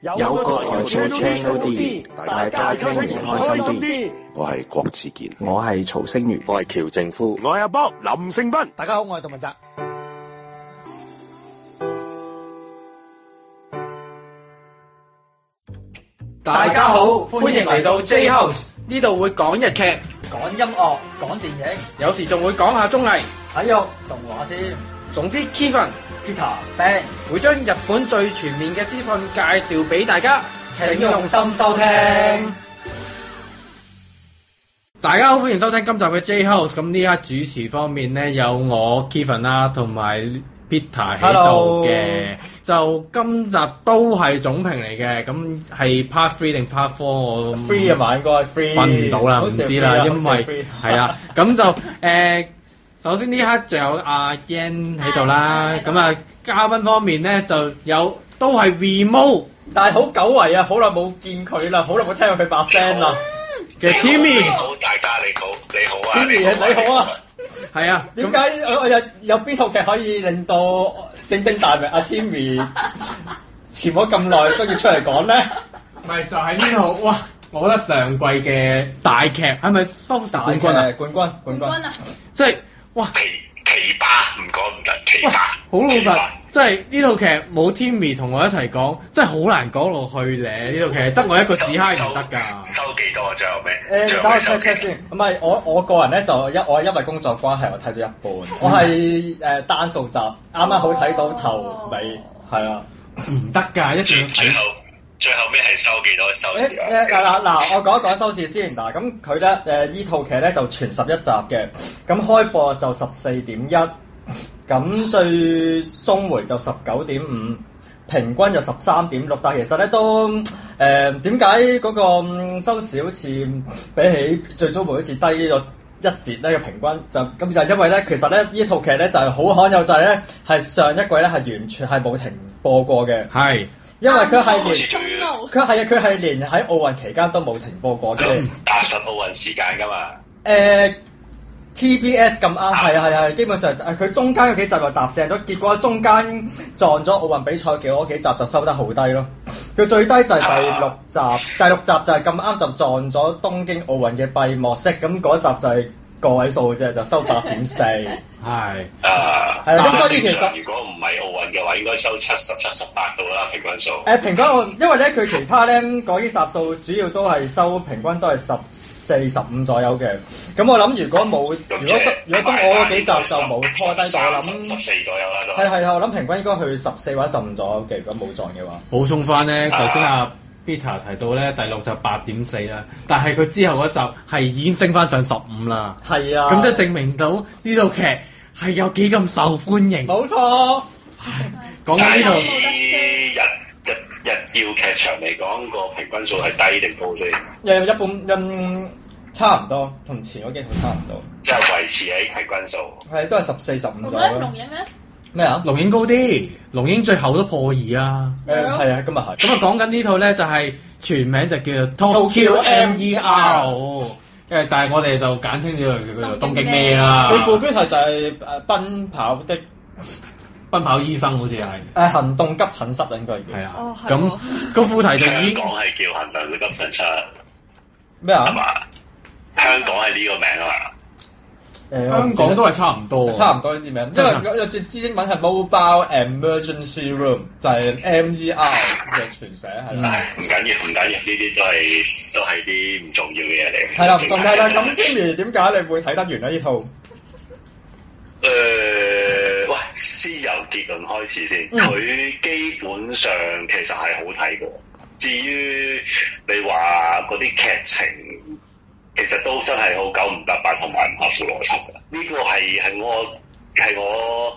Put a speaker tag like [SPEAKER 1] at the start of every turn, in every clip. [SPEAKER 1] 有個台做 channel D，大家聽完開心啲。
[SPEAKER 2] 啲。
[SPEAKER 3] 我係郭子健，
[SPEAKER 1] 我係曹星如，
[SPEAKER 3] 我係喬正夫。
[SPEAKER 2] 我係阿 Bob 林勝斌。
[SPEAKER 4] 大家好，我係杜文澤。
[SPEAKER 5] 大家好，歡迎嚟到 J House，呢度會講日劇，
[SPEAKER 6] 講音樂、講電影、
[SPEAKER 5] 有時仲會講下綜藝。
[SPEAKER 6] 體育、動畫添。
[SPEAKER 5] 總之，Kevin
[SPEAKER 6] Peter、Ben，
[SPEAKER 5] 會將日本最全面嘅資訊介紹俾大家，
[SPEAKER 6] 請用心收聽。
[SPEAKER 5] 大家好，歡迎收聽今集嘅 J House。咁呢一刻主持方面呢，有我 Kevin 啦，同埋 Peter 喺度
[SPEAKER 6] Hello
[SPEAKER 5] 嘅。就今集都係總評嚟嘅，咁係 Part Three 定 Part Four？我
[SPEAKER 6] Free à 啊嘛，應該 free。
[SPEAKER 5] 瞓唔到啦，唔
[SPEAKER 6] 好似係
[SPEAKER 5] 知啦，
[SPEAKER 6] free
[SPEAKER 5] 因
[SPEAKER 6] 好似係
[SPEAKER 5] 為
[SPEAKER 6] free
[SPEAKER 5] 係啊，咁就誒、呃首先呢刻就有阿 Yan 喺度啦，咁啊嘉賓方面咧就有都係 Remo
[SPEAKER 6] 但係好久違啊，好耐冇見佢啦，好耐冇聽過佢把聲啦。
[SPEAKER 5] 嘅 Timmy，
[SPEAKER 7] 好，大家你好，你好啊
[SPEAKER 6] Timmy，你好啊！
[SPEAKER 5] 係啊，
[SPEAKER 6] 點
[SPEAKER 5] 咁
[SPEAKER 6] 解我我有有邊套劇可以令到鼎鼎大名阿 Timmy 潛咗咁耐都要出嚟講咧？
[SPEAKER 5] 咪就係呢套哇！我覺得上季嘅大劇係咪收視冠軍啊？
[SPEAKER 6] 冠軍，冠軍。
[SPEAKER 8] 啊！
[SPEAKER 5] 即係哇！
[SPEAKER 7] 奇奇葩，唔講唔得，奇葩，
[SPEAKER 5] 好老
[SPEAKER 7] 奇
[SPEAKER 5] 實
[SPEAKER 7] 葩，
[SPEAKER 5] 即係呢套劇冇 Timmy 同我一齊講，真係好難講落去咧。呢套劇得我一個
[SPEAKER 7] 收
[SPEAKER 5] 屎閪唔得㗎。
[SPEAKER 7] 收收幾多啊？最後尾，
[SPEAKER 6] 誒，
[SPEAKER 7] 最
[SPEAKER 6] 等
[SPEAKER 7] 後
[SPEAKER 6] 我
[SPEAKER 7] 尾收
[SPEAKER 6] check
[SPEAKER 7] 幾
[SPEAKER 6] check 先。唔係，我我個人咧就因我係因為工作關係，我睇咗一半。我係誒單數集，啱啱好睇到頭尾，係啊。
[SPEAKER 5] 唔得㗎，一定
[SPEAKER 7] 最
[SPEAKER 5] 要
[SPEAKER 7] 最
[SPEAKER 5] 睇。
[SPEAKER 7] 後最後尾係收幾多收
[SPEAKER 6] 誒
[SPEAKER 7] 視啊？
[SPEAKER 6] 誒嗱嗱嗱，我講一講收視先嗱，咁佢咧誒依套劇咧就全十一集嘅，咁開播就十四點一，咁最終回就十九點五，平均就十三點六，但係其實咧都誒點解嗰個嗯收視好似比起最終回好似低咗？一截呢個平均就咁就係因為咧，其實咧呢套劇咧就係好罕有就係咧係上一季咧係完全係冇停播過嘅，
[SPEAKER 5] 係。
[SPEAKER 6] 因為佢係
[SPEAKER 7] 好
[SPEAKER 6] 連
[SPEAKER 7] 似最
[SPEAKER 8] 路
[SPEAKER 6] 佢係啊，佢係連喺奧運期間都冇停播過嘅。誒、
[SPEAKER 7] 踏實奧運時間㗎嘛？
[SPEAKER 6] TBS 咁啱，係啊係啊，係基本上誒佢中間有幾集又搭正咗，結果中間撞咗奧運比賽嘅嗰幾集就收得好低咯。佢最低就係第六集，第六集就係咁啱就撞咗東京奧運嘅閉幕式，咁嗰集就係個位數嘅啫，就收八點四。
[SPEAKER 5] 係，
[SPEAKER 7] 啊，
[SPEAKER 6] 係啊咁
[SPEAKER 7] 但
[SPEAKER 6] 所以其實
[SPEAKER 7] 正常如果唔係奧運嘅話，應該收七十七十八度啦，平均數。
[SPEAKER 6] 誒平均我，因為咧佢其他咧嗰啲集數主要都係收平均都係十四十五左右嘅，咁我諗如果冇如
[SPEAKER 7] 咁
[SPEAKER 6] 果
[SPEAKER 7] 即係
[SPEAKER 6] 如果咁我嗰幾集就冇拖低到，我
[SPEAKER 7] 十
[SPEAKER 6] 諗
[SPEAKER 7] 十四左右啦都。
[SPEAKER 6] 係啊係我諗平均應該去十四或者十五左右嘅，如果冇撞嘅話，
[SPEAKER 5] 補充翻咧，頭先阿 Peter 提到咧，第六集八點四啦，但係佢之後嗰集係已經升翻上十五啦，
[SPEAKER 6] 係啊，
[SPEAKER 5] 咁即係證明到呢套劇係有幾咁受歡迎。
[SPEAKER 6] 冇錯，
[SPEAKER 5] 講緊
[SPEAKER 7] 但
[SPEAKER 5] 呢
[SPEAKER 7] 係
[SPEAKER 5] 套
[SPEAKER 7] 以日日日曜劇場嚟講，個平均數係低定高先？
[SPEAKER 6] 誒一半嗯差唔多，同前嗰幾套差唔多，
[SPEAKER 7] 即係維持喺平均數。
[SPEAKER 6] 係都係十四十五
[SPEAKER 8] 唔
[SPEAKER 6] 左
[SPEAKER 8] 係
[SPEAKER 6] 右
[SPEAKER 8] 龍
[SPEAKER 6] 咯。
[SPEAKER 8] 影咩？
[SPEAKER 6] 咩啊？
[SPEAKER 5] 龍影高啲，龍影最後都破二啊！
[SPEAKER 6] 誒
[SPEAKER 4] Dạ.
[SPEAKER 6] 係啊，今日係。
[SPEAKER 5] 咁啊，講緊呢套咧就係、全名就叫做 Tokyo MER，誒，但係我哋就簡稱咗佢叫做東京咩啊啦
[SPEAKER 6] 佢，副標題就係誒奔跑的
[SPEAKER 5] 奔跑醫生好似係，
[SPEAKER 6] 誒行動急診室應該叫
[SPEAKER 5] 係啊
[SPEAKER 8] 哦，係喎
[SPEAKER 5] 咁個副題就
[SPEAKER 7] 香
[SPEAKER 5] 已經
[SPEAKER 7] 港係叫行動急診室
[SPEAKER 6] 咩啊
[SPEAKER 7] 係？嘛？香港係呢個名啊嘛。
[SPEAKER 6] 誒
[SPEAKER 5] 香港都係差唔多，
[SPEAKER 6] 差唔多呢啲名，因為有有隻知英文係 Mobile Emergency Room，就係 MER 嘅全寫係
[SPEAKER 7] 但
[SPEAKER 6] 啦。
[SPEAKER 7] 係唔緊要，唔緊要，呢啲都係都係啲唔重要嘅嘢嚟。
[SPEAKER 6] 係啦，唔重要啦。咁 Timmy 點解你會睇得完呢呢套？
[SPEAKER 7] 誒、呃喂，先由結論開始先。
[SPEAKER 6] 嗯
[SPEAKER 7] 佢、基本上其實係好睇嘅。至於你話嗰啲劇情，其實都真係好九唔搭八，同埋唔合乎邏輯嘅。呢、個係係我係我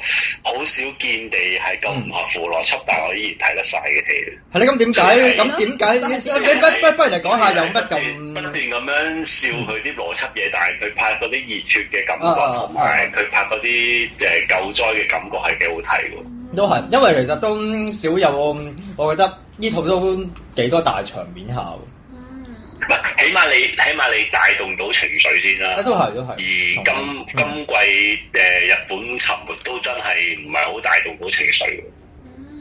[SPEAKER 7] 好少見地係咁唔合乎邏輯，但我依然睇得晒嘅戲。
[SPEAKER 6] 係啦，咁點解？咁點解？你不不不如你講下有乜
[SPEAKER 7] 不斷
[SPEAKER 6] 咁？
[SPEAKER 7] 咁樣笑佢啲邏輯嘢，但係佢拍嗰啲熱血嘅感
[SPEAKER 6] 啊啊啊
[SPEAKER 7] 覺，同埋佢拍嗰啲誒救災嘅感覺係幾好睇喎。
[SPEAKER 6] 都係，因為其實都少有，我覺得呢套都幾多大場面下喎。
[SPEAKER 7] 唔係，起碼你起碼你帶動到情緒先啦。
[SPEAKER 6] 啊都係都係
[SPEAKER 7] 而今呃
[SPEAKER 6] 同意
[SPEAKER 7] 今季誒、日本沉沒都真係唔係好帶動到情緒喎。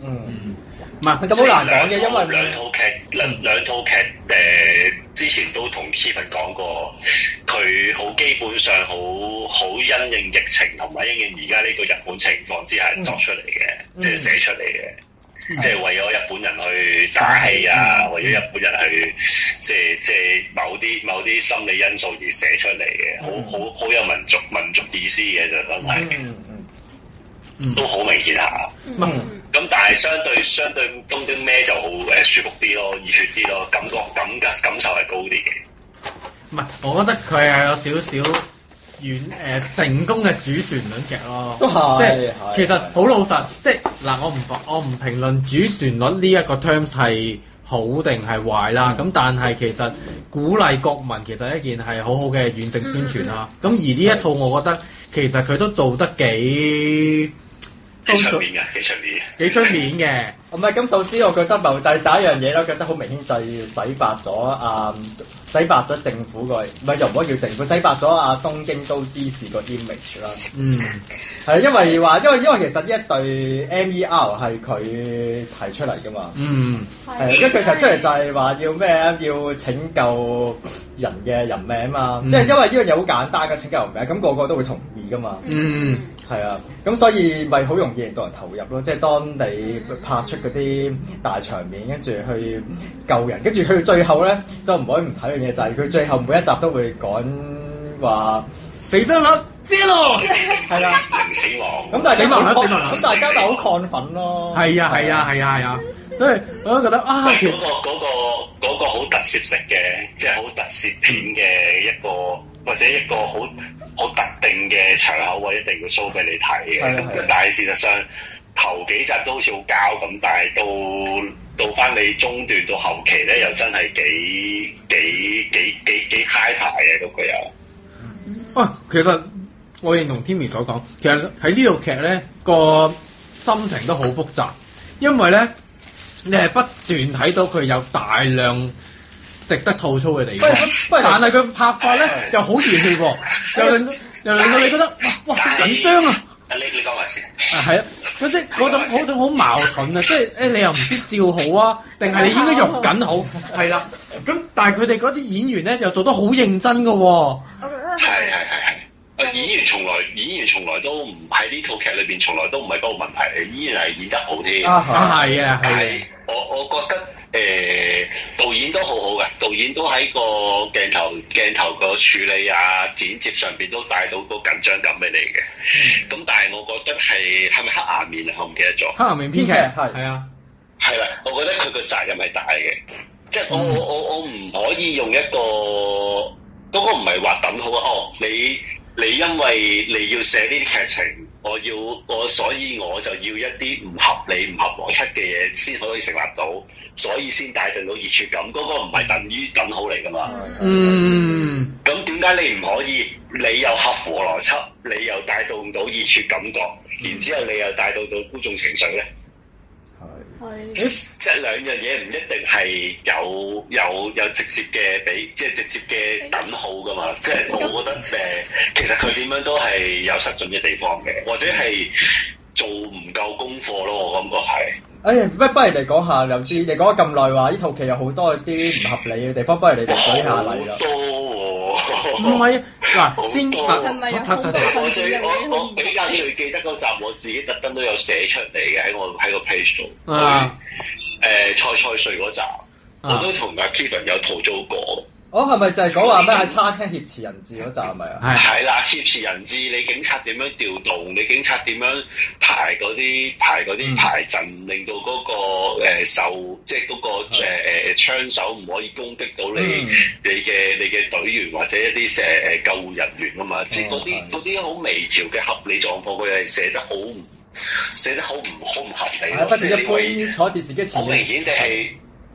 [SPEAKER 6] 嗯嗯，
[SPEAKER 5] 唔係
[SPEAKER 6] 咁好難講嘅，因為
[SPEAKER 7] 兩套劇兩兩套劇誒、之前都同 Kevin 講過，佢好基本上好好因應疫情同埋因應而家呢個日本情況之
[SPEAKER 6] 嗯
[SPEAKER 7] 下作出嚟嘅，即係寫出嚟嘅，即係為咗日本人去打氣
[SPEAKER 6] 嗯
[SPEAKER 7] 啊，為咗日本人去即係即係某啲某啲心理因素而寫出嚟嘅，好好好有民族民族意思嘅就真係，
[SPEAKER 6] 嗯嗯
[SPEAKER 7] 都好明顯下。
[SPEAKER 4] Ừ.
[SPEAKER 6] 嗯
[SPEAKER 7] 咁但係相對相對東京咩就好誒舒服啲咯，熱血啲咯，感覺感嘅感受係高啲嘅。
[SPEAKER 5] 唔係，我覺得佢係有少少遠誒、成功嘅主旋律劇咯，
[SPEAKER 6] 都係
[SPEAKER 5] 即
[SPEAKER 6] 係
[SPEAKER 5] 係其實
[SPEAKER 6] 係
[SPEAKER 5] 好老實，即係嗱，我唔我唔評論主旋律呢一個 terms 係好定係壞啦，咁、
[SPEAKER 6] 嗯
[SPEAKER 5] 但係其實鼓勵國民其實係一件係好好嘅軟性宣傳啦，
[SPEAKER 6] 嗯
[SPEAKER 5] 咁、而呢一套我覺得其實佢都做得幾都
[SPEAKER 7] 幾出
[SPEAKER 5] 做
[SPEAKER 7] 面嘅，幾出面。
[SPEAKER 5] 幾出面嘅。
[SPEAKER 6] 唔係，咁首先我覺得某第第一樣嘢咧，我覺得好明顯就係洗白咗啊、洗白咗政府個，唔係又唔可以叫政府，洗白咗啊東京都知事個 image 啦。
[SPEAKER 5] 嗯，
[SPEAKER 6] 係因為話，因為因為其實呢一對 MER 係佢提出嚟噶嘛。
[SPEAKER 5] 嗯，
[SPEAKER 6] 係，因為佢提出嚟就係話要咩啊？要拯救人嘅人命啊嘛，
[SPEAKER 5] 嗯
[SPEAKER 6] 即係因為呢樣嘢好簡單嘅拯救人命，咁個個都會同意噶嘛。
[SPEAKER 4] Ừ.
[SPEAKER 5] 嗯，
[SPEAKER 6] 係啊，咁所以咪好容易令到人投入咯。即係當你拍出嗰啲大場面，跟住去救人，跟住去到最後咧，就唔可以唔睇樣嘢，就係、佢最後每一集都會講話
[SPEAKER 5] 死傷率 zero，
[SPEAKER 6] 係啦。
[SPEAKER 7] 零死亡。
[SPEAKER 6] 咁但係
[SPEAKER 5] 死亡啦
[SPEAKER 6] 咁
[SPEAKER 5] 死亡啦
[SPEAKER 6] 咁大家咪好亢奮咯。
[SPEAKER 5] 係啊係啊係啊係啊，所以我都覺得啊，
[SPEAKER 7] 係
[SPEAKER 5] 其
[SPEAKER 7] 嗰、
[SPEAKER 5] 實
[SPEAKER 7] 個嗰、個嗰、個好特攝式嘅，即係好特攝片嘅一個，或者一個好好特定嘅場口位一定要 show 俾你
[SPEAKER 6] 係
[SPEAKER 7] 睇嘅。
[SPEAKER 6] 啊係啊
[SPEAKER 7] 咁但係事實上頭幾集都好似好膠咁，但係到到翻你中段到後期咧，又真係幾幾幾幾幾 high 排嘅嗰個又。
[SPEAKER 5] 啊，其實我認同 Timmy 所講，其實喺呢套劇咧個心情都好複雜，因為咧你係不斷睇到佢有大量值得吐槽嘅地方
[SPEAKER 6] 不如不如，
[SPEAKER 5] 但係佢拍法咧又好熱血喎，又令又令到你覺得哇哇好緊張啊！
[SPEAKER 7] 啊，你你講埋先。
[SPEAKER 5] 啊，係啊，嗰即係嗰種嗰種好矛盾啊！即係誒，你又唔知笑好啊，定係你應該肉緊好？ 係啦，咁但係佢哋嗰啲演員咧又做得好認真嘅喎、
[SPEAKER 4] Ừ.
[SPEAKER 7] 係係係係。啊！演員從來演員從來都唔喺呢套劇裏邊，從來都唔係嗰個問題嚟，依然係演得好添。
[SPEAKER 6] 啊
[SPEAKER 5] 啊，係啊，係啊
[SPEAKER 7] 係，我我覺得誒、導演都好好嘅，導演都喺個鏡頭鏡頭個處理啊、剪接上邊都帶到個緊張感俾你嘅。咁、但係我覺得係係咪黑牙面啊？我唔記得咗。
[SPEAKER 5] 黑人面編劇
[SPEAKER 6] 編劇係
[SPEAKER 5] 係啊，
[SPEAKER 7] 係啦，我覺得佢個責任係大嘅，即係我我我我唔可以用一個嗰、個唔係話等好啊！哦，你你因為你要寫呢啲劇情，我要我所以我就要一啲唔合理、唔合邏輯嘅嘢先可以成立到，所以先帶動到熱血感。嗰、個唔係等於等好嚟噶嘛？
[SPEAKER 5] 嗯，
[SPEAKER 7] 咁點解你唔可以？你又合乎邏輯，你又帶動到熱血感覺，然之後你又帶動到觀眾情緒咧？即係兩樣嘢唔一定係有有有直接嘅比，即係直接嘅等號噶嘛。即係我覺得誒、其實佢點樣都係有實進嘅地方嘅，或者係做唔夠功課咯。我感覺係。
[SPEAKER 6] 哎呀，不不如你講下有啲，你講咗咁耐話呢套劇有好多啲唔合理嘅地方，不如你哋舉下
[SPEAKER 7] 好啊
[SPEAKER 6] 例啦。
[SPEAKER 7] 多
[SPEAKER 5] 唔
[SPEAKER 7] 喎、
[SPEAKER 5] 係啊嗱，先啊
[SPEAKER 7] 好
[SPEAKER 5] 嗱
[SPEAKER 7] 多
[SPEAKER 2] 哦係咪有
[SPEAKER 5] 我插
[SPEAKER 2] 好
[SPEAKER 5] 實
[SPEAKER 2] 多
[SPEAKER 7] 我最我我比較最記得嗰集，我自己特登都有寫出嚟嘅喺我喺個 page 度。誒、
[SPEAKER 5] 啊
[SPEAKER 7] 蔡蔡穗嗰集，我都同阿 Kevin 有吐槽過。
[SPEAKER 6] 哦，係咪就係講話咩喺餐廳挾持人質嗰集係咪啊？
[SPEAKER 5] 係
[SPEAKER 7] 係啦，挟持人質，你警察點樣調動？你警察點樣排嗰啲排嗰
[SPEAKER 5] 嗯
[SPEAKER 7] 啲排陣，令到嗰、個誒、呃受即係嗰、個誒誒槍手唔可以攻擊到你、
[SPEAKER 6] 嗯
[SPEAKER 7] 你嘅你嘅隊員或者一啲誒誒救護人員啊嘛，即係嗰
[SPEAKER 6] 哦係
[SPEAKER 7] 啲嗰啲好微調嘅合理狀況，佢係寫得好唔寫得好唔好唔合理
[SPEAKER 6] 係啊
[SPEAKER 7] 咯，
[SPEAKER 6] 不
[SPEAKER 7] 即
[SPEAKER 6] 如
[SPEAKER 7] 係呢位。
[SPEAKER 6] 一般坐喺電視機
[SPEAKER 7] 好
[SPEAKER 6] 前
[SPEAKER 7] 明
[SPEAKER 6] 面。
[SPEAKER 7] 顯地係，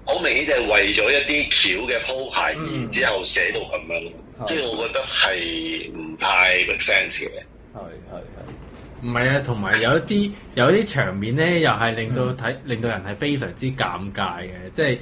[SPEAKER 7] 好明顯地係為咗一啲橋嘅鋪排，
[SPEAKER 6] 嗯
[SPEAKER 7] 然之後寫到咁樣，
[SPEAKER 6] 係
[SPEAKER 7] 即係我覺得係唔太 make sense 嘅。
[SPEAKER 6] 係係
[SPEAKER 5] 唔係啊，同埋有一啲有一啲場面咧，又係令
[SPEAKER 6] 嗯
[SPEAKER 5] 到睇令到人係非常之尷尬嘅，即係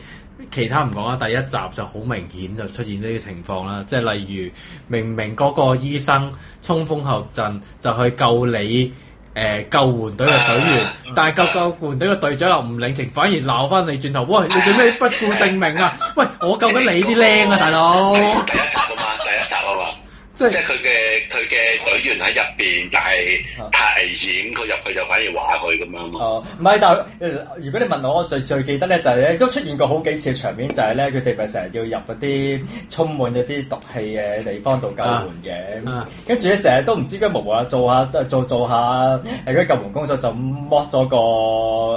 [SPEAKER 5] 其他唔講啦，第一集就好明顯就出現呢啲情況啦，即係例如明明嗰個醫生衝鋒陷陣就去救你誒、誒救援隊嘅隊員，
[SPEAKER 6] 啊
[SPEAKER 5] 但係救救援隊嘅隊長又唔領情，反而鬧翻你轉頭，喂，你做咩不顧性命啊？喂，我救緊你啲僆啊，大佬！
[SPEAKER 7] 第一集啊嘛， 第一集啊嘛。
[SPEAKER 5] 即係
[SPEAKER 7] 即係佢嘅佢嘅隊員喺入邊，但係太危險，佢入去就反而話佢咁樣嘛。
[SPEAKER 6] 哦，唔係，但係呃如果你問我，我最最記得咧就係、咧，都出現過好幾次嘅場面，就係咧佢哋咪成日要入嗰啲充滿咗啲毒氣嘅地方度救援
[SPEAKER 5] 啊啊
[SPEAKER 6] 嘅，跟住咧成日都唔知點解無無啦做下做做做下誒嗰啲救援工作就剝咗個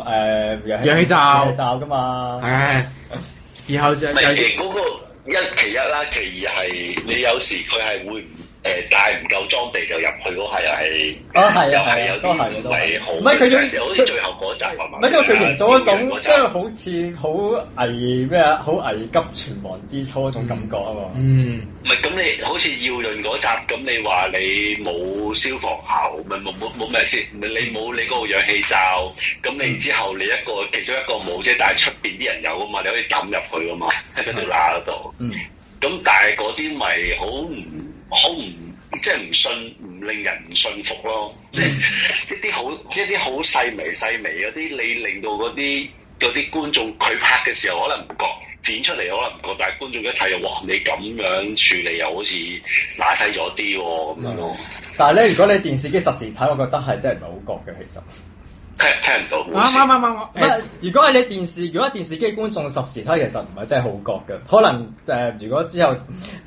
[SPEAKER 6] 誒氧
[SPEAKER 5] 氧氣罩
[SPEAKER 6] 氧氣罩噶嘛，
[SPEAKER 5] 唉，然後就
[SPEAKER 7] 唔係
[SPEAKER 5] 又
[SPEAKER 7] 誒嗰個一其一啦，其二係你有時佢係會唔誒帶唔夠裝備就入去嗰下又係，
[SPEAKER 6] 啊係啊
[SPEAKER 7] 又
[SPEAKER 6] 係啊
[SPEAKER 7] 係有
[SPEAKER 6] 都係啊
[SPEAKER 7] 啲
[SPEAKER 6] 都
[SPEAKER 7] 唔
[SPEAKER 6] 係
[SPEAKER 7] 係好。
[SPEAKER 6] 唔係佢要
[SPEAKER 7] 好似最後嗰集係嘛？啊
[SPEAKER 6] 唔係因為佢營造一種即係
[SPEAKER 7] 嗰集
[SPEAKER 6] 好似好危咩啊，好危急存亡之秋嗰種感覺啊嘛。
[SPEAKER 5] 嗯。
[SPEAKER 7] 唔係咁你好似耀潤嗰集咁，你話你冇消防喉，咪冇冇冇咩先？唔係你冇你嗰個氧氣罩，咁
[SPEAKER 6] 嗯
[SPEAKER 7] 你之後你一個其中一個冇啫，但係出邊啲人有啊嘛，你可以抌入去噶嘛，喺條罅嗰度。
[SPEAKER 6] 嗯
[SPEAKER 7] 咁但係嗰啲咪好唔好唔即係唔信唔令人唔信服咯，即係
[SPEAKER 5] 嗯
[SPEAKER 7] 一啲好一啲好細微細微嗰啲，你令到嗰啲嗰啲觀眾佢拍嘅時候可能唔覺。剪出嚟可能唔覺，但係觀眾一睇又哇！你咁樣處理又好似乸西咗啲喎咁樣咯，
[SPEAKER 5] 嗯
[SPEAKER 6] 但係咧，如果你電視機實時睇，我覺得係真係唔係好覺嘅，其實。
[SPEAKER 7] 聽聽唔到
[SPEAKER 5] 啱
[SPEAKER 7] 冇事。
[SPEAKER 5] 啱啱啱
[SPEAKER 6] 唔
[SPEAKER 5] 啱誒
[SPEAKER 6] 係，如果係你電視，如果係電視機嘅觀眾實時睇，其實唔係真係好覺嘅。可能誒、呃如果之後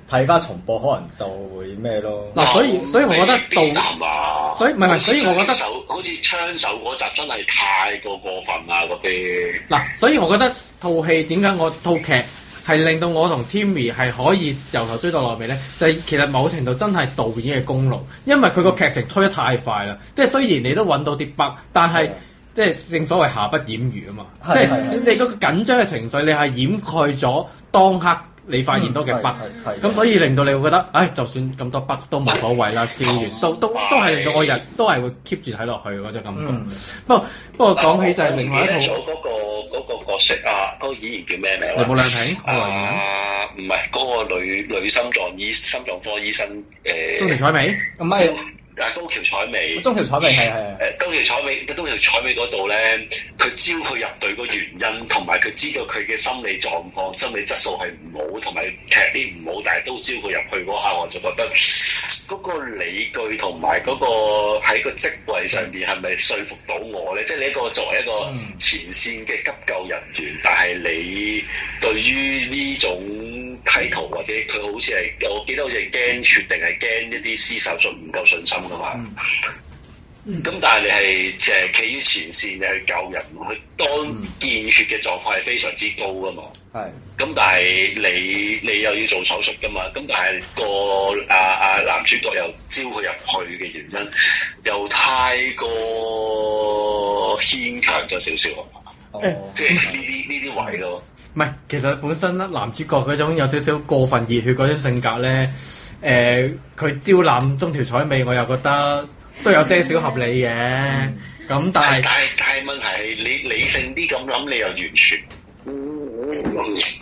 [SPEAKER 6] 睇翻重播，可能就會咩咯。
[SPEAKER 5] 嗱所以所以我覺得
[SPEAKER 7] 未必
[SPEAKER 5] 導
[SPEAKER 7] 係嘛，
[SPEAKER 5] 所以唔係唔係所以我覺得
[SPEAKER 7] 好似槍手好似槍手嗰集真係太過過分啦嗰啲。
[SPEAKER 5] 嗱，所以我覺得套戲點解我套劇係令到我同 Timmy 係可以由頭追到落尾咧，就係、其實某程度真係導演嘅功勞，因為佢個劇情推得太快啦。即係雖然你都揾到啲 bug，但係
[SPEAKER 6] 係啊
[SPEAKER 5] 即係正所謂瑕不掩瑜啊嘛，
[SPEAKER 6] 係
[SPEAKER 5] 即
[SPEAKER 6] 係
[SPEAKER 5] 係
[SPEAKER 6] 係
[SPEAKER 5] 你嗰個緊張嘅情緒，你係掩蓋咗當刻你發現到嘅 bug。
[SPEAKER 6] 嗯係
[SPEAKER 5] 咁所以令到你會覺得，唉，就算咁多筆都冇所謂啦，笑完都都都係令到我日都係會 keep 住睇落去嗰種感覺。
[SPEAKER 6] 嗯，
[SPEAKER 5] 不過不過講起就係另外一套，
[SPEAKER 7] 我嗰、個嗰、個角色啊，嗰、個演員叫咩名啊？
[SPEAKER 5] 梁武亮平何來演
[SPEAKER 7] 啊，唔係嗰個女女心臟醫心臟科醫生誒，
[SPEAKER 5] 中條彩美，
[SPEAKER 6] 唔係
[SPEAKER 7] 啊高橋彩美。
[SPEAKER 6] 中條彩眉係係係
[SPEAKER 7] 誒呃高橋彩美，高橋彩美嗰度咧，佢招佢入隊個原因，同埋佢知道佢嘅心理狀況、心理質素係唔好，同埋劇啲唔好，但係都招佢入去嗰下，我就覺得嗰個理據同埋嗰個喺個職位上邊係咪說服到我咧？即係你一個作為一個
[SPEAKER 6] 嗯
[SPEAKER 7] 前線嘅急救人員，但係你對於呢種睇圖或者佢好似係，我記得好似係驚血定係驚一啲私手術唔夠信心噶嘛？
[SPEAKER 6] 嗯
[SPEAKER 7] 咁但係你係誒企於前線你去救人，佢當
[SPEAKER 5] 嗯
[SPEAKER 7] 見血嘅狀況係非常之高噶嘛。
[SPEAKER 6] 係
[SPEAKER 7] 咁但係你你又要做手術噶嘛？咁但係個啊啊男主角又招佢入去嘅原因，又太過牽強咗少少啊，
[SPEAKER 6] 哦
[SPEAKER 7] 即係呢啲呢啲位咯。
[SPEAKER 5] 唔係其實本身咧男主角嗰種有少少過分熱血嗰種性格咧，誒、佢招攬中條彩美，我又覺得都有些少合理嘅。咁但
[SPEAKER 7] 但係
[SPEAKER 5] 係
[SPEAKER 7] 但係但係問題係你理性啲咁諗，你又完全。嗯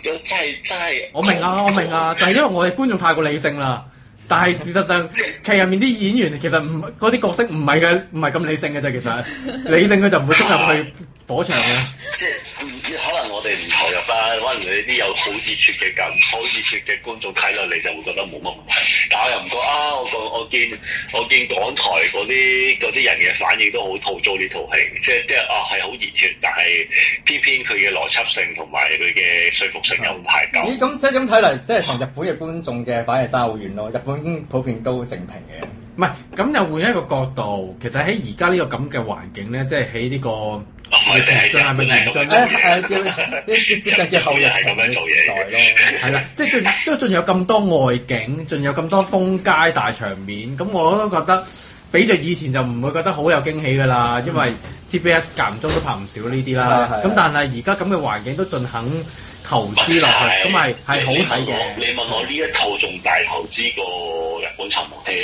[SPEAKER 7] 真係真係，
[SPEAKER 5] 我明啊，我明啊，就係、因為我哋觀眾太過理性啦。但係事實上，劇入面啲演員其實唔嗰啲角色唔係嘅，唔係咁理性嘅啫。其實理性佢就唔會衝入去火場嘅。
[SPEAKER 7] 即係唔知，可能我哋唔投入啦，可能你啲有好熱血嘅感，好熱血嘅觀眾睇落嚟就會覺得冇乜問題。但我又唔覺啊，我覺我見我見港台嗰啲嗰啲人嘅反應都好吐槽呢套戲，即係即係啊係好熱血，但係偏偏佢嘅邏輯性同埋佢嘅說服性又唔太夠。
[SPEAKER 6] 咦咁即係咁睇嚟，即係同日本嘅觀眾嘅反應爭好遠咯。日本普遍都正評嘅。
[SPEAKER 5] 唔係，咁又換一個角度，其實喺而家呢個咁嘅環境咧，即係喺呢個
[SPEAKER 7] 唔係定係
[SPEAKER 5] 疫情係咪
[SPEAKER 7] 日
[SPEAKER 5] 嚴
[SPEAKER 7] 本
[SPEAKER 5] 峻
[SPEAKER 7] 係咁
[SPEAKER 5] 咧？
[SPEAKER 6] 誒誒叫啲接近嘅後疫情嘅時代咯。
[SPEAKER 5] 係啦，即係進都進有咁多外景，進有咁多風街大場面，咁我都覺得比着以前就唔會覺得好有驚喜㗎啦，因為 TBS 間唔中都拍唔少呢啲啦。
[SPEAKER 6] 係係
[SPEAKER 5] 咁但嗯係而家咁嘅環境都盡肯投資落去，咁係係好睇嘅。
[SPEAKER 7] 你問我呢一套仲大投資過日本沉沒添，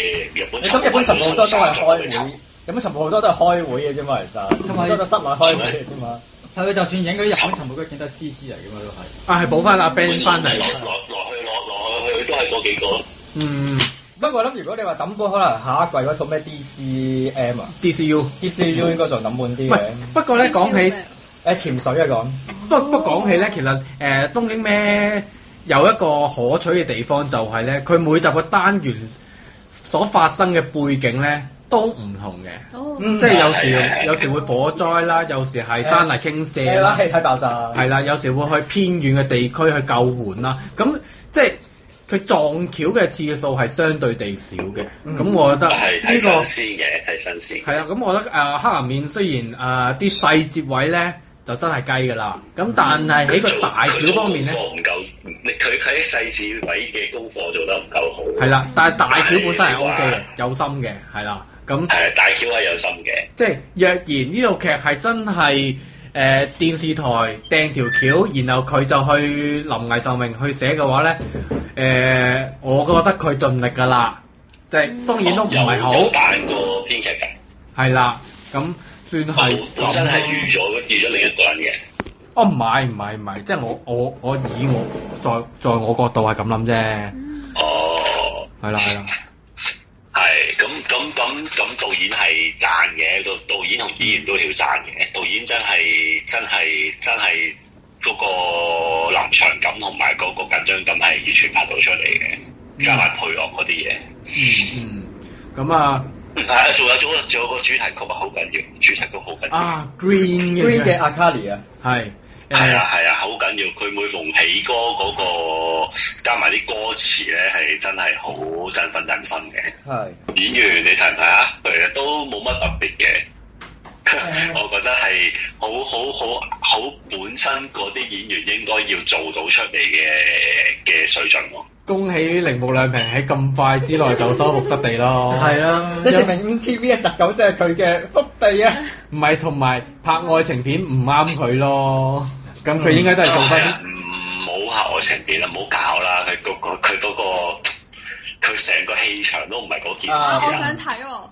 [SPEAKER 7] 日本沉
[SPEAKER 6] 咁
[SPEAKER 7] 沒
[SPEAKER 6] 日本神父好多都係開會，
[SPEAKER 7] 係
[SPEAKER 6] 日本神父好多都係開會嘅啫嘛，其實
[SPEAKER 2] 同
[SPEAKER 6] 好
[SPEAKER 2] 埋
[SPEAKER 6] 多都室內開會嘅啫嘛。
[SPEAKER 2] 但佢就算影嗰啲日本神木嗰件都係 C G 嚟嘅嘛，都
[SPEAKER 5] 啊，係補翻阿 Ben 翻嚟啊
[SPEAKER 7] 落。落落去落落去都係嗰幾個。
[SPEAKER 5] 嗯，
[SPEAKER 6] 不過我諗，如果你話抌本，可能下一季嗰套咩 DCM 啊
[SPEAKER 5] DCU。
[SPEAKER 2] 嗯
[SPEAKER 6] ，DCU 應該仲抌本啲
[SPEAKER 5] 喂
[SPEAKER 6] 嘅。，
[SPEAKER 5] 不過咧講起。
[SPEAKER 6] 誒潛水啊講，
[SPEAKER 5] 不不過講起咧，其實誒、呃、東京咩有一個可取嘅地方就係咧，佢每集嘅單元所發生嘅背景咧都唔同嘅，
[SPEAKER 4] 哦，
[SPEAKER 6] 嗯
[SPEAKER 5] 即係有
[SPEAKER 7] 係係
[SPEAKER 5] 時
[SPEAKER 7] 係
[SPEAKER 5] 有時會火災啦，有時係山泥傾
[SPEAKER 2] 啊
[SPEAKER 5] 瀉
[SPEAKER 6] 係啦
[SPEAKER 5] 啦，
[SPEAKER 6] 氣體爆炸，
[SPEAKER 5] 係啦，有時會去偏遠嘅地區去救援啦，咁即係佢撞橋嘅次數係相對地少嘅，咁、
[SPEAKER 6] 嗯
[SPEAKER 5] 我覺得
[SPEAKER 7] 係係
[SPEAKER 5] 呢、個。
[SPEAKER 7] 新鮮嘅，係新鮮嘅。
[SPEAKER 5] 係啊，咁我覺得誒、呃黑岩面雖然誒啊啲、細節位咧就真係雞㗎啦，咁但係喺個大橋方面
[SPEAKER 7] 佢
[SPEAKER 5] 咧
[SPEAKER 7] 做功課唔夠，你佢佢喺細緻位嘅功課做得唔夠好。
[SPEAKER 5] 係啦，但係大橋本身係 O K 嘅，有心嘅係啦，咁
[SPEAKER 7] 係啊大橋係有心嘅，
[SPEAKER 5] 即係若然呢套劇係真係誒、呃、電視台掟條橋，然後佢就去臨危受命去寫嘅話咧，誒、我覺得佢盡力㗎啦，即係當然都唔係
[SPEAKER 7] 嗯哦有有
[SPEAKER 5] 好
[SPEAKER 7] 彈過編劇㗎，
[SPEAKER 5] 係啦，咁算係
[SPEAKER 7] 本本身
[SPEAKER 5] 咁
[SPEAKER 7] 哦係
[SPEAKER 5] 啦
[SPEAKER 7] 預咗預咗另一個人嘅。
[SPEAKER 5] 哦，唔係唔係唔係，即係我我我以我在在我角度係咁諗啫，
[SPEAKER 7] 哦，
[SPEAKER 5] 係啦係啦，
[SPEAKER 7] 係咁咁咁咁，導演係讚嘅，導導演同演員都要讚嘅。導演真係真係真係嗰個臨場感同埋嗰個緊張感係完全拍到出嚟嘅，加埋配樂嗰啲嘢。
[SPEAKER 5] 嗯，咁啊
[SPEAKER 7] 係啊，仲有仲有仲有個主題曲啊，好緊要，主題曲好緊要。
[SPEAKER 5] 啊 Green 嘅
[SPEAKER 6] Green 嘅 Akali 啊，
[SPEAKER 5] 係
[SPEAKER 7] 係啊
[SPEAKER 5] 誒
[SPEAKER 7] 係啊，好緊要！佢每逢起歌嗰、個加埋啲歌詞咧，係真係好振奮人心嘅。
[SPEAKER 6] 係
[SPEAKER 7] 演員你睇唔睇啊？其實都冇乜特別嘅，
[SPEAKER 4] 啊
[SPEAKER 7] 我覺得係好好好好本身嗰啲演員應該要做到出嚟嘅嘅水準咯。
[SPEAKER 5] 恭喜鈴木亮平喺咁快之內就收復失地咯，
[SPEAKER 6] 係
[SPEAKER 5] 啦
[SPEAKER 2] 啊
[SPEAKER 6] 即係證明 MTV 嘅十九即係佢嘅福地啊！
[SPEAKER 5] 唔係同埋拍愛情片唔啱佢咯，咁佢應該
[SPEAKER 4] 哦
[SPEAKER 5] 都係做翻
[SPEAKER 7] 係啊
[SPEAKER 5] 啲，
[SPEAKER 7] 唔好合我情面啦，唔好搞啦！佢嗰、個佢嗰、個佢成個氣場都唔係嗰件
[SPEAKER 4] 啊我
[SPEAKER 7] 事啦
[SPEAKER 4] 想。睇喎，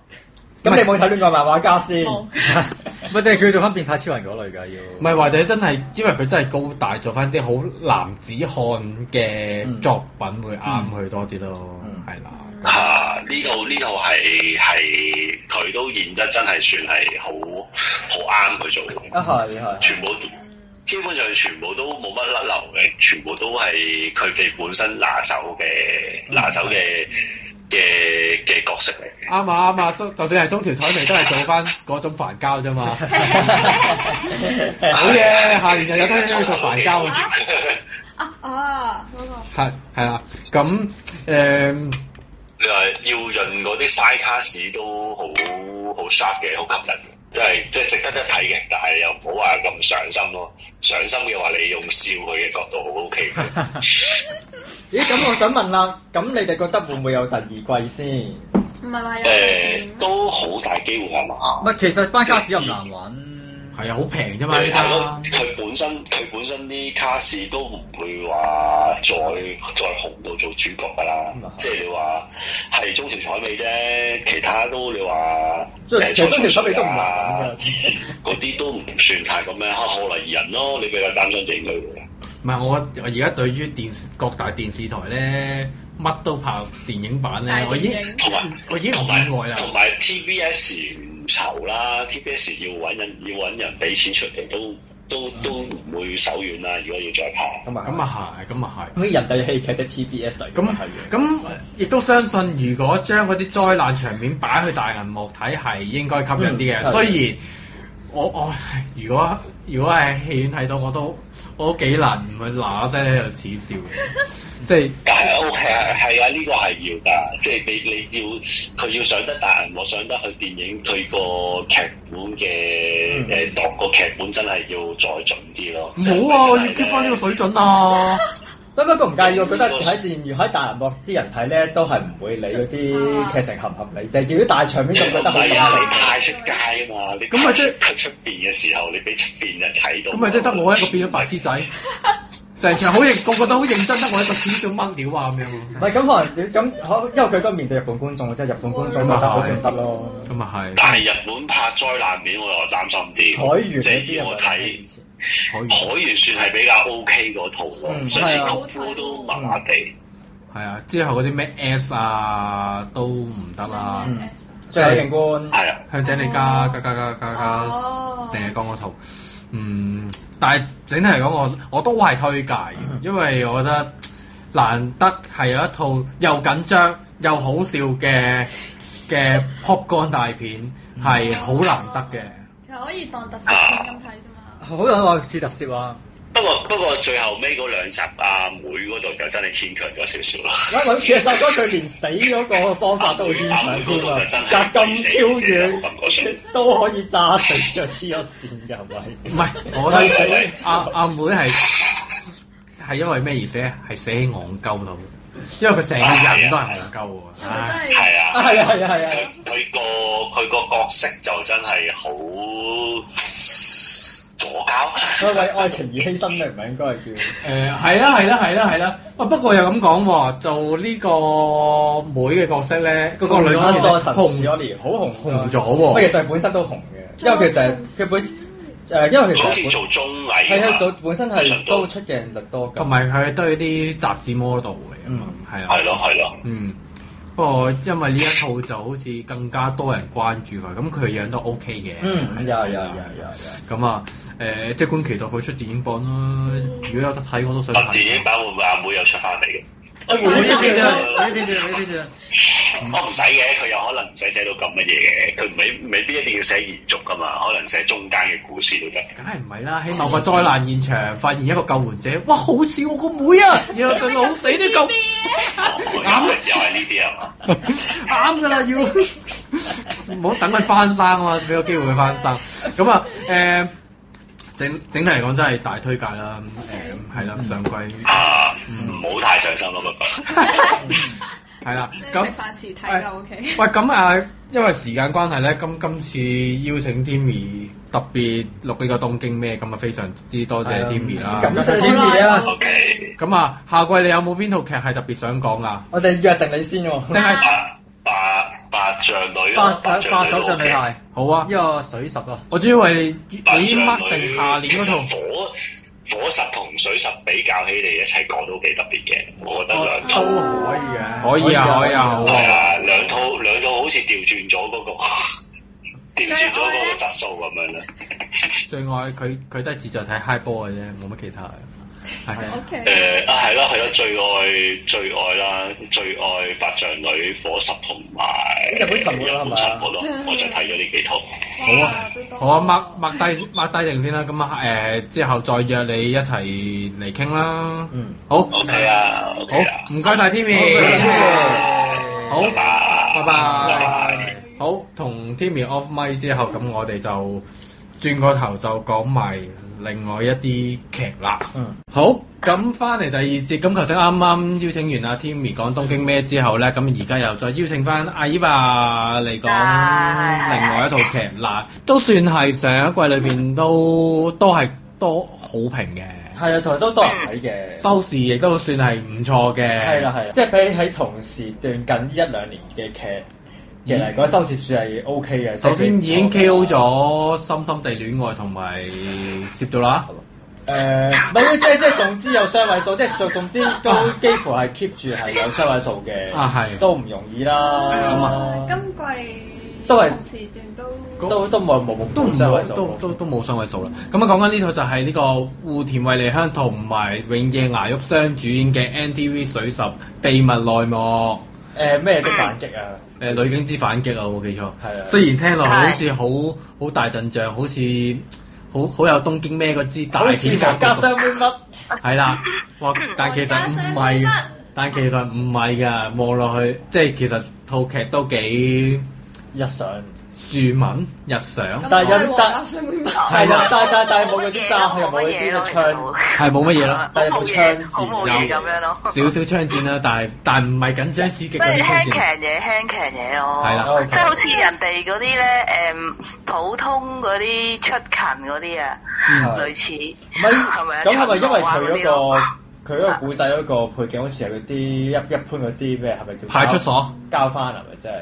[SPEAKER 6] 咁你有冇睇戀愛漫畫 家先？
[SPEAKER 4] 冇
[SPEAKER 2] 乜定係佢做翻變態超人嗰類㗎要？
[SPEAKER 5] 唔係或者真係因為佢真係高大，做翻啲好男子漢嘅作品會啱佢多啲咯，係啦。咁
[SPEAKER 7] 嚇！呢套呢套係係佢都演得真係算係好好啱佢做嘅。
[SPEAKER 6] 啊係係係
[SPEAKER 7] 全部基本上全部都冇乜甩流嘅，全部都係佢哋本身拿手嘅拿手嘅
[SPEAKER 5] 嗯
[SPEAKER 7] 嘅嘅角色嚟嘅。
[SPEAKER 5] 啱啊啱啊，中就算係中條彩眉都係做翻嗰種煩交啫嘛。好嘢，下年就有得去做煩交啦。
[SPEAKER 4] 啊啊嗰個
[SPEAKER 5] 係係啦，咁誒
[SPEAKER 7] 你話耀潤嗰啲 side cast 都好好 sharp 嘅，好吸引嘅，即係即係值得一睇嘅。但係又唔好話咁上心咯。上心嘅話，你用笑佢嘅角度好 OK 嘅。
[SPEAKER 6] 咦，咁我想問啦，咁你哋覺得會唔會有第二季先？
[SPEAKER 4] 唔係話有
[SPEAKER 7] 誒，都好大機會係嘛？
[SPEAKER 2] 唔係，其實班卡士又唔難揾。
[SPEAKER 5] 係啊，好平啫嘛，依
[SPEAKER 7] 係咯
[SPEAKER 5] 家，
[SPEAKER 7] 佢本身佢本身啲卡士都唔會話再再紅到做主角㗎啦，
[SPEAKER 6] 啊
[SPEAKER 7] 即係你話係中條彩尾啫，其他都你話
[SPEAKER 6] 即係
[SPEAKER 7] 誒
[SPEAKER 6] 其實中條彩尾都唔難
[SPEAKER 7] 啊嗰啲都唔算太咁樣，可能人咯，你比較擔心地佢。
[SPEAKER 5] 唔係我我而家對於電視各大電視台咧，乜都拍電影版
[SPEAKER 4] 大
[SPEAKER 5] 咧，我
[SPEAKER 4] 電
[SPEAKER 5] 已經
[SPEAKER 4] 影
[SPEAKER 7] 同埋
[SPEAKER 5] 我已經
[SPEAKER 7] 同
[SPEAKER 5] 唔
[SPEAKER 7] 埋
[SPEAKER 5] 意外啦。
[SPEAKER 7] 同埋 TBS 唔愁啦，TBS 要揾人要揾人俾錢出嚟都都都唔會手軟啦，如果要再拍。
[SPEAKER 6] 咁啊
[SPEAKER 5] 咁啊係，咁啊
[SPEAKER 6] 咁人哋戲劇的 TBS 嚟
[SPEAKER 5] 係，啊
[SPEAKER 6] 㗎
[SPEAKER 5] 咁
[SPEAKER 6] 嘛係啊
[SPEAKER 5] 咁亦都相信，如果將嗰啲災難場面擺去大銀幕睇，係應該吸引啲
[SPEAKER 6] 嗯
[SPEAKER 5] 嘅。
[SPEAKER 6] 係
[SPEAKER 5] 雖然我我如果如果係戲院睇到，我都我都幾難唔去嗱嗱聲喺度恥 笑嘅，即係。
[SPEAKER 7] 但係 O K 係係啊，呢、個係要㗎，即係你你要佢要上得大銀幕，上得去電影，佢個劇本嘅誒度個劇本真係要再準啲咯。
[SPEAKER 5] 冇嗯啊！我要 keep 翻呢個水準啊！
[SPEAKER 6] 不不過唔介意，我覺得喺電如喺大銀幕啲人睇咧，都係唔會理嗰啲劇情合唔合理，就係見到大場面就
[SPEAKER 7] 真係
[SPEAKER 6] 覺
[SPEAKER 7] 唔
[SPEAKER 6] 得好
[SPEAKER 7] 係
[SPEAKER 6] 合
[SPEAKER 7] 啊！
[SPEAKER 6] 理。
[SPEAKER 7] 你派出街啊嘛，你
[SPEAKER 5] 咁咪即係
[SPEAKER 7] 佢出邊嘅時候，你俾出邊人睇到，
[SPEAKER 5] 咁咪即係得我一個變咗白痴仔，成場好認，個個都好認真，得我一個少少掹料啊咁樣。
[SPEAKER 6] 唔係咁可能咁可，因為佢都面對日本觀眾，即係日本觀眾覺得好唔得咯。
[SPEAKER 5] 咁啊係，
[SPEAKER 7] 但係日本拍災難片，我又擔心啲。
[SPEAKER 6] 海員
[SPEAKER 7] 即
[SPEAKER 6] 嗰
[SPEAKER 7] 係
[SPEAKER 6] 啲
[SPEAKER 7] 要
[SPEAKER 6] 人
[SPEAKER 7] 我睇
[SPEAKER 5] 可以。
[SPEAKER 7] 海員算係比較 O K 嗰套咯，
[SPEAKER 6] 嗯
[SPEAKER 7] 上次
[SPEAKER 6] 係啊
[SPEAKER 7] 曲夫都麻麻地。
[SPEAKER 5] 係啊，之後嗰啲咩 S 啊都唔得啦。
[SPEAKER 4] 咩 S 啊
[SPEAKER 6] 最後警官
[SPEAKER 7] 係啊，
[SPEAKER 5] 向井你加加加加加加
[SPEAKER 4] 哦，
[SPEAKER 5] 定係講嗰套，嗯，但係整體嚟講，我我都係推介嘅，因為我覺得難得係有一套又緊張又好笑嘅嘅 popcorn 大片，係好難得嘅。
[SPEAKER 4] 其實可以當特色片咁睇啫嘛。
[SPEAKER 2] 好有話似特攝啊！
[SPEAKER 7] 不過不過最後尾嗰兩集阿妹嗰度就真係牽強咗少少啦。
[SPEAKER 6] 因為其實嗰句連死嗰個方法都好牽
[SPEAKER 7] 阿
[SPEAKER 6] 強
[SPEAKER 7] 妹嗰
[SPEAKER 6] 添
[SPEAKER 7] 度就真係
[SPEAKER 6] 啊，隔咁 Q 遠
[SPEAKER 7] 感覺上
[SPEAKER 6] 都可以炸死就黐咗線嘅係咪？
[SPEAKER 5] 唔係，我
[SPEAKER 6] 係
[SPEAKER 5] 覺
[SPEAKER 6] 死
[SPEAKER 5] 得阿阿妹係係因為咩而寫？係寫喺戇鳩度，因為佢成個人都係戇鳩喎。
[SPEAKER 4] 係咪
[SPEAKER 5] 唉
[SPEAKER 4] 真係？
[SPEAKER 7] 係啊
[SPEAKER 6] 啊係啊係啊係
[SPEAKER 7] 佢
[SPEAKER 6] 啊！
[SPEAKER 7] 佢個佢個角色就真係好左膠，
[SPEAKER 6] 佢為愛情而犧牲，你唔係應該係叫？
[SPEAKER 5] 誒係啦係啦係啦係啦，喂不過又咁講喎，做呢個妹嘅角色咧，嗰、個女
[SPEAKER 6] 角
[SPEAKER 5] 角色紅
[SPEAKER 6] 咗年，好紅
[SPEAKER 5] 紅咗
[SPEAKER 6] 不過
[SPEAKER 5] 喎，
[SPEAKER 6] 其實佢本身都紅嘅，因為其實佢本誒，因為其
[SPEAKER 7] 佢好似
[SPEAKER 6] 實
[SPEAKER 7] 做綜
[SPEAKER 6] 係
[SPEAKER 7] 藝㗎
[SPEAKER 6] 啊，
[SPEAKER 7] 嘛
[SPEAKER 6] 佢本身係都出鏡率多
[SPEAKER 5] 同
[SPEAKER 6] 㗎。
[SPEAKER 5] 埋佢都係啲雜誌 model 嚟嘅
[SPEAKER 6] 嗯
[SPEAKER 5] 嘛，係啊，
[SPEAKER 7] 係咯係咯，
[SPEAKER 5] 嗯。不過因為呢一套就好似更加多人關注佢，咁佢樣都 OK 嘅。
[SPEAKER 6] 嗯，有有有有有。
[SPEAKER 5] 咁啊，誒、即管期待佢出電影版啦。如果有得睇，我都想
[SPEAKER 7] 啊
[SPEAKER 5] 睇。
[SPEAKER 7] 電影版會唔會阿妹又出翻嚟嘅？
[SPEAKER 6] 哎
[SPEAKER 2] 我
[SPEAKER 6] 啊
[SPEAKER 2] 呢邊啫，呢邊啫，呢邊啫。
[SPEAKER 7] 我唔使嘅，佢又可能唔使寫到咁乜嘢嘅，佢未未必一定要寫延續噶嘛，可能寫中間嘅故事都得。
[SPEAKER 5] 梗係唔係啦？喺某個災難現場發現一個救援者，哇！好似我個妹啊，然後就老死都救
[SPEAKER 7] 又係又係呢啲啊嘛，
[SPEAKER 5] 啱噶啦，要唔好等佢翻生啊，俾個機會佢翻生。咁啊，誒、整整體嚟講真係大推介啦。誒係啦，上季
[SPEAKER 7] 啊唔好太上心咯，不過
[SPEAKER 5] 係啦
[SPEAKER 4] 即，係
[SPEAKER 5] 咁
[SPEAKER 4] 食。飯時睇就 OK。
[SPEAKER 5] 喂，咁啊，因為時間關係咧，咁今次邀請 Timmy 特別錄呢個東京咩，咁啊非常之多謝 Timmy 啦。
[SPEAKER 6] 啊感謝
[SPEAKER 4] 好
[SPEAKER 6] Timmy
[SPEAKER 4] 耐
[SPEAKER 6] 啊！
[SPEAKER 4] 喎
[SPEAKER 7] OK
[SPEAKER 5] 咁啊，下季你有冇邊套劇係特別想講啊？
[SPEAKER 6] 我哋約定你先喎。
[SPEAKER 5] 定係
[SPEAKER 7] 八八八象女咯
[SPEAKER 2] 八手八手象女，孩，
[SPEAKER 5] 好啊
[SPEAKER 2] 呢？個水十啊！
[SPEAKER 5] 我主要係你
[SPEAKER 7] 八
[SPEAKER 5] 你已經
[SPEAKER 7] 象
[SPEAKER 5] mark
[SPEAKER 7] 女
[SPEAKER 5] 定下年
[SPEAKER 7] 其
[SPEAKER 5] 嗰
[SPEAKER 7] 實
[SPEAKER 5] 套。
[SPEAKER 7] 火火十同水十比較起嚟一齊講都幾特別嘅，我覺得兩套
[SPEAKER 6] 都哦可以嘅，
[SPEAKER 5] 可以啊，可以啊，好
[SPEAKER 7] 係
[SPEAKER 5] 啊。
[SPEAKER 7] 啊，兩套兩套好似調轉咗嗰個 調轉咗嗰個質素咁樣啦。
[SPEAKER 5] 最愛佢佢都係只就睇 high 波嘅啫，冇乜其他嘅。係
[SPEAKER 4] OK，
[SPEAKER 7] 誒啊係啦係啦，最愛最愛啦，最愛白象女、火十同埋
[SPEAKER 6] 日本沉沒啦係咪
[SPEAKER 7] 日本沉沒咯我就睇咗呢幾套。
[SPEAKER 4] 好啊，都多
[SPEAKER 5] 好啊，mark mark 低 mark 低定先啦。咁啊誒，之後再約你一齊嚟傾啦。
[SPEAKER 6] 嗯，
[SPEAKER 5] 好，
[SPEAKER 7] OK 啊，OK 啊
[SPEAKER 5] 好，，唔該晒
[SPEAKER 6] 啊
[SPEAKER 5] Timmy。
[SPEAKER 6] 好
[SPEAKER 5] 好，啊拜拜
[SPEAKER 7] 拜。
[SPEAKER 5] 好，同 Timmy off mic 之後，咁我哋就轉個頭就講埋另外一啲劇啦。
[SPEAKER 6] 嗯，
[SPEAKER 5] 好，咁翻嚟第二節，咁頭先啱啱邀請完阿 Timmy 講東京咩之後咧，咁而家又再邀請翻阿 Eva 嚟講另外一套劇啦，都算係上一季裏邊都都係多好評嘅，
[SPEAKER 6] 係啊，同埋都多人睇嘅。
[SPEAKER 5] 收視亦都算係唔錯嘅。
[SPEAKER 6] 係啦，係啦，即係比起喺同時段近呢一兩年嘅劇嘅嚟講，收視數係 O K 嘅。
[SPEAKER 5] 嗯首先已經
[SPEAKER 6] 即係
[SPEAKER 5] KO
[SPEAKER 6] 佢
[SPEAKER 5] 咗《深深地戀愛》同埋《攝咗啦
[SPEAKER 6] 誒，呃唔係即係即係總之有雙位數，即係總總之都幾乎係 keep 住係有雙位數嘅。
[SPEAKER 5] 啊係嗯
[SPEAKER 6] 都唔容易啦。
[SPEAKER 9] Ờ,
[SPEAKER 6] 咁
[SPEAKER 4] 啊
[SPEAKER 6] 啊，，
[SPEAKER 4] 今季
[SPEAKER 6] 都係
[SPEAKER 4] 同時段都
[SPEAKER 6] 都都冇冇冇
[SPEAKER 5] 都唔
[SPEAKER 6] 雙位數。
[SPEAKER 5] 都都都冇雙位數啦。咁啊，講緊呢套就係呢個戶田惠梨香同埋永夜牙玉雙主演嘅 NTV 水十秘密內幕
[SPEAKER 6] 誒咩的反擊啊？
[SPEAKER 5] 誒、呃女警之反擊啊！我冇記錯，
[SPEAKER 6] 係啊
[SPEAKER 5] 雖然聽落好似好好大陣仗，好似好好有東京咩嗰支大
[SPEAKER 6] 好似
[SPEAKER 5] 片
[SPEAKER 6] 黃家雙妹乜？
[SPEAKER 5] 係啦，哇！但其實唔係，但其實唔係㗎，望落去即係其實套劇都幾
[SPEAKER 6] 日常，
[SPEAKER 5] 庶民日常，
[SPEAKER 6] 但係有
[SPEAKER 4] 有
[SPEAKER 6] 但
[SPEAKER 4] 但水妹嘛，
[SPEAKER 6] 係啦，但但但係冇嗰啲
[SPEAKER 8] 渣，
[SPEAKER 6] 爭，又冇嗰啲嘅槍，
[SPEAKER 5] 係冇乜嘢咯，
[SPEAKER 8] 好冇嘢，好冇嘢咁樣咯。
[SPEAKER 5] 少少槍戰啦，但係但唔係緊張刺激
[SPEAKER 8] 即
[SPEAKER 5] 嗰啲
[SPEAKER 8] 係
[SPEAKER 5] 槍
[SPEAKER 8] 輕騎
[SPEAKER 5] 戰，
[SPEAKER 8] 嘢，輕騎嘢咯。
[SPEAKER 5] 係啦
[SPEAKER 8] 即係好似人哋嗰啲咧，誒普通嗰啲出勤嗰啲啊，類似
[SPEAKER 6] 唔係
[SPEAKER 8] 係咪啊？
[SPEAKER 6] 咁係咪因為佢
[SPEAKER 8] 巡邏
[SPEAKER 6] 嗰
[SPEAKER 8] 啊
[SPEAKER 6] 個佢嗰個古仔嗰個背景好似係嗰啲一一般嗰啲咩係咪叫
[SPEAKER 5] 派出所
[SPEAKER 6] 交翻係咪真係？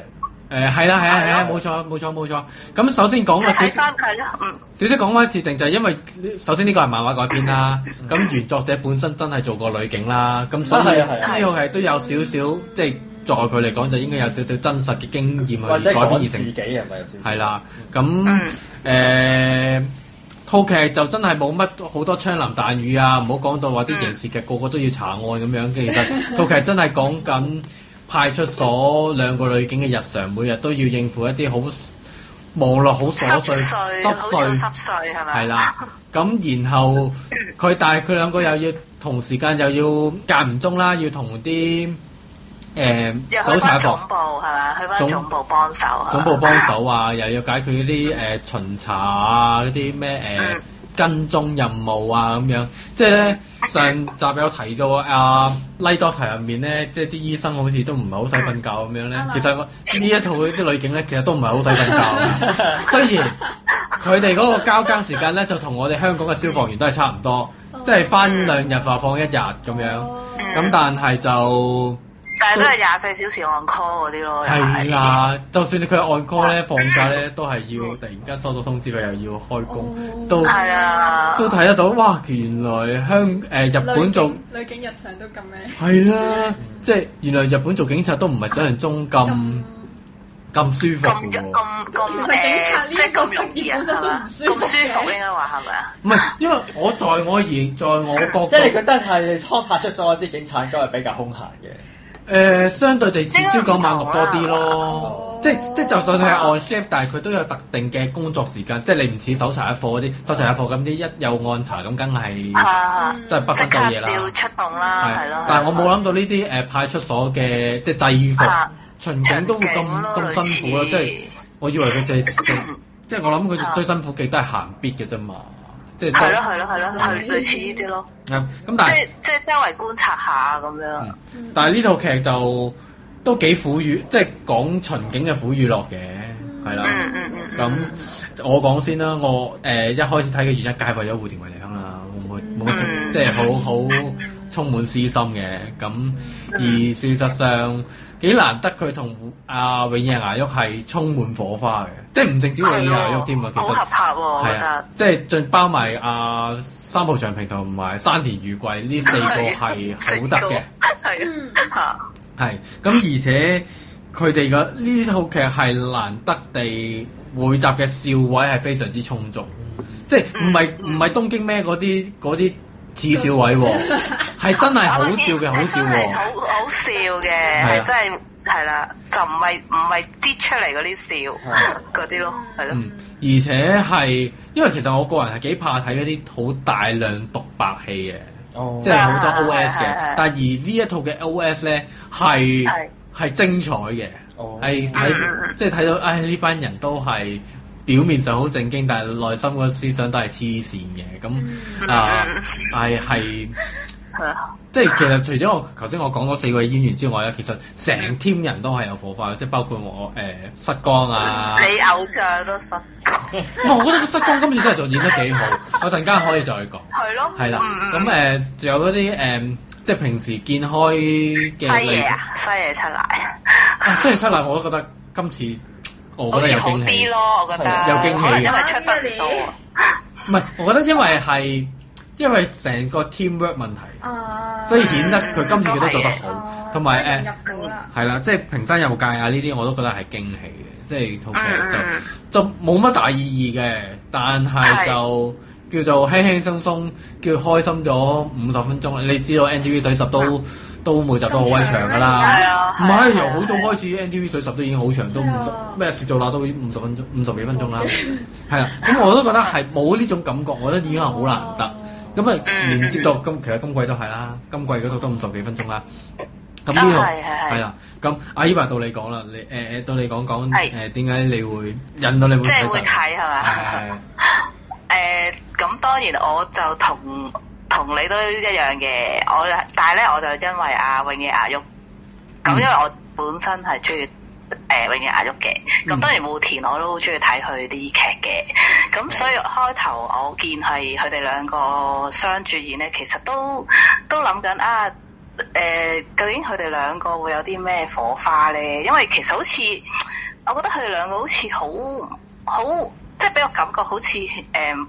[SPEAKER 5] 誒係啦係啊啦係啦，冇錯冇錯冇錯。咁首先講個
[SPEAKER 6] 啊
[SPEAKER 8] 即
[SPEAKER 5] 少
[SPEAKER 8] 係睇翻係啦，嗯，
[SPEAKER 5] 少少講翻設定，就係因為呢首先呢個係漫畫改編啦，咁原作者本身真係做過女警啦，咁所以
[SPEAKER 6] 嗯啊係
[SPEAKER 5] 呢
[SPEAKER 6] 啊係啊
[SPEAKER 5] 個係都有少少即係在佢嚟講就應該有少少真實嘅經驗去
[SPEAKER 6] 或者
[SPEAKER 5] 改編
[SPEAKER 6] 講自
[SPEAKER 5] 而成
[SPEAKER 6] 己，係咪有少少？
[SPEAKER 5] 係，啦。咁
[SPEAKER 8] 嗯
[SPEAKER 5] 誒套劇就真係冇乜好多槍林彈雨啊，唔好講到話
[SPEAKER 8] 嗯
[SPEAKER 5] 啲刑事劇個個都要查案咁樣。其實 套劇真係講緊派出所兩個女警嘅日常，每日都要應付一啲好無論好瑣
[SPEAKER 8] 濕
[SPEAKER 5] 碎
[SPEAKER 8] 碎，好似濕碎係咪？
[SPEAKER 5] 係 啦，咁然後佢但係佢兩個又要同時間又要間唔中啦，要同啲誒
[SPEAKER 8] 又
[SPEAKER 5] 搜
[SPEAKER 8] 去
[SPEAKER 5] 查
[SPEAKER 8] 翻
[SPEAKER 5] 房
[SPEAKER 8] 總部係咪？啊去翻
[SPEAKER 5] 總
[SPEAKER 8] 總部幫手係咪
[SPEAKER 5] 總部幫手啊，又要解決嗰啲誒巡查啊，嗰啲咩誒
[SPEAKER 8] 嗯
[SPEAKER 5] 跟蹤任務啊咁樣，即係咧上集有提到啊拉 doctor 入面咧，即係啲醫生好似都唔係好使瞓覺咁樣咧
[SPEAKER 4] 啱。啊
[SPEAKER 5] 其實我呢一套啲女警咧，其實都唔係好使瞓覺。雖然佢哋嗰個交更時間咧，就同我哋香港嘅消防員都係差唔多，即係翻兩日放放一日咁
[SPEAKER 9] Ờ,
[SPEAKER 5] 樣。
[SPEAKER 9] 哦
[SPEAKER 5] 咁但係就〜
[SPEAKER 8] 嗯但係都係廿四小時按 call 嗰啲咯，又
[SPEAKER 5] 係。啦，就算佢按 call 咧，放假咧都係要突然間收到通知，佢又要開工，都
[SPEAKER 8] 係啊，
[SPEAKER 5] 都睇得到。哇！原來香誒、呃日本做
[SPEAKER 4] 女警日常都咁咩？
[SPEAKER 5] 係啦，即係原來日本做警察都唔係想象中咁咁舒服
[SPEAKER 8] 咁
[SPEAKER 5] 嘅
[SPEAKER 8] 咁
[SPEAKER 5] 喎。
[SPEAKER 8] 咁
[SPEAKER 4] 其實警察
[SPEAKER 8] 誒，
[SPEAKER 4] 呢
[SPEAKER 8] 即係
[SPEAKER 4] 個
[SPEAKER 8] 咁
[SPEAKER 4] 職
[SPEAKER 8] 容易
[SPEAKER 4] 業
[SPEAKER 8] 啊，
[SPEAKER 4] 本身
[SPEAKER 8] 係
[SPEAKER 4] 都
[SPEAKER 8] 嘛？
[SPEAKER 4] 唔
[SPEAKER 8] 咁
[SPEAKER 4] 舒服嘅
[SPEAKER 8] 舒服應該話係咪啊？
[SPEAKER 5] 唔係，因為我在我而言，在我角度
[SPEAKER 6] 即係你覺得係初拍出所有啲警察都係比較空閒嘅。
[SPEAKER 5] 誒、呃相對地似朝九晚六多啲咯
[SPEAKER 4] 哦，
[SPEAKER 5] 即即就算佢係 on shift，但係佢都有特定嘅工作時間，即係你唔似搜查一課嗰啲，搜查一課咁啲一有案查咁，梗係
[SPEAKER 8] 係啊
[SPEAKER 4] 嗯
[SPEAKER 5] 即嗯係不
[SPEAKER 8] 即
[SPEAKER 5] 分晝
[SPEAKER 8] 刻
[SPEAKER 5] 夜啦。
[SPEAKER 8] 要出動啦，係咯
[SPEAKER 5] 係。但係我冇諗到呢啲誒派出所嘅即係制服
[SPEAKER 8] 啊
[SPEAKER 5] 巡警都會咁咁辛苦咯，即係我以為佢哋即係我諗佢
[SPEAKER 8] 啊
[SPEAKER 5] 最辛苦嘅都係行必嘅啫嘛，即
[SPEAKER 8] 係咯
[SPEAKER 5] 係
[SPEAKER 8] 係咯係
[SPEAKER 4] 嗯
[SPEAKER 8] 咯，係類似呢啲咯，
[SPEAKER 5] 都咁但
[SPEAKER 8] 即
[SPEAKER 5] 係嗯
[SPEAKER 8] 係即係周圍觀察下咁
[SPEAKER 5] 啊
[SPEAKER 8] 樣。
[SPEAKER 5] 但係呢套劇就都幾苦與，即係講巡警嘅苦與樂嘅，係啦。
[SPEAKER 8] 嗯嗯嗯
[SPEAKER 5] 咁我講先啦，我誒、一開始睇嘅原因，梗係為咗胡田惠梨香啦，冇冇冇
[SPEAKER 8] 嗯
[SPEAKER 5] 即係好好充滿私心嘅。咁
[SPEAKER 8] 嗯
[SPEAKER 5] 而事實上幾難得佢同胡阿永野牙旭係充滿火花嘅，即係唔淨止永
[SPEAKER 8] 係
[SPEAKER 5] 野牙旭添
[SPEAKER 8] 咯
[SPEAKER 5] 啊，，其
[SPEAKER 8] 好
[SPEAKER 5] 實
[SPEAKER 8] 合。拍喎，我覺
[SPEAKER 5] 係啊
[SPEAKER 8] 得。，
[SPEAKER 5] 即係進包埋阿、三浦長平同埋山田裕貴呢四個係好 得嘅。
[SPEAKER 4] 嗯
[SPEAKER 8] 係啊，
[SPEAKER 5] 係，咁而且佢哋嘅呢套劇係難得地每集嘅笑位係非常之充足，即係唔
[SPEAKER 8] 嗯
[SPEAKER 5] 係唔係東京咩嗰啲嗰啲似笑位喎，係真係好笑嘅好笑
[SPEAKER 8] 啊真係
[SPEAKER 5] 喎，
[SPEAKER 8] 好好笑嘅，
[SPEAKER 5] 係啊
[SPEAKER 8] 係真係係啦，就唔係唔係擠出嚟嗰啲笑嗰啲咯，係
[SPEAKER 5] 啊
[SPEAKER 8] 咯，
[SPEAKER 5] 嗯，而且係因為其實我個人係幾怕睇嗰啲好大量獨白戲嘅，
[SPEAKER 6] 哦
[SPEAKER 5] 即係好多
[SPEAKER 8] 啊
[SPEAKER 5] OS
[SPEAKER 8] 係係
[SPEAKER 5] 嘅
[SPEAKER 8] 係，
[SPEAKER 5] 但而呢一套嘅 OS 咧係
[SPEAKER 8] 係嗯
[SPEAKER 5] 係精彩嘅。
[SPEAKER 6] 哦
[SPEAKER 5] 係睇即係睇到，唉呢班人都係表面上好正經，但係內心個思想都係黐線嘅。
[SPEAKER 8] 嗯
[SPEAKER 5] 咁啊，係係
[SPEAKER 8] 係啊
[SPEAKER 5] 即係其實除咗我頭先我講嗰四個演員之外咧，其實成
[SPEAKER 8] 嗯
[SPEAKER 5] team 人都係有火花，即係包括我誒、呃失光啊。
[SPEAKER 8] 你偶像都 失
[SPEAKER 5] 哇我覺得失光今次真係做演得幾好，我陣間可以再講。
[SPEAKER 8] 係咯，
[SPEAKER 5] 係啦，
[SPEAKER 8] 嗯
[SPEAKER 5] 咁誒、啊呃仲有嗰啲誒，即係平時見開
[SPEAKER 8] 西
[SPEAKER 5] 嘅女
[SPEAKER 8] 爺啊，西爺出嚟，
[SPEAKER 5] 啊，雖然出嚟，我都覺得今次我
[SPEAKER 8] 好
[SPEAKER 5] 覺得
[SPEAKER 8] 似
[SPEAKER 5] 有
[SPEAKER 8] 好
[SPEAKER 5] 驚喜啊
[SPEAKER 8] 啲。咯，我覺得
[SPEAKER 5] 有驚喜
[SPEAKER 8] 可能因為出得唔多啊，
[SPEAKER 5] 唔係，我覺得因為係因為成個 teamwork 問題，
[SPEAKER 9] ờ,
[SPEAKER 4] 啊，
[SPEAKER 5] 所以顯得佢今次佢都做得好
[SPEAKER 8] 哦
[SPEAKER 4] 啊，
[SPEAKER 5] 同埋呃誒
[SPEAKER 4] 入到啦，
[SPEAKER 5] 係啦，即係平山有界啊呢啲我都覺得係驚喜嘅，即係套
[SPEAKER 8] 嗯嗯
[SPEAKER 5] 劇就就冇乜大意義嘅，但係
[SPEAKER 8] 係
[SPEAKER 5] 就。叫做輕輕鬆鬆，叫開心咗五十分鐘。你知道 NTV 水十
[SPEAKER 8] 啊
[SPEAKER 5] 都都每集都好鬼長㗎啦
[SPEAKER 8] 係，啊，
[SPEAKER 5] 唔係由
[SPEAKER 8] 啊
[SPEAKER 5] 好早開始 NTV 水十都已經好長，都五
[SPEAKER 4] 係
[SPEAKER 5] 十
[SPEAKER 4] 啊
[SPEAKER 5] 咩攝到啦，都已經五十分鐘、五十幾分鐘啦，係啦。咁我都覺得係冇呢種感覺，我覺得已經係好難得。咁啊，
[SPEAKER 8] 嗯
[SPEAKER 5] 連接到今其實今季都係啦，今季嗰度都五十幾分鐘啦。咁呢
[SPEAKER 8] 啊係係
[SPEAKER 5] 度
[SPEAKER 8] 係
[SPEAKER 5] 係啦，咁阿依華到你講啦，你誒誒到你講講
[SPEAKER 8] 係
[SPEAKER 5] 誒點解你會引到你會
[SPEAKER 8] 即係
[SPEAKER 5] 睇
[SPEAKER 8] 會
[SPEAKER 5] 晒
[SPEAKER 8] 睇係嘛？
[SPEAKER 5] 係
[SPEAKER 8] 誒，呃咁當然我就同同你都一樣嘅，我但係咧我就因為阿永野牙玉，咁
[SPEAKER 5] 嗯
[SPEAKER 8] 因為我本身係中意誒永野牙玉嘅，咁當然武田我都好中意睇佢啲劇嘅，咁所以開頭我見係佢哋兩個相主演咧，其實都都諗緊啊。呃誒、究竟佢哋兩個會有啲咩火花咧？因為其實好似我覺得佢哋兩個好似好好，即係俾我感覺好似誒、嗯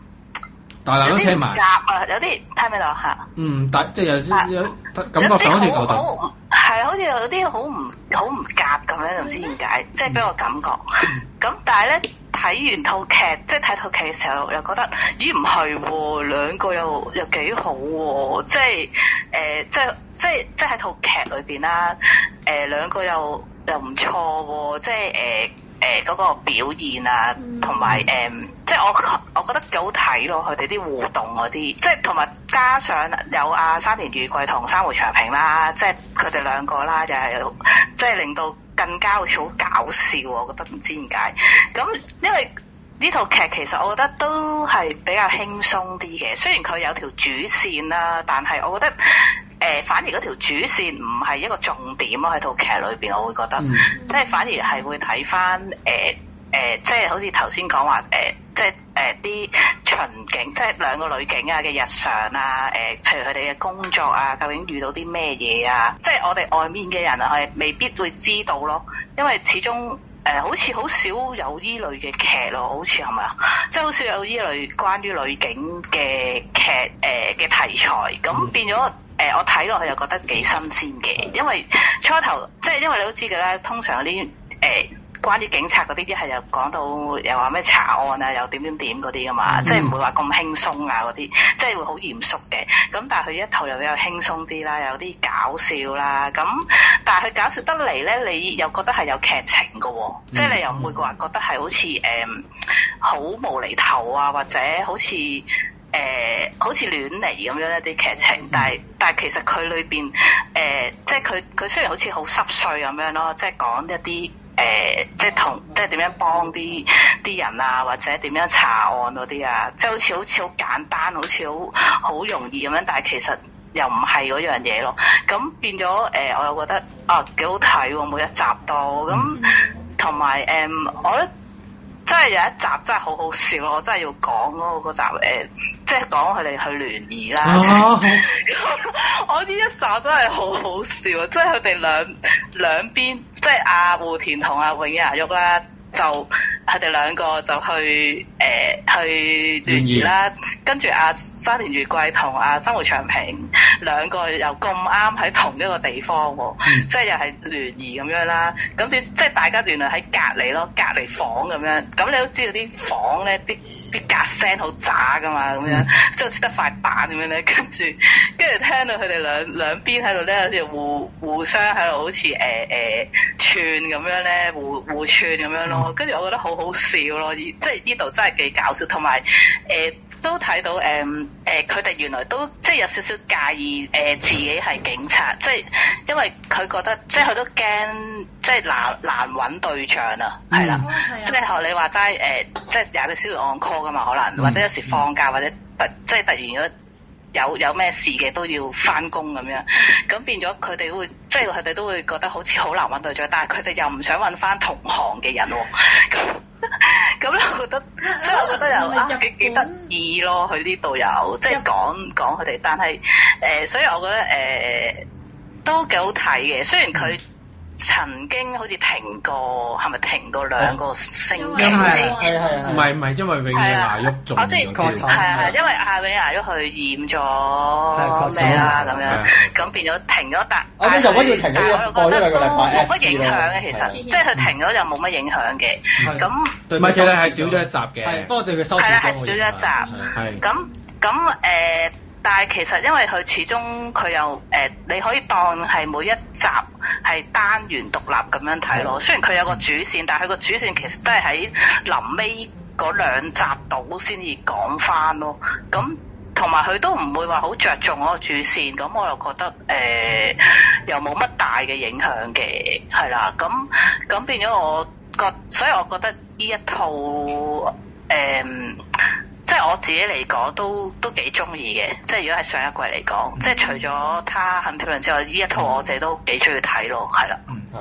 [SPEAKER 5] 大
[SPEAKER 8] 有
[SPEAKER 5] 男人
[SPEAKER 8] 啲
[SPEAKER 5] 車
[SPEAKER 8] 唔
[SPEAKER 5] 埋，
[SPEAKER 8] 夾啊，有啲睇唔睇到嚇？
[SPEAKER 5] 嗯，大即係有有感
[SPEAKER 8] 有
[SPEAKER 5] 覺
[SPEAKER 8] 啲
[SPEAKER 5] 上好似牛
[SPEAKER 8] 好
[SPEAKER 5] 頓，
[SPEAKER 8] 好唔係，啊好似有啲好唔好唔夾咁樣，唔知點
[SPEAKER 5] 嗯
[SPEAKER 8] 解，即係俾我感覺。咁但係咧睇完套劇，即係睇套劇嘅時候，又覺得咦唔係喎，兩個又又幾好喎、即係誒、呃即係即係即係喺套劇裏邊啦，誒、兩個又又唔錯喎、即係誒。誒嗰個表現啊，同埋誒，即係我我覺得幾好睇咯，佢哋啲互動嗰啲，即係同埋加上有阿、山田裕貴同三回長平啦，即係佢哋兩個啦，又係即係令到更加好似好搞笑喎，我覺得唔知點解。咁因為呢套劇其實我覺得都係比較輕鬆啲嘅，雖然佢有條主線啦，但係我覺得。誒、反而嗰條主線唔係一個重點咯，喺套劇裏邊，我會覺得。
[SPEAKER 5] 嗯，
[SPEAKER 8] 即係反而係會睇翻誒誒，即係好似頭先講話誒，即係誒啲巡警，即係兩個女警啊嘅日常啊，誒、譬如佢哋嘅工作啊，究竟遇到啲咩嘢啊？即係我哋外面嘅人係未必會知道咯，因為始終。誒、好似好少有呢類嘅劇咯，好似係咪啊？即係好少有呢類關於女警嘅劇誒嘅、題材，咁變咗誒、我睇落去又覺得幾新鮮嘅，因為初頭即係因為你都知嘅啦，通常嗰啲誒關於警察嗰啲一係又講到又話咩查案啊，又點點點嗰啲噶嘛，即係唔會話咁輕鬆啊嗰啲，即係會好嚴肅嘅。咁但係佢一頭又比較輕鬆啲啦，有啲搞笑啦。咁但係佢搞笑得嚟咧，你又覺得係有劇情嘅喎、即係你又唔會話覺得係好似誒好無厘頭啊，或者好似。誒、好似亂嚟咁樣一啲劇情，但係但係其實佢裏邊誒，即係佢佢雖然好似好濕碎咁樣咯，即係講一啲誒、呃即係同即係點樣幫啲啲人啊，或者點樣查案嗰啲啊，即係好似好似好簡單，好似好好容易咁樣，但係其實又唔係嗰樣嘢咯。咁變咗誒、我又覺得啊幾好睇喎，每一集都咁，同埋誒，我覺得。真係有一集真係好好笑咯！我真係要講咯，嗰集誒、即係講佢哋去聯誼啦。
[SPEAKER 5] 啊，
[SPEAKER 8] 我呢一集真係好好笑，啊即係佢哋兩兩邊，即係阿胡田同阿永雅玉啦，就佢哋兩個就去誒、呃去聯誼啦，跟住阿山田裕貴同阿生活長平兩個又咁啱喺同一個地方喎、即係又係聯誼咁樣啦。咁點即係大家原來喺隔離咯，隔離房咁樣。咁你都知道啲房咧，啲啲隔聲好渣噶嘛，咁樣，所以好似得塊板咁樣 咧。跟住跟住聽到佢哋兩兩邊喺度咧，好似互互相喺度好似誒誒串咁樣咧，互互串咁樣咯。跟住我覺得好好笑咯，依即係呢度真係幾搞笑，同埋誒。都睇到誒誒，嗯呃佢、哋原來都即係有少少介意誒、呃自己係警察，即係因為佢覺得即係佢都驚，即係難難揾對象啊，係啦、
[SPEAKER 9] Ờ,
[SPEAKER 4] 哦係啊
[SPEAKER 9] à.
[SPEAKER 8] 即係學你話齋誒，即係廿四小時 on call 噶嘛，可能或者有時放假或者突即係突然如果有有咩事嘅都要翻工咁樣，咁變咗佢哋會即係佢哋都會覺得好似好難揾對象，但係佢哋又唔想揾翻同行嘅人喎、咁。咁咧，我 覺得，所以我覺得又
[SPEAKER 4] 係咪日
[SPEAKER 8] 啊
[SPEAKER 4] 本
[SPEAKER 8] 幾幾得意咯，佢呢度有即係講講佢哋，但係誒、呃所以我覺得誒、呃都幾好睇嘅。雖然佢曾經好似停過，係咪停過兩個星期？
[SPEAKER 4] 因為
[SPEAKER 8] 好似
[SPEAKER 6] 係
[SPEAKER 5] 係
[SPEAKER 6] 係
[SPEAKER 5] 唔係唔係，因為永遠牙喐中
[SPEAKER 8] 我即係
[SPEAKER 5] 咗
[SPEAKER 8] 確
[SPEAKER 5] 先
[SPEAKER 8] 診，係啊係啊，因為阿永牙咗佢驗咗咩啦咁
[SPEAKER 5] 係啊
[SPEAKER 8] 樣，咁變咗停咗，但
[SPEAKER 6] 我哋就不要停咗
[SPEAKER 8] 但係我
[SPEAKER 6] 過
[SPEAKER 8] 又
[SPEAKER 6] 呢
[SPEAKER 8] 覺
[SPEAKER 6] 兩
[SPEAKER 8] 得
[SPEAKER 6] 個
[SPEAKER 8] 都
[SPEAKER 6] 禮拜
[SPEAKER 8] 冇
[SPEAKER 6] SP
[SPEAKER 8] 乜影響嘅，其實
[SPEAKER 6] 咯
[SPEAKER 8] 即係佢停咗就冇乜影響嘅。咁
[SPEAKER 5] 唔係其實係少咗一集
[SPEAKER 2] 係，
[SPEAKER 5] 嘅
[SPEAKER 2] 不，過對佢收視
[SPEAKER 8] 係啦，係
[SPEAKER 2] 多
[SPEAKER 8] 少
[SPEAKER 2] 我
[SPEAKER 8] 咗
[SPEAKER 2] 認為
[SPEAKER 8] 一集。
[SPEAKER 5] 係
[SPEAKER 8] 咁咁誒，但係其實因為佢始終佢又誒、呃你可以當係每一集係單元獨立咁樣睇咯。雖然佢有個主線，但係佢個主線其實都係喺臨尾嗰兩集度先至講翻咯。咁同埋佢都唔會話好着重嗰個主線，咁我又覺得誒、呃又冇乜大嘅影響嘅，係啦。咁咁變咗我覺，所以我覺得呢一套誒。嗯即係我自己嚟講都都幾中意嘅，即係如果係上一季嚟講，即係除咗它很漂亮之外，呢一套我自己都幾中意睇咯，係啦，
[SPEAKER 6] 嗯係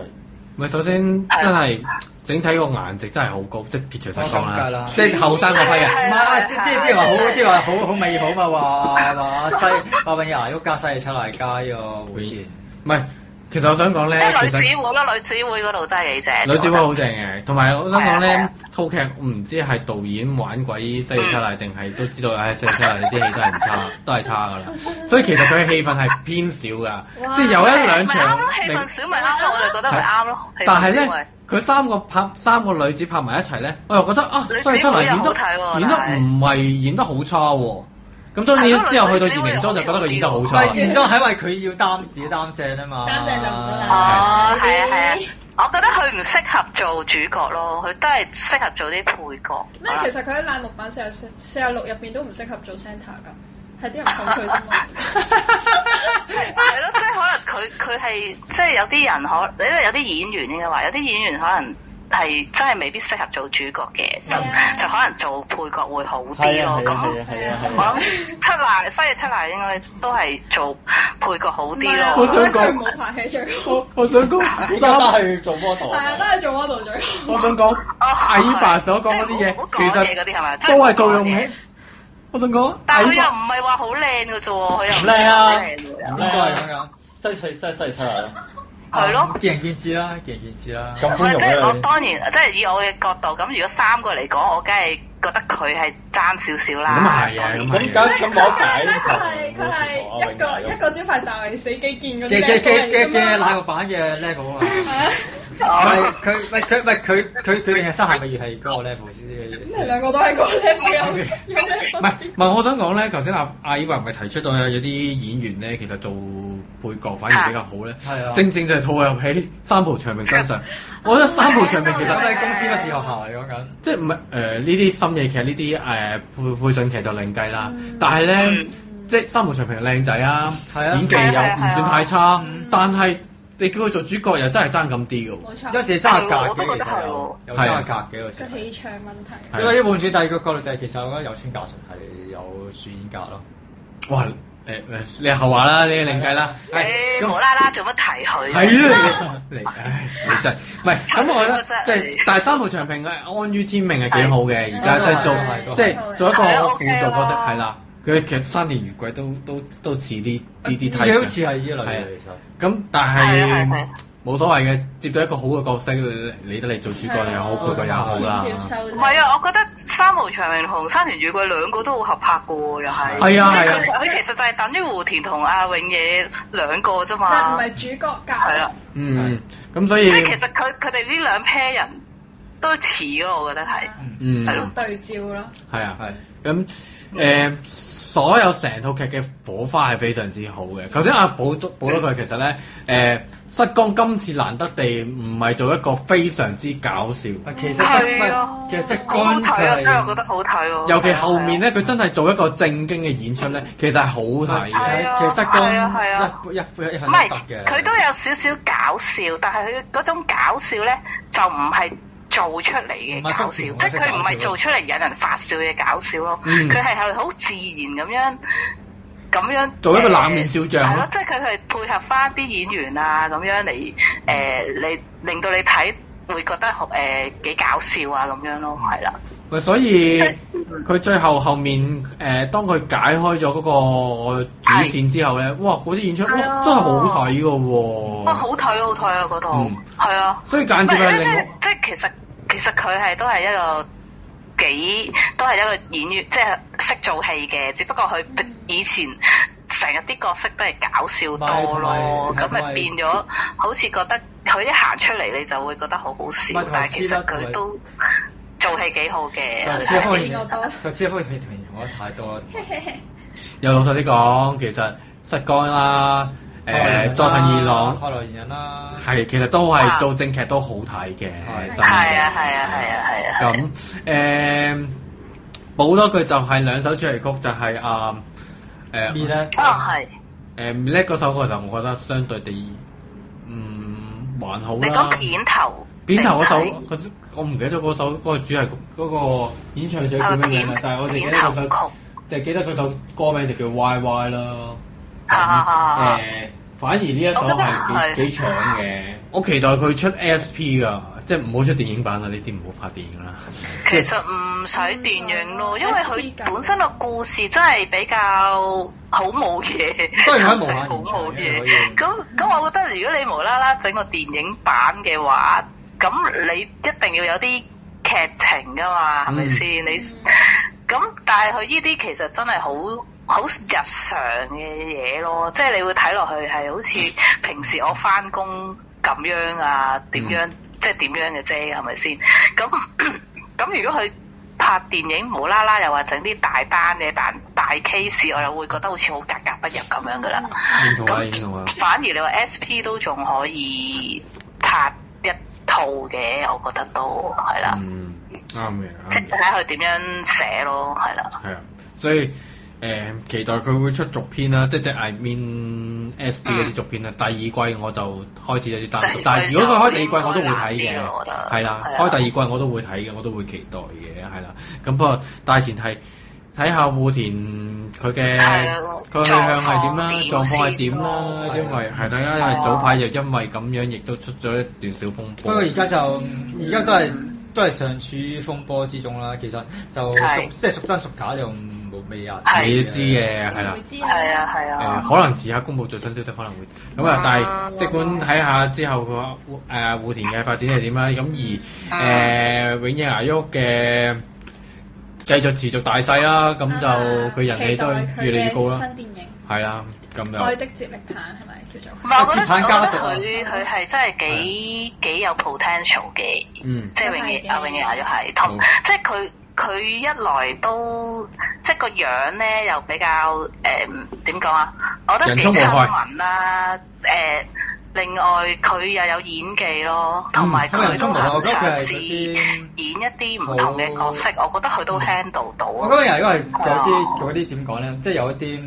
[SPEAKER 5] 唔係首先真係整體個顏值真係好高，即係撇除晒
[SPEAKER 2] 我咁計啦
[SPEAKER 5] 講啦，即係後生嗰批人。
[SPEAKER 2] 唔係啊！啲啲啲話好，啲話好好美好嘛，話話西話永牙喐加西嚟出嚟街喎，以前
[SPEAKER 5] 唔係其實我想講咧，
[SPEAKER 8] 即係女
[SPEAKER 5] 其
[SPEAKER 8] 子
[SPEAKER 5] 實
[SPEAKER 8] 會咯，女子會嗰度真係幾正。
[SPEAKER 5] 女子會好正嘅，同埋我想講
[SPEAKER 8] 係
[SPEAKER 5] 咧
[SPEAKER 8] 啊，
[SPEAKER 5] 套劇我唔知係導演玩鬼四七啦，定係都知道唉四七啦，呢啲戲都係唔差，都係差噶啦。所以其實佢嘅戲份係偏少噶，即係有一兩
[SPEAKER 8] 咪啱
[SPEAKER 5] 場
[SPEAKER 8] 咯，氣
[SPEAKER 5] 令
[SPEAKER 8] 氛少咪啱咯，我就覺得咪啱咯。氣氛
[SPEAKER 5] 但係
[SPEAKER 8] 少咪
[SPEAKER 5] 咧，佢三個拍三個女子拍埋一齊咧，我又覺得啊，
[SPEAKER 8] 女子
[SPEAKER 5] 真係真係
[SPEAKER 8] 會又
[SPEAKER 5] 演得
[SPEAKER 8] 好睇喎
[SPEAKER 5] 演得
[SPEAKER 8] 但係
[SPEAKER 5] 唔係演得好差喎。咁當然
[SPEAKER 8] 係咯
[SPEAKER 5] 之後去到
[SPEAKER 8] 女子會
[SPEAKER 5] 二零裝就覺得佢演得好
[SPEAKER 6] 唔
[SPEAKER 5] 差。
[SPEAKER 6] 係現裝係因為佢要擔自己擔正啊嘛，
[SPEAKER 9] 擔正就唔得啦
[SPEAKER 8] 哦，係啊係啊，我覺得佢唔適合做主角咯，佢都係適合做啲配角。
[SPEAKER 4] 咩？其實佢喺欄目版四十四十六入邊都唔適合做 centre 噶，係啲人抗拒啫嘛。
[SPEAKER 5] 啊
[SPEAKER 8] 係咯，即係可能佢佢係即係有啲人可，你都有啲演員應該話，有啲演員可能係真係未必適合做主角嘅，
[SPEAKER 5] 嗯
[SPEAKER 8] 就就可能做配角會好啲
[SPEAKER 6] 係啊
[SPEAKER 8] 咯。
[SPEAKER 6] 係啊係
[SPEAKER 8] 咁
[SPEAKER 6] 啊係啊
[SPEAKER 8] 我
[SPEAKER 6] 係啊，
[SPEAKER 8] 諗七奶西野七奶應該都係做配角好
[SPEAKER 4] 唔
[SPEAKER 8] 啲
[SPEAKER 4] 係啊，
[SPEAKER 8] 咯。
[SPEAKER 4] 我覺得佢冇拍戲最好，
[SPEAKER 5] 我我想講
[SPEAKER 6] 依
[SPEAKER 5] 三
[SPEAKER 6] 家都係做 model
[SPEAKER 4] 係啊，
[SPEAKER 6] 啊
[SPEAKER 4] 都。係做 model 最好。
[SPEAKER 5] 我想講
[SPEAKER 8] 啊
[SPEAKER 5] 阿姨爸所講嗰啲嘢，其實
[SPEAKER 8] 嗰啲係咪
[SPEAKER 5] 都係套用起。我想講，
[SPEAKER 8] 但係
[SPEAKER 5] 阿
[SPEAKER 8] 佢
[SPEAKER 5] 姨
[SPEAKER 8] 又
[SPEAKER 5] 爸
[SPEAKER 8] 唔係話好靚嘅啫喎，佢又唔
[SPEAKER 6] 靚啊
[SPEAKER 8] 係
[SPEAKER 6] 應該係咁樣，西脆西西出嚟啦，
[SPEAKER 8] 係咯
[SPEAKER 5] 啊
[SPEAKER 6] 見仁見智啦，見仁見智啦。咁
[SPEAKER 8] 唔係即係我
[SPEAKER 6] 你
[SPEAKER 8] 當然，即係以我嘅角度，咁如果三個嚟講，我梗係覺得佢係爭少少啦。
[SPEAKER 5] 咁啊係啊
[SPEAKER 8] 當然
[SPEAKER 5] 咁
[SPEAKER 6] 咁咁咁講解
[SPEAKER 4] 咧，佢係佢係一個一個招牌就係死基建嗰
[SPEAKER 6] 嘅
[SPEAKER 4] 啲
[SPEAKER 9] 啊
[SPEAKER 6] 嘅嘅嘅嘅
[SPEAKER 4] 嘅
[SPEAKER 6] 奶木版嘅 level 啊嘛，唔
[SPEAKER 8] 哦
[SPEAKER 6] 係佢唔係佢唔係佢佢佢定係三下個月係嗰個 level 先嘅
[SPEAKER 4] 你兩個都係個 level 有有
[SPEAKER 5] 唔
[SPEAKER 4] level
[SPEAKER 5] 係唔係，我想講咧，頭先阿阿姨爸咪提出到有啲演員咧，其實做配角反而比較好咧。
[SPEAKER 6] 係啊
[SPEAKER 5] 正正就係套入喺三浦長明身 上。我覺得三浦長明其
[SPEAKER 6] 其實
[SPEAKER 5] 實
[SPEAKER 6] 都係公司嘅視學校嚟講緊，
[SPEAKER 5] 即係唔係誒呢啲深夜劇呢啲誒配配信劇就另計啦。
[SPEAKER 8] 嗯
[SPEAKER 5] 但係咧，即係三浦長平靚仔啊，
[SPEAKER 6] 係啊
[SPEAKER 5] 演技又
[SPEAKER 8] 係啊
[SPEAKER 5] 唔
[SPEAKER 8] 係啊
[SPEAKER 5] 算太差，但係你叫佢做主角又真係爭咁啲嘅喎。
[SPEAKER 4] 冇錯，
[SPEAKER 6] 有時係爭下
[SPEAKER 8] 我
[SPEAKER 6] 格
[SPEAKER 8] 都
[SPEAKER 6] 嘅，其
[SPEAKER 8] 覺得
[SPEAKER 6] 實
[SPEAKER 8] 係
[SPEAKER 6] 有有
[SPEAKER 5] 係
[SPEAKER 6] 爭
[SPEAKER 5] 啊
[SPEAKER 6] 下格嘅有時
[SPEAKER 4] 個。氣場問題。
[SPEAKER 6] 即係一換轉第二個角度就係其實我覺得有村架純係有主演格咯，
[SPEAKER 5] 哇！誒誒，你後話啦，你另計啦。係
[SPEAKER 8] 你無啦啦做乜提佢？
[SPEAKER 5] 係啦，你唉，你真係唔係咁，我覺得即
[SPEAKER 8] 真
[SPEAKER 5] 係
[SPEAKER 8] 係
[SPEAKER 5] 但係三浦長平嘅安於天命係幾好嘅，而家
[SPEAKER 6] 係
[SPEAKER 5] 即係做
[SPEAKER 6] 係
[SPEAKER 5] 即係做一個
[SPEAKER 8] 係啊
[SPEAKER 5] 輔助角色
[SPEAKER 8] OK 啦
[SPEAKER 5] 係啦。佢其實山田裕貴都都都似呢呢啲睇
[SPEAKER 6] 佢好似
[SPEAKER 5] 嘅，
[SPEAKER 6] 係
[SPEAKER 5] 啊
[SPEAKER 6] 呢類嘅其實。
[SPEAKER 5] 咁
[SPEAKER 8] 係啊
[SPEAKER 5] 但
[SPEAKER 8] 係
[SPEAKER 5] 係
[SPEAKER 8] 係
[SPEAKER 5] 冇所謂嘅，接到一個好嘅角色，你得你做主角你又好，配角
[SPEAKER 8] 嗯
[SPEAKER 5] 又好啦。
[SPEAKER 9] 接受
[SPEAKER 8] 唔係啊，我覺得三毛長明同山田裕貴兩個都好合拍嘅喎，又係。
[SPEAKER 5] 係啊
[SPEAKER 8] 即係
[SPEAKER 5] 係啊
[SPEAKER 8] 佢佢其實就係等於胡田同阿永野兩個啫
[SPEAKER 5] 啊
[SPEAKER 4] 但唔
[SPEAKER 8] 嘛。
[SPEAKER 4] 係主角格，
[SPEAKER 8] 係啊啦，
[SPEAKER 5] 嗯，咁所以
[SPEAKER 8] 即係其實佢佢哋呢兩 pair 人都似咯，我覺得係。
[SPEAKER 5] 嗯
[SPEAKER 8] 係咯
[SPEAKER 4] 啊對照咯。
[SPEAKER 5] 係啊係咁誒。所有成套劇嘅火花係非常之好嘅。頭先阿寶都補咗佢，其實咧誒、失光今次難得地唔係做一個非常之搞笑，
[SPEAKER 6] 啊其實識
[SPEAKER 8] 係啊
[SPEAKER 6] 乜？其實識
[SPEAKER 8] 好好
[SPEAKER 6] 乾
[SPEAKER 8] 睇啊，所以我覺
[SPEAKER 6] 佢
[SPEAKER 8] 得好睇喎。
[SPEAKER 5] 尤其後面咧佢真係做一個正經嘅演出咧，其實係好睇
[SPEAKER 8] 係
[SPEAKER 5] 嘅。
[SPEAKER 8] 啊
[SPEAKER 6] 係，其實識
[SPEAKER 8] 係啊係啊
[SPEAKER 6] 乾一一一一
[SPEAKER 8] 唔
[SPEAKER 6] 係
[SPEAKER 8] 係
[SPEAKER 6] 得嘅。
[SPEAKER 8] 佢都有少少搞笑，但係佢嗰種搞笑咧就唔係做出嚟嘅搞笑，
[SPEAKER 6] 唔係
[SPEAKER 8] 即係佢唔係做出嚟引人發笑嘅搞笑咯。
[SPEAKER 5] 嗯
[SPEAKER 8] 佢係係好自然咁樣咁樣
[SPEAKER 5] 做一個冷面笑匠咯
[SPEAKER 8] 係咯，即係佢係配合翻啲演員啊咁樣嚟誒、
[SPEAKER 5] 嗯
[SPEAKER 8] 你令到你睇會覺得誒、幾搞笑啊咁樣咯，係啦。
[SPEAKER 5] 咪所以
[SPEAKER 8] 即係
[SPEAKER 5] 佢最後後面誒、當佢解開咗嗰個主線之後咧，哇！嗰啲演出哇
[SPEAKER 8] 係啊
[SPEAKER 5] 真係好睇嘅
[SPEAKER 8] 哇，
[SPEAKER 5] 喎，
[SPEAKER 8] 好睇啊好睇啊嗰度
[SPEAKER 5] 哦嗯，
[SPEAKER 8] 係啊。
[SPEAKER 5] 所以間
[SPEAKER 8] 唔
[SPEAKER 5] 接係
[SPEAKER 8] 係咧，
[SPEAKER 5] 令
[SPEAKER 8] 即係
[SPEAKER 5] 我
[SPEAKER 8] 即係其實其實佢係都係一個幾都係一個演員，即係識做戲嘅，只不過佢以前。成日啲角色都係搞笑
[SPEAKER 6] 嗯
[SPEAKER 8] 多咯，
[SPEAKER 6] 唔係
[SPEAKER 8] 咁
[SPEAKER 6] 同埋
[SPEAKER 8] 咪變咗好似覺得佢一行出嚟你就會覺得好好
[SPEAKER 6] 唔係
[SPEAKER 8] 笑
[SPEAKER 6] 同，埋
[SPEAKER 8] 但係其實
[SPEAKER 6] 黐
[SPEAKER 8] 佢
[SPEAKER 6] 得
[SPEAKER 8] 都做戲幾好嘅。
[SPEAKER 6] 佢
[SPEAKER 8] 佢
[SPEAKER 6] 知一
[SPEAKER 8] 係
[SPEAKER 6] 方面
[SPEAKER 4] 邊個多，
[SPEAKER 6] 佢知一方面同我得太多啦。
[SPEAKER 5] 又老實啲講，其實失光啦，誒、
[SPEAKER 8] 啊
[SPEAKER 5] 佐藤二朗。
[SPEAKER 6] 開羅言人啦，
[SPEAKER 5] 係，其實都係做正劇都好睇嘅，
[SPEAKER 6] 係
[SPEAKER 5] 真
[SPEAKER 8] 係
[SPEAKER 5] 嘅
[SPEAKER 8] 啊係啊係啊係啊！
[SPEAKER 5] 咁誒，補多句就係兩首主題曲，就係啊
[SPEAKER 6] 咩
[SPEAKER 5] 誒
[SPEAKER 6] 咧？
[SPEAKER 8] 啊
[SPEAKER 5] 誒
[SPEAKER 8] 係，
[SPEAKER 5] m i l 嗰首歌就我覺得相對地嗯還好
[SPEAKER 8] 你講
[SPEAKER 5] 啦。
[SPEAKER 8] 片頭
[SPEAKER 5] 片頭嗰首
[SPEAKER 6] 嗯
[SPEAKER 8] 定係
[SPEAKER 5] 嗰首我唔記得咗嗰首嗰個主題曲嗰個演唱者叫
[SPEAKER 8] 係
[SPEAKER 5] 咩
[SPEAKER 8] 咪
[SPEAKER 5] 名啦啊
[SPEAKER 8] 哦片，
[SPEAKER 5] 但係我淨記
[SPEAKER 8] 片
[SPEAKER 5] 得嗰
[SPEAKER 8] 頭
[SPEAKER 5] 首，
[SPEAKER 8] 曲？
[SPEAKER 5] 就係記得佢首歌名就叫 Y Y 啦。
[SPEAKER 8] 啊啊啊啊
[SPEAKER 5] 誒，反而呢一首係幾幾搶嘅，我期待佢出 SP 噶，即係唔好出電影版啦，呢啲唔好拍電影啦。
[SPEAKER 8] 其實唔使電影咯，因為佢本身個故事真係比較好冇嘢，
[SPEAKER 6] 當
[SPEAKER 8] 真
[SPEAKER 6] 然可以無限延長
[SPEAKER 8] 係好冇
[SPEAKER 6] 嘅
[SPEAKER 8] 啊嘢
[SPEAKER 6] 可。以。
[SPEAKER 8] 咁咁，我覺得如果你無啦啦整個電影版嘅話，咁你一定要有啲劇情噶嘛，係咪先？你
[SPEAKER 4] 嗯
[SPEAKER 8] 咁，但係佢呢啲其實真係好好日常嘅嘢咯，即係你會睇落去係好似平時我翻工咁樣啊，點樣、即係點樣嘅啫，係咪先？咁咁如果佢拍電影無啦啦又話整啲大單嘅大大 case，我又會覺得好似好格格不入咁樣噶啦。
[SPEAKER 5] 認同啊，認同啊。
[SPEAKER 8] 咁反而你話 SP 都仲可以拍一套嘅，我覺得都係啦，
[SPEAKER 5] 嗯，啱嘅，
[SPEAKER 8] 即
[SPEAKER 5] 啱
[SPEAKER 8] 係
[SPEAKER 5] 嘅，
[SPEAKER 8] 睇下佢點樣寫咯，係啦。
[SPEAKER 5] 係啊。所以誒、期待佢會出續篇啦，即係即係 I mean S
[SPEAKER 8] 嗯
[SPEAKER 5] B 嗰啲續篇啦。第二季我就開始有啲擔心，但係如果佢開第二季我都會睇
[SPEAKER 8] 應該難啲咯
[SPEAKER 5] 嘅。
[SPEAKER 8] 我覺得啊
[SPEAKER 5] 係啦，開第二季我都會睇嘅，我都會期待嘅，係啦。咁不過大前提睇下戶田佢嘅
[SPEAKER 8] 係啊
[SPEAKER 5] 佢去向係點啦，
[SPEAKER 8] 狀況
[SPEAKER 5] 狀況係點
[SPEAKER 8] 點
[SPEAKER 6] 先
[SPEAKER 5] 啦，
[SPEAKER 6] 咯
[SPEAKER 5] 因為係大家因為早排又因為咁樣，亦都出咗一段小風
[SPEAKER 6] 不
[SPEAKER 5] 波
[SPEAKER 6] 過。而家就而家都係都係尚處於風波之中啦。其實就
[SPEAKER 8] 係
[SPEAKER 6] 屬即係屬真屬假就冇未啊。
[SPEAKER 8] 係啊
[SPEAKER 5] 你都知嘅，係啦
[SPEAKER 4] 會。知
[SPEAKER 8] 係啊係
[SPEAKER 5] 誒、
[SPEAKER 8] 啊，
[SPEAKER 5] 可能遲下公佈最新消息可能會咁啊，但係即管睇下之後個誒戶田嘅發展係點啦。咁而呃誒永野牙喐嘅呃繼續持續大勢啦，咁就
[SPEAKER 9] 啊
[SPEAKER 5] 佢人氣都越嚟越高啦，
[SPEAKER 4] 新電影
[SPEAKER 5] 係啊啦，咁就
[SPEAKER 4] 《愛的接力棒》係咪叫做
[SPEAKER 8] 唔？係我覺得
[SPEAKER 6] 接棒家族啊啊
[SPEAKER 8] 我覺得佢佢係真係幾幾有 potential 嘅。
[SPEAKER 5] 嗯
[SPEAKER 8] 即係永
[SPEAKER 4] 都係
[SPEAKER 8] 野
[SPEAKER 4] 嘅
[SPEAKER 8] 阿永野又係同
[SPEAKER 5] 嗯，
[SPEAKER 8] 即係佢佢一來都即係個樣咧又比較誒點講啊？我覺得幾
[SPEAKER 5] 人畜無害
[SPEAKER 8] 親民啦。誒、另外佢又有演技咯，同埋
[SPEAKER 6] 嗯因為
[SPEAKER 8] 佢
[SPEAKER 6] 中
[SPEAKER 8] 都
[SPEAKER 6] 文我
[SPEAKER 8] 肯
[SPEAKER 6] 覺得佢
[SPEAKER 8] 嘗
[SPEAKER 6] 係
[SPEAKER 8] 試
[SPEAKER 6] 嗰
[SPEAKER 8] 演
[SPEAKER 6] 啲。嗯
[SPEAKER 8] 一啲唔同嘅角色，我覺得佢都 handle 到。
[SPEAKER 6] 我
[SPEAKER 8] 啊
[SPEAKER 6] 今日因為有啲嗰啲點講咧，即係有一啲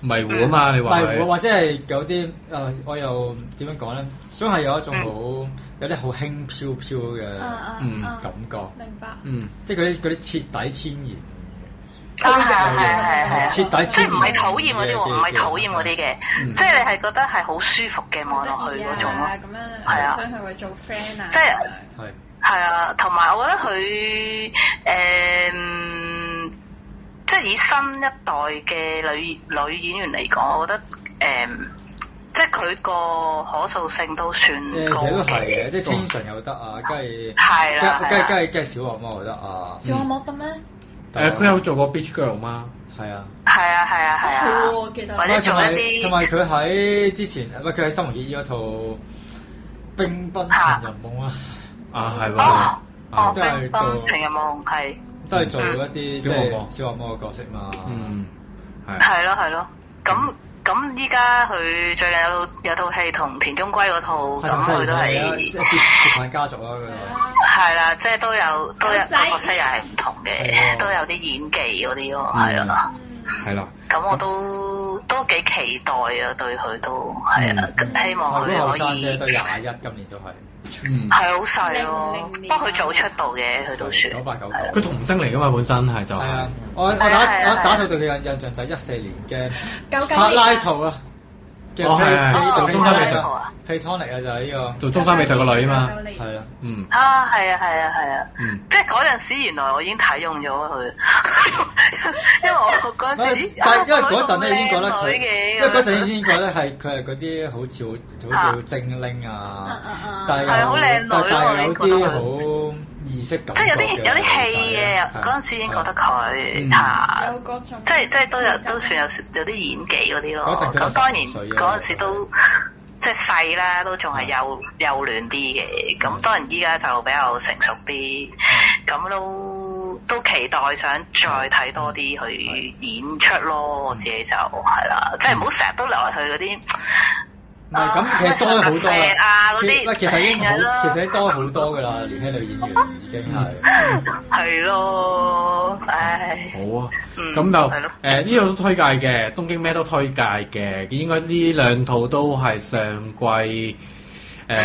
[SPEAKER 5] 迷糊啊嘛，你話
[SPEAKER 6] 迷糊，
[SPEAKER 5] 佢
[SPEAKER 6] 或者係有啲誒、呃我又點樣講咧？總係有一種好
[SPEAKER 8] 嗯
[SPEAKER 6] 有啲好輕飄飄嘅
[SPEAKER 4] 啊啊
[SPEAKER 5] 嗯
[SPEAKER 4] 啊！
[SPEAKER 6] 感覺，
[SPEAKER 4] 明白。
[SPEAKER 5] 嗯
[SPEAKER 6] 即係嗰啲嗰啲徹底天然。
[SPEAKER 8] 啊係係係
[SPEAKER 6] 徹底
[SPEAKER 8] 係，即係唔係討厭嗰啲喎，
[SPEAKER 6] 嘅
[SPEAKER 8] 唔係討厭嗰啲嘅，
[SPEAKER 5] 嗯
[SPEAKER 8] 即係你係覺得係好舒服嘅望落去嗰種咯。
[SPEAKER 4] 啊，咁樣
[SPEAKER 8] 係啊
[SPEAKER 4] 想佢會做 friend 啊，
[SPEAKER 8] 即係
[SPEAKER 4] 咁樣
[SPEAKER 6] 係
[SPEAKER 8] 係啊，同埋我覺得佢誒、嗯即係以新一代嘅女女演員嚟講，我覺得誒、嗯即係佢個可塑性都算
[SPEAKER 6] 誒，其
[SPEAKER 8] 高
[SPEAKER 6] 實都係
[SPEAKER 8] 哦嘅，
[SPEAKER 6] 嘅，即係清純又得啊，梗係
[SPEAKER 8] 係啦
[SPEAKER 6] 梗
[SPEAKER 8] 係
[SPEAKER 6] 梗
[SPEAKER 8] 啦，
[SPEAKER 6] 梗梗係小惡魔又得啊，
[SPEAKER 4] 小惡魔得咩？
[SPEAKER 5] 誒，佢有做過 Beach Girl 嘛？
[SPEAKER 6] 係啊。
[SPEAKER 8] 係啊係啊係
[SPEAKER 4] 係
[SPEAKER 8] 啊，
[SPEAKER 4] 喎，記得
[SPEAKER 8] 或
[SPEAKER 6] 唔係
[SPEAKER 8] 者
[SPEAKER 6] 同
[SPEAKER 8] 做
[SPEAKER 6] 埋
[SPEAKER 8] 一啲
[SPEAKER 6] 同埋佢喺之前，唔係佢喺《新紅熱衣》嗰套《冰冰情人夢》啊，
[SPEAKER 5] 啊，係
[SPEAKER 8] 哦
[SPEAKER 5] 喎，
[SPEAKER 8] 哦
[SPEAKER 5] 啊
[SPEAKER 6] 都係
[SPEAKER 8] 冰
[SPEAKER 6] 做
[SPEAKER 8] 冰情人夢係
[SPEAKER 6] 都係做一
[SPEAKER 8] 嗯
[SPEAKER 6] 啲即
[SPEAKER 5] 小惡魔
[SPEAKER 6] 係小惡魔嘅角色嘛。
[SPEAKER 5] 嗯，係
[SPEAKER 8] 係啊咯係咯，咁咁依家佢最近有有套戲同田中圭嗰套，
[SPEAKER 6] 係
[SPEAKER 8] 咁佢都
[SPEAKER 6] 啊，接
[SPEAKER 8] 係
[SPEAKER 6] 接棒家族啊，佢係
[SPEAKER 8] 係啦，即係都有都有
[SPEAKER 4] 狗仔
[SPEAKER 8] 個角色又係唔同
[SPEAKER 6] 係啊嗯
[SPEAKER 8] 嘅，都有啲演技嗰啲咯，係啊啦。
[SPEAKER 5] 嗯
[SPEAKER 9] 嗯
[SPEAKER 5] 係啦，
[SPEAKER 8] 咁我都都幾期待啊，對佢都係啊，咁希望
[SPEAKER 6] 佢嗯都後
[SPEAKER 8] 佢
[SPEAKER 6] 生啫，
[SPEAKER 8] 可以
[SPEAKER 6] 都廿一，今年都係
[SPEAKER 5] 嗯，
[SPEAKER 8] 係好細咯
[SPEAKER 4] 零零，年啊
[SPEAKER 8] 不過佢早出道嘅，佢都算
[SPEAKER 6] 九八九九。
[SPEAKER 5] 佢童星嚟噶嘛，本身係就
[SPEAKER 6] 係
[SPEAKER 5] 係
[SPEAKER 6] 啊，我我打
[SPEAKER 8] 係啊係啊
[SPEAKER 6] 我打到對佢嘅印象就係一四年嘅
[SPEAKER 4] 九九
[SPEAKER 6] 柏拉
[SPEAKER 4] 年
[SPEAKER 6] 圖啊嘅
[SPEAKER 5] 哦係係
[SPEAKER 6] 披
[SPEAKER 5] 做中山美術
[SPEAKER 8] 啊
[SPEAKER 6] Platonic 啊，就係呢
[SPEAKER 5] 做中山美術個女啊嘛
[SPEAKER 4] 九，九
[SPEAKER 6] 個
[SPEAKER 4] 年
[SPEAKER 6] 係啊。
[SPEAKER 5] 嗯
[SPEAKER 8] 啊，係啊，係啊，係啊，
[SPEAKER 5] 嗯，
[SPEAKER 8] 即係嗰陣時原來我已經睇中咗佢， 因為我嗰
[SPEAKER 6] 但
[SPEAKER 8] 陣
[SPEAKER 6] 係
[SPEAKER 8] 時，啊
[SPEAKER 6] 因為嗰陣咧已經覺得
[SPEAKER 8] 啊個
[SPEAKER 6] 佢，
[SPEAKER 8] 女咁靚女嘅
[SPEAKER 6] 因為嗰陣已經覺得係佢係嗰啲好似好好似好精靈
[SPEAKER 9] 嗯
[SPEAKER 4] 啊
[SPEAKER 6] 啊，
[SPEAKER 4] 啊
[SPEAKER 6] 但
[SPEAKER 4] 啊！
[SPEAKER 8] 係
[SPEAKER 6] 係
[SPEAKER 8] 好
[SPEAKER 6] 有
[SPEAKER 8] 靚女咯
[SPEAKER 6] 但但係有
[SPEAKER 8] 我已經覺得
[SPEAKER 6] 啲好意識感
[SPEAKER 8] 即
[SPEAKER 6] 覺
[SPEAKER 8] 係
[SPEAKER 6] 嘅
[SPEAKER 8] 有
[SPEAKER 6] 女仔啊，啊
[SPEAKER 8] 啲有啲戲嘅，嗰陣時已經覺得佢
[SPEAKER 5] 嗯
[SPEAKER 8] 嚇
[SPEAKER 4] 有嗰種
[SPEAKER 8] 即係即係都有都算有有啲演技嗰啲咯
[SPEAKER 6] 嗰陣。佢
[SPEAKER 8] 咁當然
[SPEAKER 6] 十歲啊
[SPEAKER 8] 嗰陣時都即係細啦，都仲係幼幼嫩啲嘅。
[SPEAKER 6] 啊
[SPEAKER 8] 咁當然依家就比較成熟啲，咁都都期待想
[SPEAKER 6] 啊
[SPEAKER 8] 再睇多啲佢演出咯。
[SPEAKER 6] 嗯
[SPEAKER 8] 我自己就係啦，即係唔好成日都留佢嗰啲。
[SPEAKER 6] 唔係
[SPEAKER 8] 啊
[SPEAKER 6] 咁，其實多咗好多
[SPEAKER 8] 石啊嗰啲
[SPEAKER 6] 啦。其其實已經
[SPEAKER 8] 係咯
[SPEAKER 6] 好，其實已經多好多噶啦，年輕女演員已經係。
[SPEAKER 8] 係咯，唉，
[SPEAKER 5] 好啊。
[SPEAKER 8] 嗯
[SPEAKER 5] 咁就
[SPEAKER 8] 係咯，
[SPEAKER 5] 誒呢度都推介嘅，東京咩都推介嘅，應該呢兩套都係上季
[SPEAKER 8] 嗯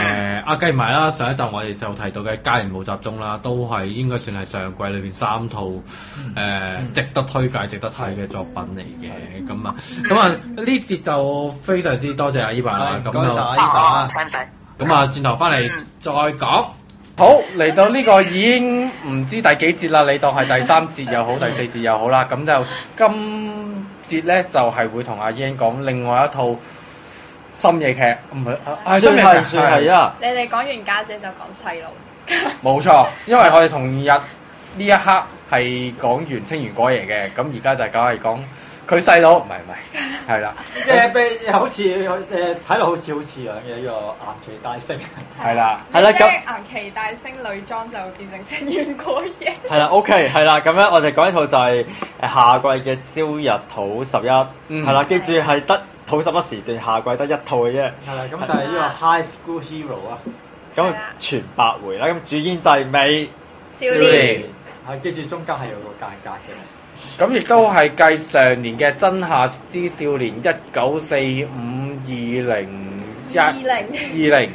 [SPEAKER 5] 誒啊計埋啦，上一集我哋就提到嘅《家人冇集中》啦，都係應該算係上季裏邊三套誒、
[SPEAKER 8] 嗯
[SPEAKER 5] 嗯值得推介、值得睇嘅作品嚟嘅。咁啊，
[SPEAKER 8] 嗯
[SPEAKER 5] 咁啊呢節就非常之多謝阿伊爸啦，
[SPEAKER 8] 哦
[SPEAKER 6] 係
[SPEAKER 5] 咁
[SPEAKER 6] 唔該晒呢
[SPEAKER 5] 就
[SPEAKER 6] 個啊
[SPEAKER 8] 哦使唔使？
[SPEAKER 5] 咁啊轉頭翻嚟再講。好，嚟到呢個已經唔知第幾節啦，你當係第三節又好，第四節又好啦，咁就今節咧就係、會同阿 Yan 講另外一套深夜劇，唔係啊啊，
[SPEAKER 6] 算
[SPEAKER 5] 深夜劇
[SPEAKER 6] 係算係，啊，
[SPEAKER 9] 你哋講完家姐就講細路，
[SPEAKER 5] 冇錯，因為我哋同日呢一刻係講完清源果爺嘅，咁而家就梗係講佢細佬，唔係唔係，係啦，
[SPEAKER 6] 即係被好似誒睇落好似好似樣嘅呢個岩奇大星。
[SPEAKER 5] 係啦，
[SPEAKER 6] 係啦
[SPEAKER 9] 你
[SPEAKER 6] 咁
[SPEAKER 9] 將顏奇大星女裝就變成清源果嘢。
[SPEAKER 6] 係啦，OK，係啦，咁樣我哋講一套就係誒夏季嘅朝日土十一，
[SPEAKER 5] 嗯
[SPEAKER 6] 係啦，記住係得土十一時段，夏季得一套嘅啫。係啦，咁就係
[SPEAKER 9] 呢個
[SPEAKER 6] High School Hero 啊，
[SPEAKER 9] 係
[SPEAKER 6] 咁
[SPEAKER 9] 啦
[SPEAKER 6] 全白回啦，咁主演就係美
[SPEAKER 9] 少
[SPEAKER 5] 年
[SPEAKER 6] 係記住中間係有個間隔嘅。
[SPEAKER 5] 咁亦都係繼上年嘅《真夏之少年》一九四五二零一
[SPEAKER 4] 二零
[SPEAKER 5] 二零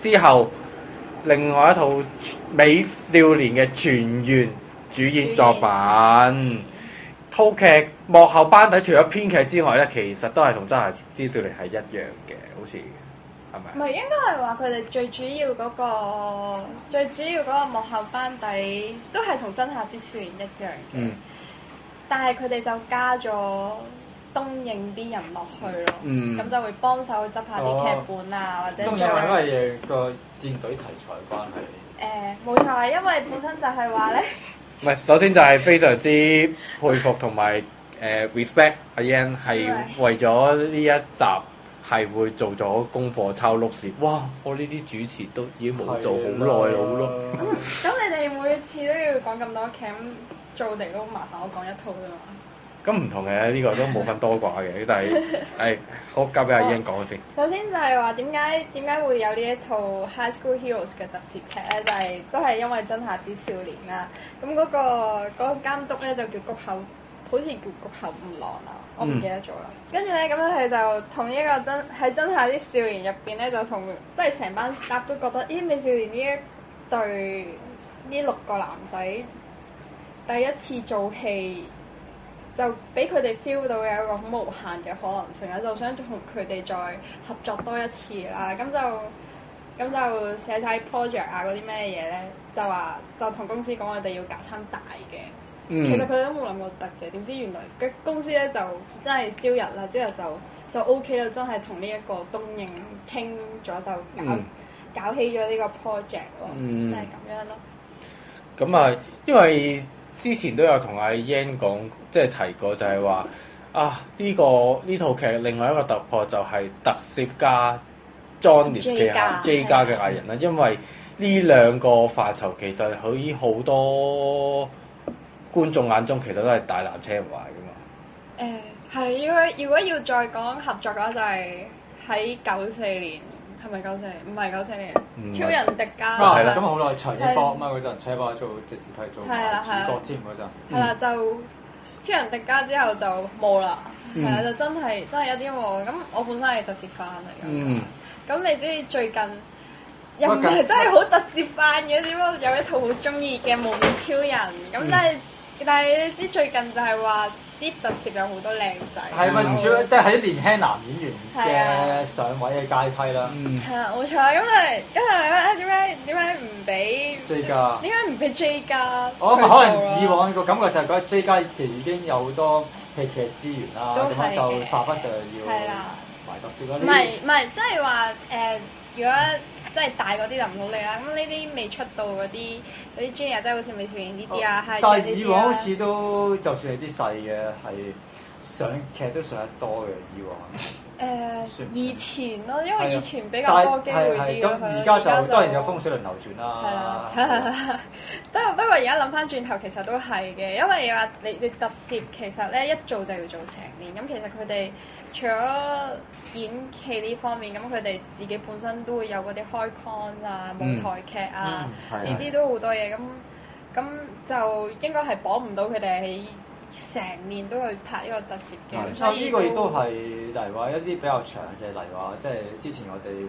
[SPEAKER 5] 之後，另外一套《美少年》嘅全員主演作品。套劇幕後班底除咗編劇之外咧，其實都係同《真夏之少年》係一樣嘅，好似係
[SPEAKER 9] 唔
[SPEAKER 5] 咪？
[SPEAKER 9] 係應該係話佢哋最主要嗰、個最主要嗰個幕後班底都係同真夏之少年一樣，
[SPEAKER 5] 嗯
[SPEAKER 9] 但係佢哋就加咗東映啲人落去咯，咁、
[SPEAKER 5] 嗯
[SPEAKER 9] 就會幫手執下啲劇本啊，或者做
[SPEAKER 6] 為個戰隊題材關係。
[SPEAKER 9] 誒呃冇錯係因為本身就係話咧，
[SPEAKER 5] 唔係，首先就係非常之佩服同埋誒 respect 阿 Yan 係為咗呢一集係會做咗功課抄碌事。哇！我呢啲主持都已經冇做好耐啦好咯。
[SPEAKER 9] 咁咁你哋每次都要講咁多劇，咁做定都麻煩我講一套啫嘛。
[SPEAKER 5] 咁唔同嘅呢、個都冇分多寡嘅，但 係係好交俾阿 Yan 講先。
[SPEAKER 9] 首先就係話點解點解會有呢一套《High School Heroes》嘅特攝劇咧？就係、都係因為《真夏之少年》啦。咁嗰、個嗰、個監督咧就叫谷口，好似叫谷口悟郎啊，我唔記得咗啦。跟住咧咁樣佢就同呢個真喺《真夏之少年》入邊咧就同即係成班 staff 都覺得，咦美少年呢一對呢六個男仔第一次做戲。就俾佢哋 feel 到有一個好無限嘅可能性啦，就想同佢哋再合作多一次啦。咁就咁就寫晒 project 啊嗰啲咩嘢咧，就話就同公司講我哋要搞餐大嘅。其實
[SPEAKER 5] 嗯，
[SPEAKER 9] 佢哋都冇諗過得嘅，點知原來嘅公司咧就真係朝日啦，朝日就就 O K 啦，真係同呢一個東映傾咗就搞、
[SPEAKER 5] 嗯
[SPEAKER 9] 搞起咗呢個 project 咯，
[SPEAKER 5] 嗯
[SPEAKER 9] 就係咁樣咯。
[SPEAKER 5] 咁啊，因為之前都有同阿 Yan 講，即係提過就係話啊，呢、個呢套劇另外一個突破就係特攝加 Johnny 嘅
[SPEAKER 9] J 加
[SPEAKER 5] J 加嘅藝人啦，因為呢兩個範疇其實喺好多觀眾眼中其實都係大纜車唔壞噶嘛。
[SPEAKER 9] 誒係，如果如果要再講合作嘅話，就係喺九四年，係咪九四？唔係九四年
[SPEAKER 5] 唔，係
[SPEAKER 9] 超人迪迦
[SPEAKER 5] 啊係啦
[SPEAKER 6] 哦咁好耐長一波啊嘛嗰陣，長一波做直視佢做主
[SPEAKER 9] 係啦係啦
[SPEAKER 6] 角添嗰陣。
[SPEAKER 9] 係啦，就超人迪迦之後就冇啦，
[SPEAKER 6] 嗯
[SPEAKER 9] 係啦，就真係真係一啲都冇。咁我本身係特攝班嚟㗎，
[SPEAKER 5] 嗯，
[SPEAKER 9] 咁你知最近又
[SPEAKER 6] 哇
[SPEAKER 9] 唔
[SPEAKER 6] 近
[SPEAKER 9] 係真係好特攝班嘅，只不過有一套好中意嘅無面超人。咁
[SPEAKER 6] 嗯
[SPEAKER 9] 但係但係你知最近就係話啲特攝有好多靚仔，哦
[SPEAKER 6] 係咪
[SPEAKER 9] 嗯
[SPEAKER 6] 唔少？即係喺年輕男演
[SPEAKER 9] 啊
[SPEAKER 6] 員嘅上位嘅階梯啦，
[SPEAKER 9] 係啊，冇錯啊，咁咪咁咪點解點解唔俾
[SPEAKER 6] 追加。
[SPEAKER 9] 點解唔俾 J 加佢做
[SPEAKER 6] 我
[SPEAKER 9] 啊？
[SPEAKER 6] 諗可能以往個感覺就係覺得 J 加其實已經有好多戲劇資源啦，
[SPEAKER 9] 都
[SPEAKER 6] 咁樣
[SPEAKER 9] 係
[SPEAKER 6] 就
[SPEAKER 9] 嘅
[SPEAKER 6] 發揮就要
[SPEAKER 9] 係啦
[SPEAKER 6] 埋特攝嗰
[SPEAKER 9] 唔
[SPEAKER 6] 啲。
[SPEAKER 9] 係唔係，即係話誒，如果即係大嗰啲就唔好理啦。咁呢啲未出道嗰啲嗰啲 Junior 即係好似美少年呢啲啊，係
[SPEAKER 6] 哦但係以往好似都就算係啲細嘅係上劇都上得多嘅以往。
[SPEAKER 9] 誒以前咯，因為以前
[SPEAKER 6] 但
[SPEAKER 9] 比較
[SPEAKER 6] 係
[SPEAKER 9] 多機會啲咯
[SPEAKER 6] 咁
[SPEAKER 9] 係咯
[SPEAKER 6] 而家就當然有風水輪流轉
[SPEAKER 9] 係
[SPEAKER 6] 啦。
[SPEAKER 9] 啦，不過不過而家諗翻轉頭，其實都係嘅，因為話你你特攝其實咧一做就要做成年，咁其實佢哋除咗演戲呢方面，咁佢哋自己本身都會有嗰啲開 con 啊、舞
[SPEAKER 5] 嗯
[SPEAKER 9] 台劇啊
[SPEAKER 6] 嗯，係
[SPEAKER 9] 呢
[SPEAKER 6] 係
[SPEAKER 9] 啲都好多嘢，咁咁就應該係綁唔到佢哋喺成年都去拍呢個特攝嘅，咁
[SPEAKER 6] 啊！
[SPEAKER 9] 所以嗯
[SPEAKER 6] 呢個亦都係，例如話一啲比較長嘅，例如話即係之前我哋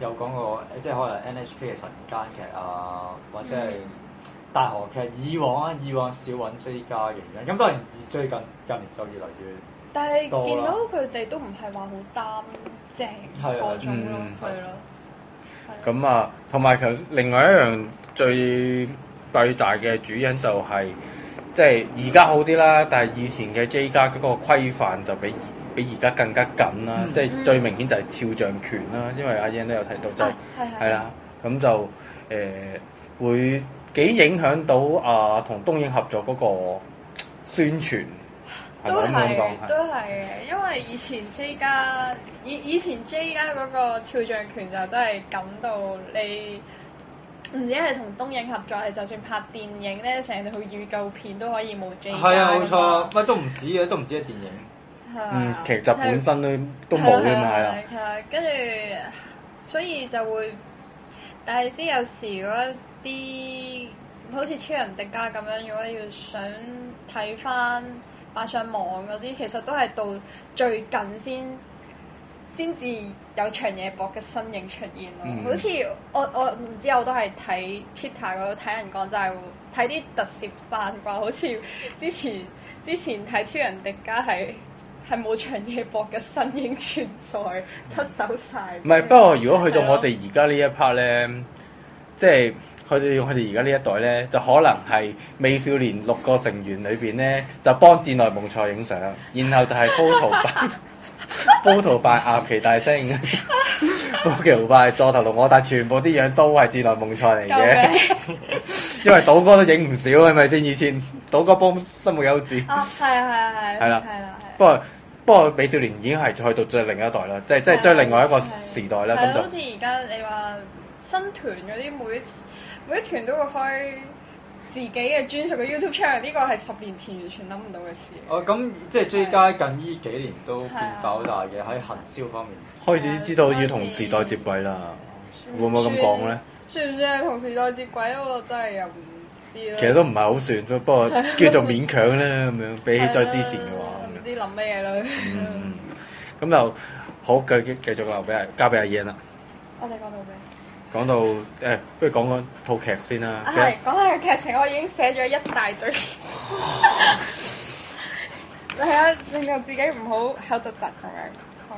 [SPEAKER 6] 有講過，即係可能 NHK 嘅晨間劇啊，或者係
[SPEAKER 9] 嗯
[SPEAKER 6] 大河劇。以往啊，以往少揾追加嘅原因，咁當然最近近年就越嚟越
[SPEAKER 9] 但係
[SPEAKER 6] 多啦
[SPEAKER 9] 見到佢哋都唔係話好擔正
[SPEAKER 6] 係啊
[SPEAKER 9] 嗰種咯
[SPEAKER 5] 嗯，
[SPEAKER 9] 係咯。
[SPEAKER 5] 咁啊，同埋頭另外一樣最最大嘅主因就係、即係而家好啲啦，但係以前嘅 J 家嗰個規範就比比而家更加緊啦，
[SPEAKER 2] 嗯
[SPEAKER 5] 即係最明顯就係肖像權啦，因為阿 Yan 都有提到就係、係啦，咁就誒、會幾影響到啊同東影合作嗰個宣傳，係
[SPEAKER 9] 都
[SPEAKER 5] 咪咁樣
[SPEAKER 9] 啊係
[SPEAKER 5] 講？
[SPEAKER 9] 都
[SPEAKER 5] 係啊
[SPEAKER 9] 係嘅，因為以前 J 家以以前 J 家嗰個肖像權就真係緊到你唔止係同東影合作，係就算拍電影咧，成套預告片都可以冇 J 家㗎嘛。
[SPEAKER 6] 係啊，冇錯，乜都唔止嘅，都唔止係電影。
[SPEAKER 9] 係啊。
[SPEAKER 5] 嗯，其實本身都都冇㗎嘛，係啊。
[SPEAKER 9] 係啊，跟住所以就會，但係知有時如果啲好似超人迪迦咁樣，如果要想睇翻擺上網嗰啲，其實都係到最近先。先至有長野博嘅身影出現咯，
[SPEAKER 5] 嗯
[SPEAKER 9] 好似我我唔知我都係睇 Peter 嗰度睇人講就係睇啲特攝版啩，好似之前之前睇超人迪迦係係冇長野博嘅身影存在，得走晒。
[SPEAKER 5] 嗯唔係，不過如果去到我
[SPEAKER 9] 係
[SPEAKER 5] 哋而家呢一 part 咧，即係佢哋用佢哋而家呢一代咧，就可能係美少年六個成員裏邊咧，就幫戰內夢菜影相，然後就係 photo 扮 photo 扮岩崎大星，photo 扮座頭龍我，但係全部啲樣都係戰內夢菜嚟
[SPEAKER 9] 咯救
[SPEAKER 5] 嘅，
[SPEAKER 9] 命
[SPEAKER 5] 因為賭哥都影唔少係咪先？以前賭哥幫森木優子。
[SPEAKER 9] 啊！係啊係啊係啊
[SPEAKER 5] 係啦
[SPEAKER 9] 係啦係
[SPEAKER 5] 不過不過美少年已經係去到最另一代啦，即係即係追另外一個時代啦，
[SPEAKER 9] 係啊
[SPEAKER 5] 咁
[SPEAKER 9] 好似
[SPEAKER 5] 就
[SPEAKER 9] 而家你話新團嗰啲每一次每一團都會開自己嘅專屬嘅 YouTube channel，呢個係十年前完全諗唔到嘅事。
[SPEAKER 6] 哦，咁即係 J 家近呢幾年都變化好大嘅喺行銷方面。
[SPEAKER 5] 開始知道要同時代接軌啦。會唔會咁講咧？
[SPEAKER 9] 算唔算係同時代接軌？我真係又唔知啦。
[SPEAKER 5] 其實都唔係好算，不 過叫做勉強啦咁樣，比起再之前嘅話
[SPEAKER 9] 係啦唔
[SPEAKER 5] 咁樣。
[SPEAKER 9] 知諗咩嘢啦。
[SPEAKER 5] 嗯，咁就好繼繼續留俾阿交俾阿 Yan 啦。
[SPEAKER 9] 我哋講到咩？
[SPEAKER 5] 講到誒、不如講講套劇先啦。
[SPEAKER 9] 啊，係講下劇情，我已經寫咗一大堆。 係啊，令到自己唔好口窒窒咁樣。好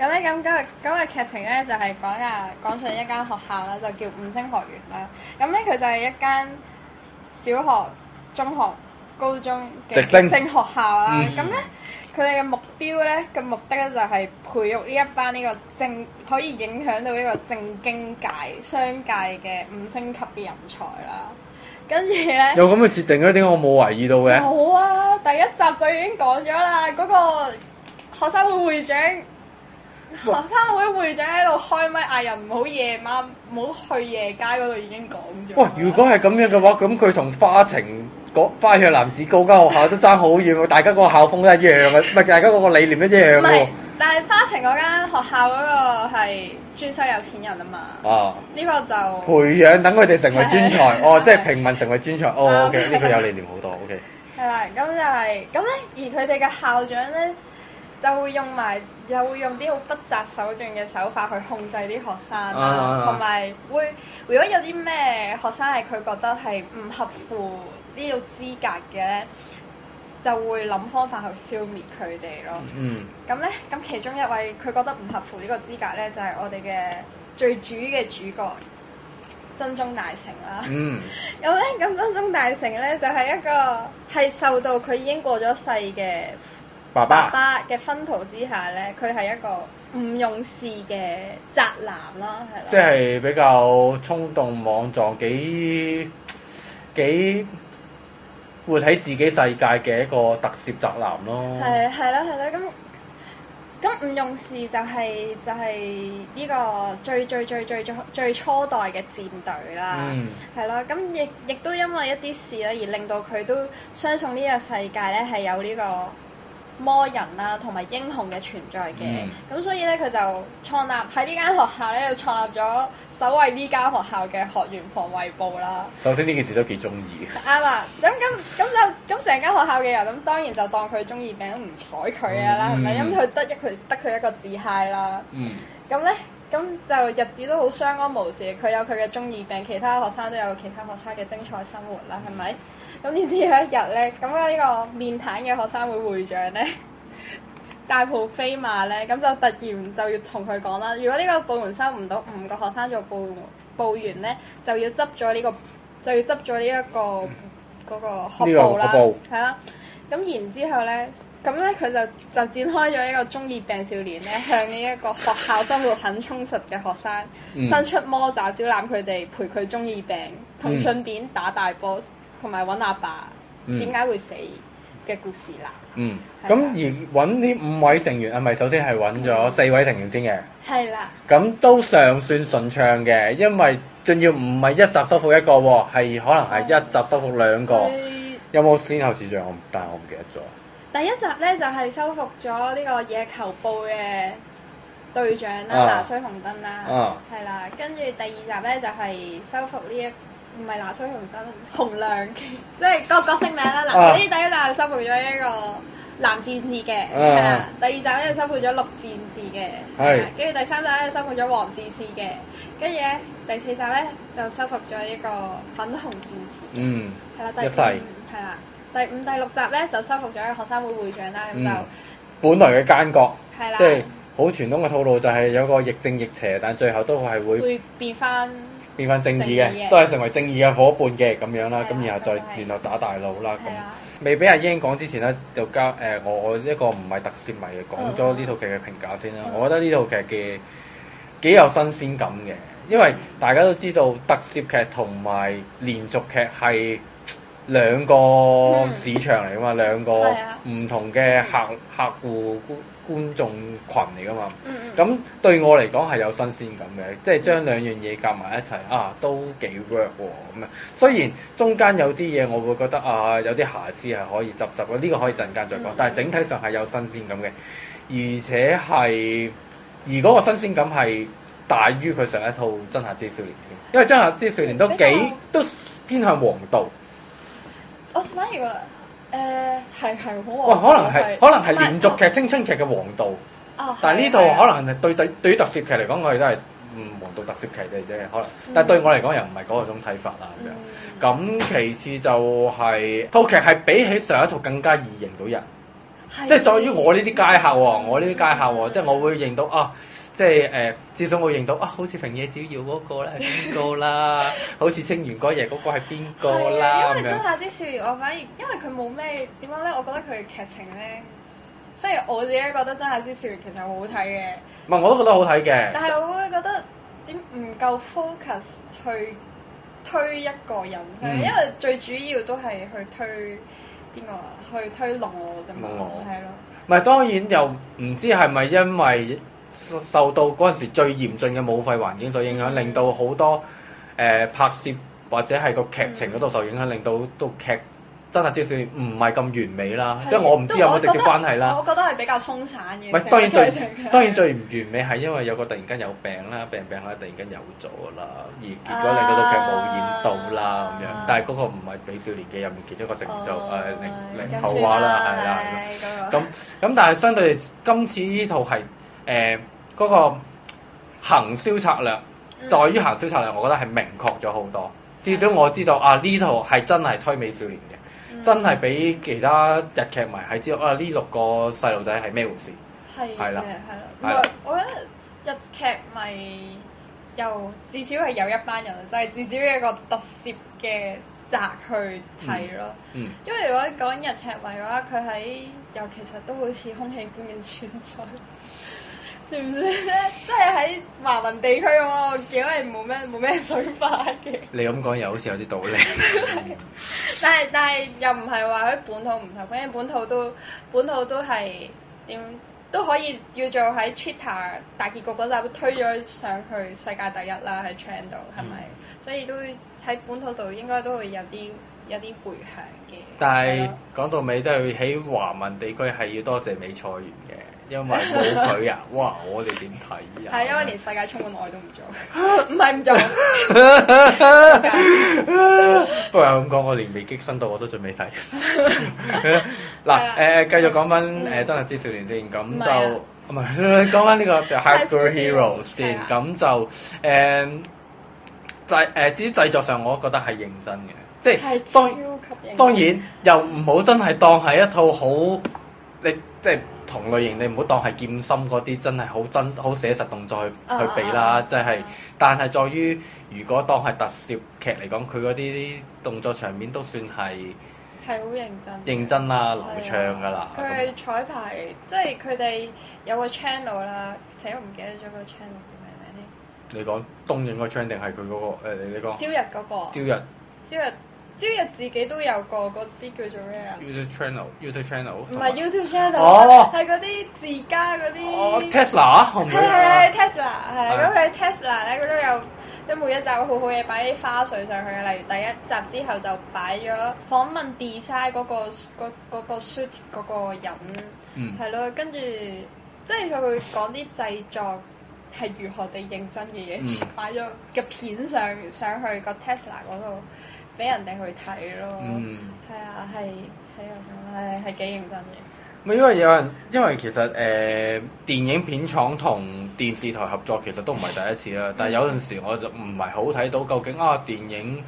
[SPEAKER 9] 咁咧，咁今日今日劇情咧就係、講啊講上一間學校啦，就叫五星學院啦。咁咧佢就係一間小學、中學、高中嘅
[SPEAKER 5] 直升
[SPEAKER 9] 直升學校啦。
[SPEAKER 5] 嗯
[SPEAKER 9] 咁咧、佢哋嘅目標咧嘅目的咧就係、培育呢一班呢個政可以影響到呢個政經界、商界嘅五星級嘅人才啦。跟住咧。
[SPEAKER 5] 有咁嘅設定嘅，點解我冇懷疑到嘅？
[SPEAKER 9] 冇啊！第一集就已經講咗啦，嗰、個學生會會長，學生會會長喺度開咪嗌人唔好夜晚，唔好去夜街嗰度已經講咗。
[SPEAKER 5] 哇！如果係咁樣嘅話，咁佢同花情嗰花樣男子高間學校都爭好遠喎，大家嗰個校風都一樣啊嘅，唔係大家嗰個理念一樣
[SPEAKER 9] 唔係
[SPEAKER 5] 喎。，
[SPEAKER 9] 但係花城嗰間學校嗰個係專收有錢人啊嘛，
[SPEAKER 5] 啊！
[SPEAKER 9] 呢、個就
[SPEAKER 5] 培養等佢哋成為專才，
[SPEAKER 9] 係
[SPEAKER 5] 哦，
[SPEAKER 9] 係
[SPEAKER 5] 即係平民成為專才，哦
[SPEAKER 9] 啊
[SPEAKER 5] ，OK，呢個有理念好多，OK，
[SPEAKER 9] 係啦，咁就係咁咧，而佢哋嘅校長咧就會用埋又會用啲好不擇手段嘅手法去控制啲學生
[SPEAKER 6] 啊啊
[SPEAKER 9] 啦
[SPEAKER 6] 啊，
[SPEAKER 9] 同埋、會如果有啲咩學生係佢覺得係唔合乎呢個資格嘅咧，就會諗方法去消滅佢哋咯。
[SPEAKER 5] 嗯，
[SPEAKER 9] 咁咧，咁其中一位佢覺得唔合乎呢個資格咧，就係、我哋嘅最主嘅主角真宗大成啦。
[SPEAKER 5] 嗯，
[SPEAKER 9] 咁咧，咁真宗大成咧就係、一個係受到佢已經過咗世嘅
[SPEAKER 5] 爸
[SPEAKER 9] 爸
[SPEAKER 5] 爸，
[SPEAKER 9] 爸嘅薰陶之下咧，佢係一個唔用事嘅宅男啦，係啦。
[SPEAKER 5] 即係比較衝動莽撞，幾幾活喺自己世界嘅一個特攝宅男咯，
[SPEAKER 9] 係係啦係啦，咁咁唔用事就係、就係、呢個最最最最最最初代嘅戰隊啦。
[SPEAKER 5] 嗯，
[SPEAKER 9] 係咯，咁亦亦都因為一啲事咧，而令到佢都相信呢個世界咧係有呢個魔人啦、同埋英雄嘅存在嘅。咁
[SPEAKER 5] 嗯、
[SPEAKER 9] 所以咧，佢就創立喺呢間學校咧，就創立咗守衛呢間學校嘅學員防衛部啦。
[SPEAKER 5] 首先呢件事都幾中意嘅，
[SPEAKER 9] 啱啊！咁咁咁就咁成間學校嘅人，咁當然就當佢中意病，唔睬佢啊啦，係咪、
[SPEAKER 5] 嗯
[SPEAKER 9] 因為佢得一佢得佢一個自嗨啦。
[SPEAKER 5] 嗯，
[SPEAKER 9] 咁咧，咁就日子都好相安無事。佢有佢嘅中二病，其他學生都有其他學生嘅精彩生活啦，係咪？咁點知有一日咧，咁啊呢個面癱嘅學生會會長咧，大埔飛馬咧，咁就突然就要同佢講啦。如果呢個部門收唔到五個學生做部部員咧，就要執咗呢個，就要執咗呢一個嗰、個學部啦
[SPEAKER 5] 嗯呢個學部，
[SPEAKER 9] 係啦。咁然之後咧，咁咧佢就就展開咗一個中二病少年咧，向呢一 個學校生活很充實嘅學生、
[SPEAKER 5] 嗯
[SPEAKER 9] 伸出魔爪，招攬佢哋陪佢中二病，同
[SPEAKER 5] 嗯
[SPEAKER 9] 順便打大 boss，同埋揾阿爸
[SPEAKER 5] 嗯
[SPEAKER 9] 點解會死嘅故事啦。
[SPEAKER 5] 嗯，
[SPEAKER 9] 係啊
[SPEAKER 5] 咁
[SPEAKER 9] 啦
[SPEAKER 5] 而揾呢五位成員，係啊咪首先係揾
[SPEAKER 9] 嗯
[SPEAKER 5] 咗四位成員先嘅？
[SPEAKER 9] 係啦，
[SPEAKER 5] 咁都尚算順暢嘅，因為仲要唔係一集收服一個喎，係可能
[SPEAKER 9] 哦
[SPEAKER 5] 係一集收服兩個。
[SPEAKER 9] 佢
[SPEAKER 5] 有冇先後次序？我唔，但係我唔記得咗。
[SPEAKER 9] 第一集咧就係、收復咗呢個野球部嘅隊長啦，
[SPEAKER 5] 啊
[SPEAKER 9] 拿衰紅燈啦
[SPEAKER 5] 啊，
[SPEAKER 9] 係啦、跟住第二集咧就係、收復呢、一。唔係拿衰紅燈，紅亮， 即係個角色名啦。嗱，
[SPEAKER 5] 啊
[SPEAKER 9] 所以第一集就收復咗一個男戰士嘅，
[SPEAKER 5] 啊
[SPEAKER 9] 係啦、第二集咧就收復咗綠戰士嘅，
[SPEAKER 5] 係
[SPEAKER 9] 係啦跟住第三集咧就收復咗黃戰士嘅，跟住咧第四集咧就收復咗一個粉紅戰士嘅。
[SPEAKER 5] 嗯，
[SPEAKER 9] 係啦，第
[SPEAKER 5] 一
[SPEAKER 9] 五
[SPEAKER 5] 世
[SPEAKER 9] 係啦，第五、第六集咧就收服咗一個學生會會長啦，咁
[SPEAKER 5] 嗯
[SPEAKER 9] 就
[SPEAKER 5] 本來嘅奸角，
[SPEAKER 9] 係啦，
[SPEAKER 5] 即係好傳統嘅套路，就係有個亦正亦邪，但最後都係會
[SPEAKER 9] 會變翻
[SPEAKER 5] 變翻正義
[SPEAKER 9] 正義
[SPEAKER 5] 嘅，
[SPEAKER 9] 嘅
[SPEAKER 5] 都係成為正義嘅伙伴嘅咁樣啦。咁
[SPEAKER 9] 係啦
[SPEAKER 5] 然後再
[SPEAKER 9] 係啦係
[SPEAKER 5] 然後打大佬啦
[SPEAKER 9] 係啊
[SPEAKER 5] 咁。
[SPEAKER 9] 啦，
[SPEAKER 5] 未俾阿英講之前咧，就交誒、呃我我一個唔係特攝迷嘅講咗呢套劇嘅評價先啦。
[SPEAKER 9] 嗯
[SPEAKER 5] 我覺得呢套劇嘅幾有新鮮感嘅，因為大家都知道特攝劇同埋連續劇係兩個市場嚟噶嘛，兩個
[SPEAKER 9] 嗯係啊
[SPEAKER 5] 唔同嘅客客戶觀觀眾群嚟噶嘛。
[SPEAKER 9] 嗯嗯，
[SPEAKER 5] 咁對我嚟講係有新鮮感嘅，即係將兩樣嘢夾埋一齊啊，都幾 work 喎咁啊。雖然中間有啲嘢我會覺得啊，有啲瑕疵係可以執執嘅，呢、個可以陣間再講
[SPEAKER 9] 嗯。
[SPEAKER 5] 但係整體上係有新鮮感嘅，而且係而嗰個新鮮感係大於佢上一套《真夏之少年》添，因為《真夏之少年》都
[SPEAKER 9] 比較
[SPEAKER 5] 幾都偏向黃道，
[SPEAKER 9] 我反而覺得誒呃係哦係好
[SPEAKER 5] 哇！
[SPEAKER 9] 黃
[SPEAKER 5] 可
[SPEAKER 9] 道
[SPEAKER 5] 能係可能係連續，
[SPEAKER 9] 同
[SPEAKER 5] 劇、青春劇嘅黃道。
[SPEAKER 9] 埋哦
[SPEAKER 5] 但係呢
[SPEAKER 9] 係啊係啊
[SPEAKER 5] 套可能係對對對於特攝劇嚟講，我哋都係唔黃道特攝劇嚟啫，可能。但係對我嚟講又唔係嗰種睇法啦咁樣。
[SPEAKER 9] 嗯
[SPEAKER 5] 咁其次就係、套劇係比起上一套更加易認到人，
[SPEAKER 9] 係
[SPEAKER 5] 即係在於我呢啲街客喎，我呢啲街客喎，即係我會認到啊。即係誒、至少我會認到啊，好似平野紫耀嗰個 咧係邊個啦，好似清源哥爺嗰個係邊個
[SPEAKER 9] 係啊
[SPEAKER 5] 啦
[SPEAKER 9] 因
[SPEAKER 5] 咁
[SPEAKER 9] 為
[SPEAKER 5] 樣
[SPEAKER 9] 真。夏之少年，我反而因為佢冇咩點講咧，我覺得佢劇情咧，雖然我自己覺得真夏之少年其實好好睇嘅。
[SPEAKER 5] 唔係，我都覺得好睇嘅。
[SPEAKER 9] 但係我會覺得點唔夠 focus 去推一個人，
[SPEAKER 5] 嗯
[SPEAKER 9] 因為最主要都係去推邊個啊？去推龍我啫嘛
[SPEAKER 5] 龍我，
[SPEAKER 9] 係咯，
[SPEAKER 5] 唔係當然又唔知係咪因為受受到嗰陣時最嚴峻嘅武肺環境所影響，
[SPEAKER 9] 嗯
[SPEAKER 5] 令到好多誒、呃拍攝或者係個劇情嗰度受影響，令到到劇真係至少唔係咁完美啦。啊
[SPEAKER 9] 係
[SPEAKER 5] 即係我唔知有冇直接關係啦。
[SPEAKER 9] 我覺得係比較鬆散嘅。
[SPEAKER 5] 唔係
[SPEAKER 9] 成哦
[SPEAKER 5] 當然
[SPEAKER 9] 個
[SPEAKER 5] 最
[SPEAKER 9] 劇情
[SPEAKER 5] 當然最唔完美係因為有個突然間有病啦，病病下突然間有咗啦，而結果令到套劇冇演到啦咁樣
[SPEAKER 9] 啊。
[SPEAKER 5] 但係嗰個唔係俾少年嘅入面其中一個成就呃誒
[SPEAKER 9] 哦
[SPEAKER 5] 零零
[SPEAKER 9] 咁
[SPEAKER 5] 後
[SPEAKER 9] 算
[SPEAKER 5] 話啦，係啦。
[SPEAKER 9] 係
[SPEAKER 5] 咁
[SPEAKER 9] 咁
[SPEAKER 5] 咁但係相對今次呢套係誒嗰個行銷策略，
[SPEAKER 9] 嗯
[SPEAKER 5] 在於行銷策略，我覺得係明確咗好多。至少我知道啊，呢套係真係推美少年嘅，
[SPEAKER 9] 嗯
[SPEAKER 5] 真係俾其他日劇迷係知道啊，呢六個細路仔係咩回事。
[SPEAKER 9] 係嘅，
[SPEAKER 5] 係
[SPEAKER 9] 係
[SPEAKER 5] 啦
[SPEAKER 9] 啦。唔
[SPEAKER 5] 係啦
[SPEAKER 9] 係，我覺得日劇咪又至少係有一班人，就係、至少有一個特攝嘅宅去睇咯。
[SPEAKER 5] 嗯，
[SPEAKER 9] 因為如果講日劇迷嘅話，佢喺又其實都好似空氣般嘅存 在，算唔算咧？即係喺華文地區嘅話，我見到係冇咩冇咩水花嘅。
[SPEAKER 5] 你咁講又好似有啲道理。
[SPEAKER 9] 但係但係又唔係話喺本土唔同，反正本土都本土都係點都可以叫做喺 Twitter 大結局嗰集推咗上去世界第一啦，喺 trend 度係咪？
[SPEAKER 5] 嗯
[SPEAKER 9] 所以都喺本土度應該都會有啲有啲迴響嘅。
[SPEAKER 5] 但
[SPEAKER 9] 係啊
[SPEAKER 5] 係
[SPEAKER 9] 咯
[SPEAKER 5] 講到尾都係喺華文地區係要多謝美菜園嘅，因為冇佢 啊，哇！我哋點睇啊？
[SPEAKER 9] 係因為 連世界充滿愛都唔做，唔係唔做。啊
[SPEAKER 5] 不過有咁講，我連未激身到我都仲 未睇。嗱，誒繼續講翻誒《真係之少年》先，咁
[SPEAKER 9] 啊嗯唔係啊
[SPEAKER 5] 就唔係 講翻呢個《The High School
[SPEAKER 9] High School
[SPEAKER 5] Heroes
[SPEAKER 9] Heroes》
[SPEAKER 5] 先，
[SPEAKER 9] 係啊
[SPEAKER 5] 咁就誒製誒至於製作上，我覺得係認真嘅，即
[SPEAKER 9] 係
[SPEAKER 5] 係
[SPEAKER 9] 超
[SPEAKER 5] 當
[SPEAKER 9] 級型。
[SPEAKER 5] 當然又唔好真係當係一套好你即係同類型，你唔好當係劍心嗰啲真係好真好寫實動作去
[SPEAKER 9] 啊
[SPEAKER 5] 去比
[SPEAKER 9] 啊
[SPEAKER 5] 啦
[SPEAKER 9] 啊，
[SPEAKER 5] 即係。但係在於，如果當係特攝劇嚟講，佢嗰啲動作場面都算係
[SPEAKER 9] 係好認真。
[SPEAKER 5] 認真啦、流暢噶啦。
[SPEAKER 9] 佢係彩排，即係佢哋有個 channel 啦，死我唔記得咗個 channel 叫咩名添。
[SPEAKER 5] 你講東影嗰槍定係佢嗰個誒你你講
[SPEAKER 9] 朝日嗰個，啊
[SPEAKER 5] 朝日
[SPEAKER 9] 朝日朝日自己都有個嗰啲叫做咩啊？
[SPEAKER 5] YouTube channel、YouTube channel
[SPEAKER 9] 唔
[SPEAKER 5] 同埋
[SPEAKER 9] 係 YouTube channel，
[SPEAKER 5] 哦
[SPEAKER 9] 啊係嗰啲自家嗰
[SPEAKER 5] 哦
[SPEAKER 9] 啲。
[SPEAKER 5] Tesla 可唔
[SPEAKER 9] 係
[SPEAKER 5] 可以
[SPEAKER 9] 係係
[SPEAKER 5] 啊？
[SPEAKER 9] Tesla，係咁佢 Tesla 咧，佢都有即係每一集好好嘢擺啲花絮上去嘅，例如第一集之後就擺咗訪問 design 嗰、個嗰嗰個 suit 嗰個人，
[SPEAKER 5] 嗯
[SPEAKER 9] 係咯、跟住即係佢會講啲製作。係如何地認真嘅嘢
[SPEAKER 5] 嗯
[SPEAKER 9] 擺咗嘅片上上去個 Tesla 嗰度俾人哋去睇咯，係、
[SPEAKER 5] 嗯。
[SPEAKER 9] 啊，係死我咗，係係幾認真嘅，
[SPEAKER 5] 咪因為有人，因為其實誒、呃、電影片廠同電視台合作其實都唔係第一
[SPEAKER 9] 嗯
[SPEAKER 5] 次啦，但係有陣時我就唔係好睇到究竟啊電影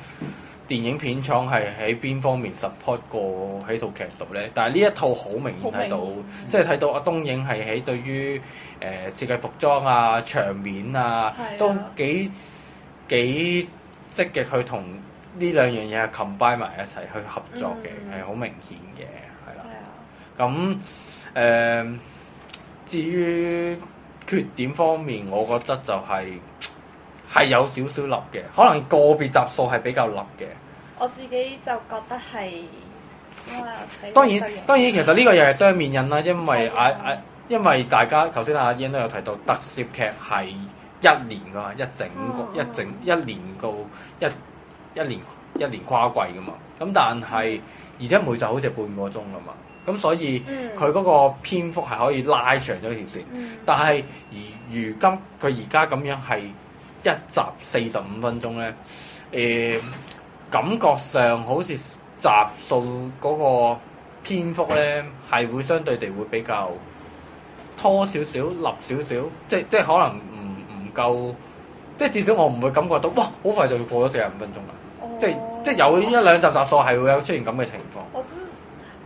[SPEAKER 5] 電影片廠係喺邊方面 support 過喺套劇度咧。但係呢一套好明顯睇到
[SPEAKER 9] 好，
[SPEAKER 5] 即係睇到阿東影係喺對於誒、呃、設計服裝啊、場面啊
[SPEAKER 9] 係啊，
[SPEAKER 5] 都幾幾積極去同呢兩樣嘢係 combine 埋一齊去合作嘅，
[SPEAKER 9] 嗯
[SPEAKER 5] 係好、明顯嘅，係啦
[SPEAKER 9] 係。啊。
[SPEAKER 5] 咁誒、至於缺點方面，我覺得就係、係有少少立嘅，可能個別集數係比較立嘅。
[SPEAKER 9] 我自己就覺得係，因為我睇
[SPEAKER 5] 當然當然，其實呢個又係雙面印啦，因為
[SPEAKER 9] 係
[SPEAKER 5] 啊
[SPEAKER 9] 啊
[SPEAKER 5] 啊，因為大家頭先阿 Ian 都有提到特攝劇係一年噶嘛，一整個、
[SPEAKER 9] 嗯嗯
[SPEAKER 5] 一整一年到一一年一年跨季噶嘛。咁但係而且每集好似係半個鐘噶嘛，咁所以
[SPEAKER 9] 嗯
[SPEAKER 5] 佢嗰個篇幅係可以拉長咗條線。
[SPEAKER 9] 嗯
[SPEAKER 5] 但係而如今佢而家咁樣係一集四十五分鐘咧，誒、感覺上好似集數嗰個篇幅咧係會相對地會比較拖少少、立少少，即即可能唔唔夠，即至少我唔會感覺到哇好快就會過咗四十五分鐘啦，即
[SPEAKER 9] 哦
[SPEAKER 5] 即有一兩集集數係會有出現咁嘅情況，
[SPEAKER 9] 我都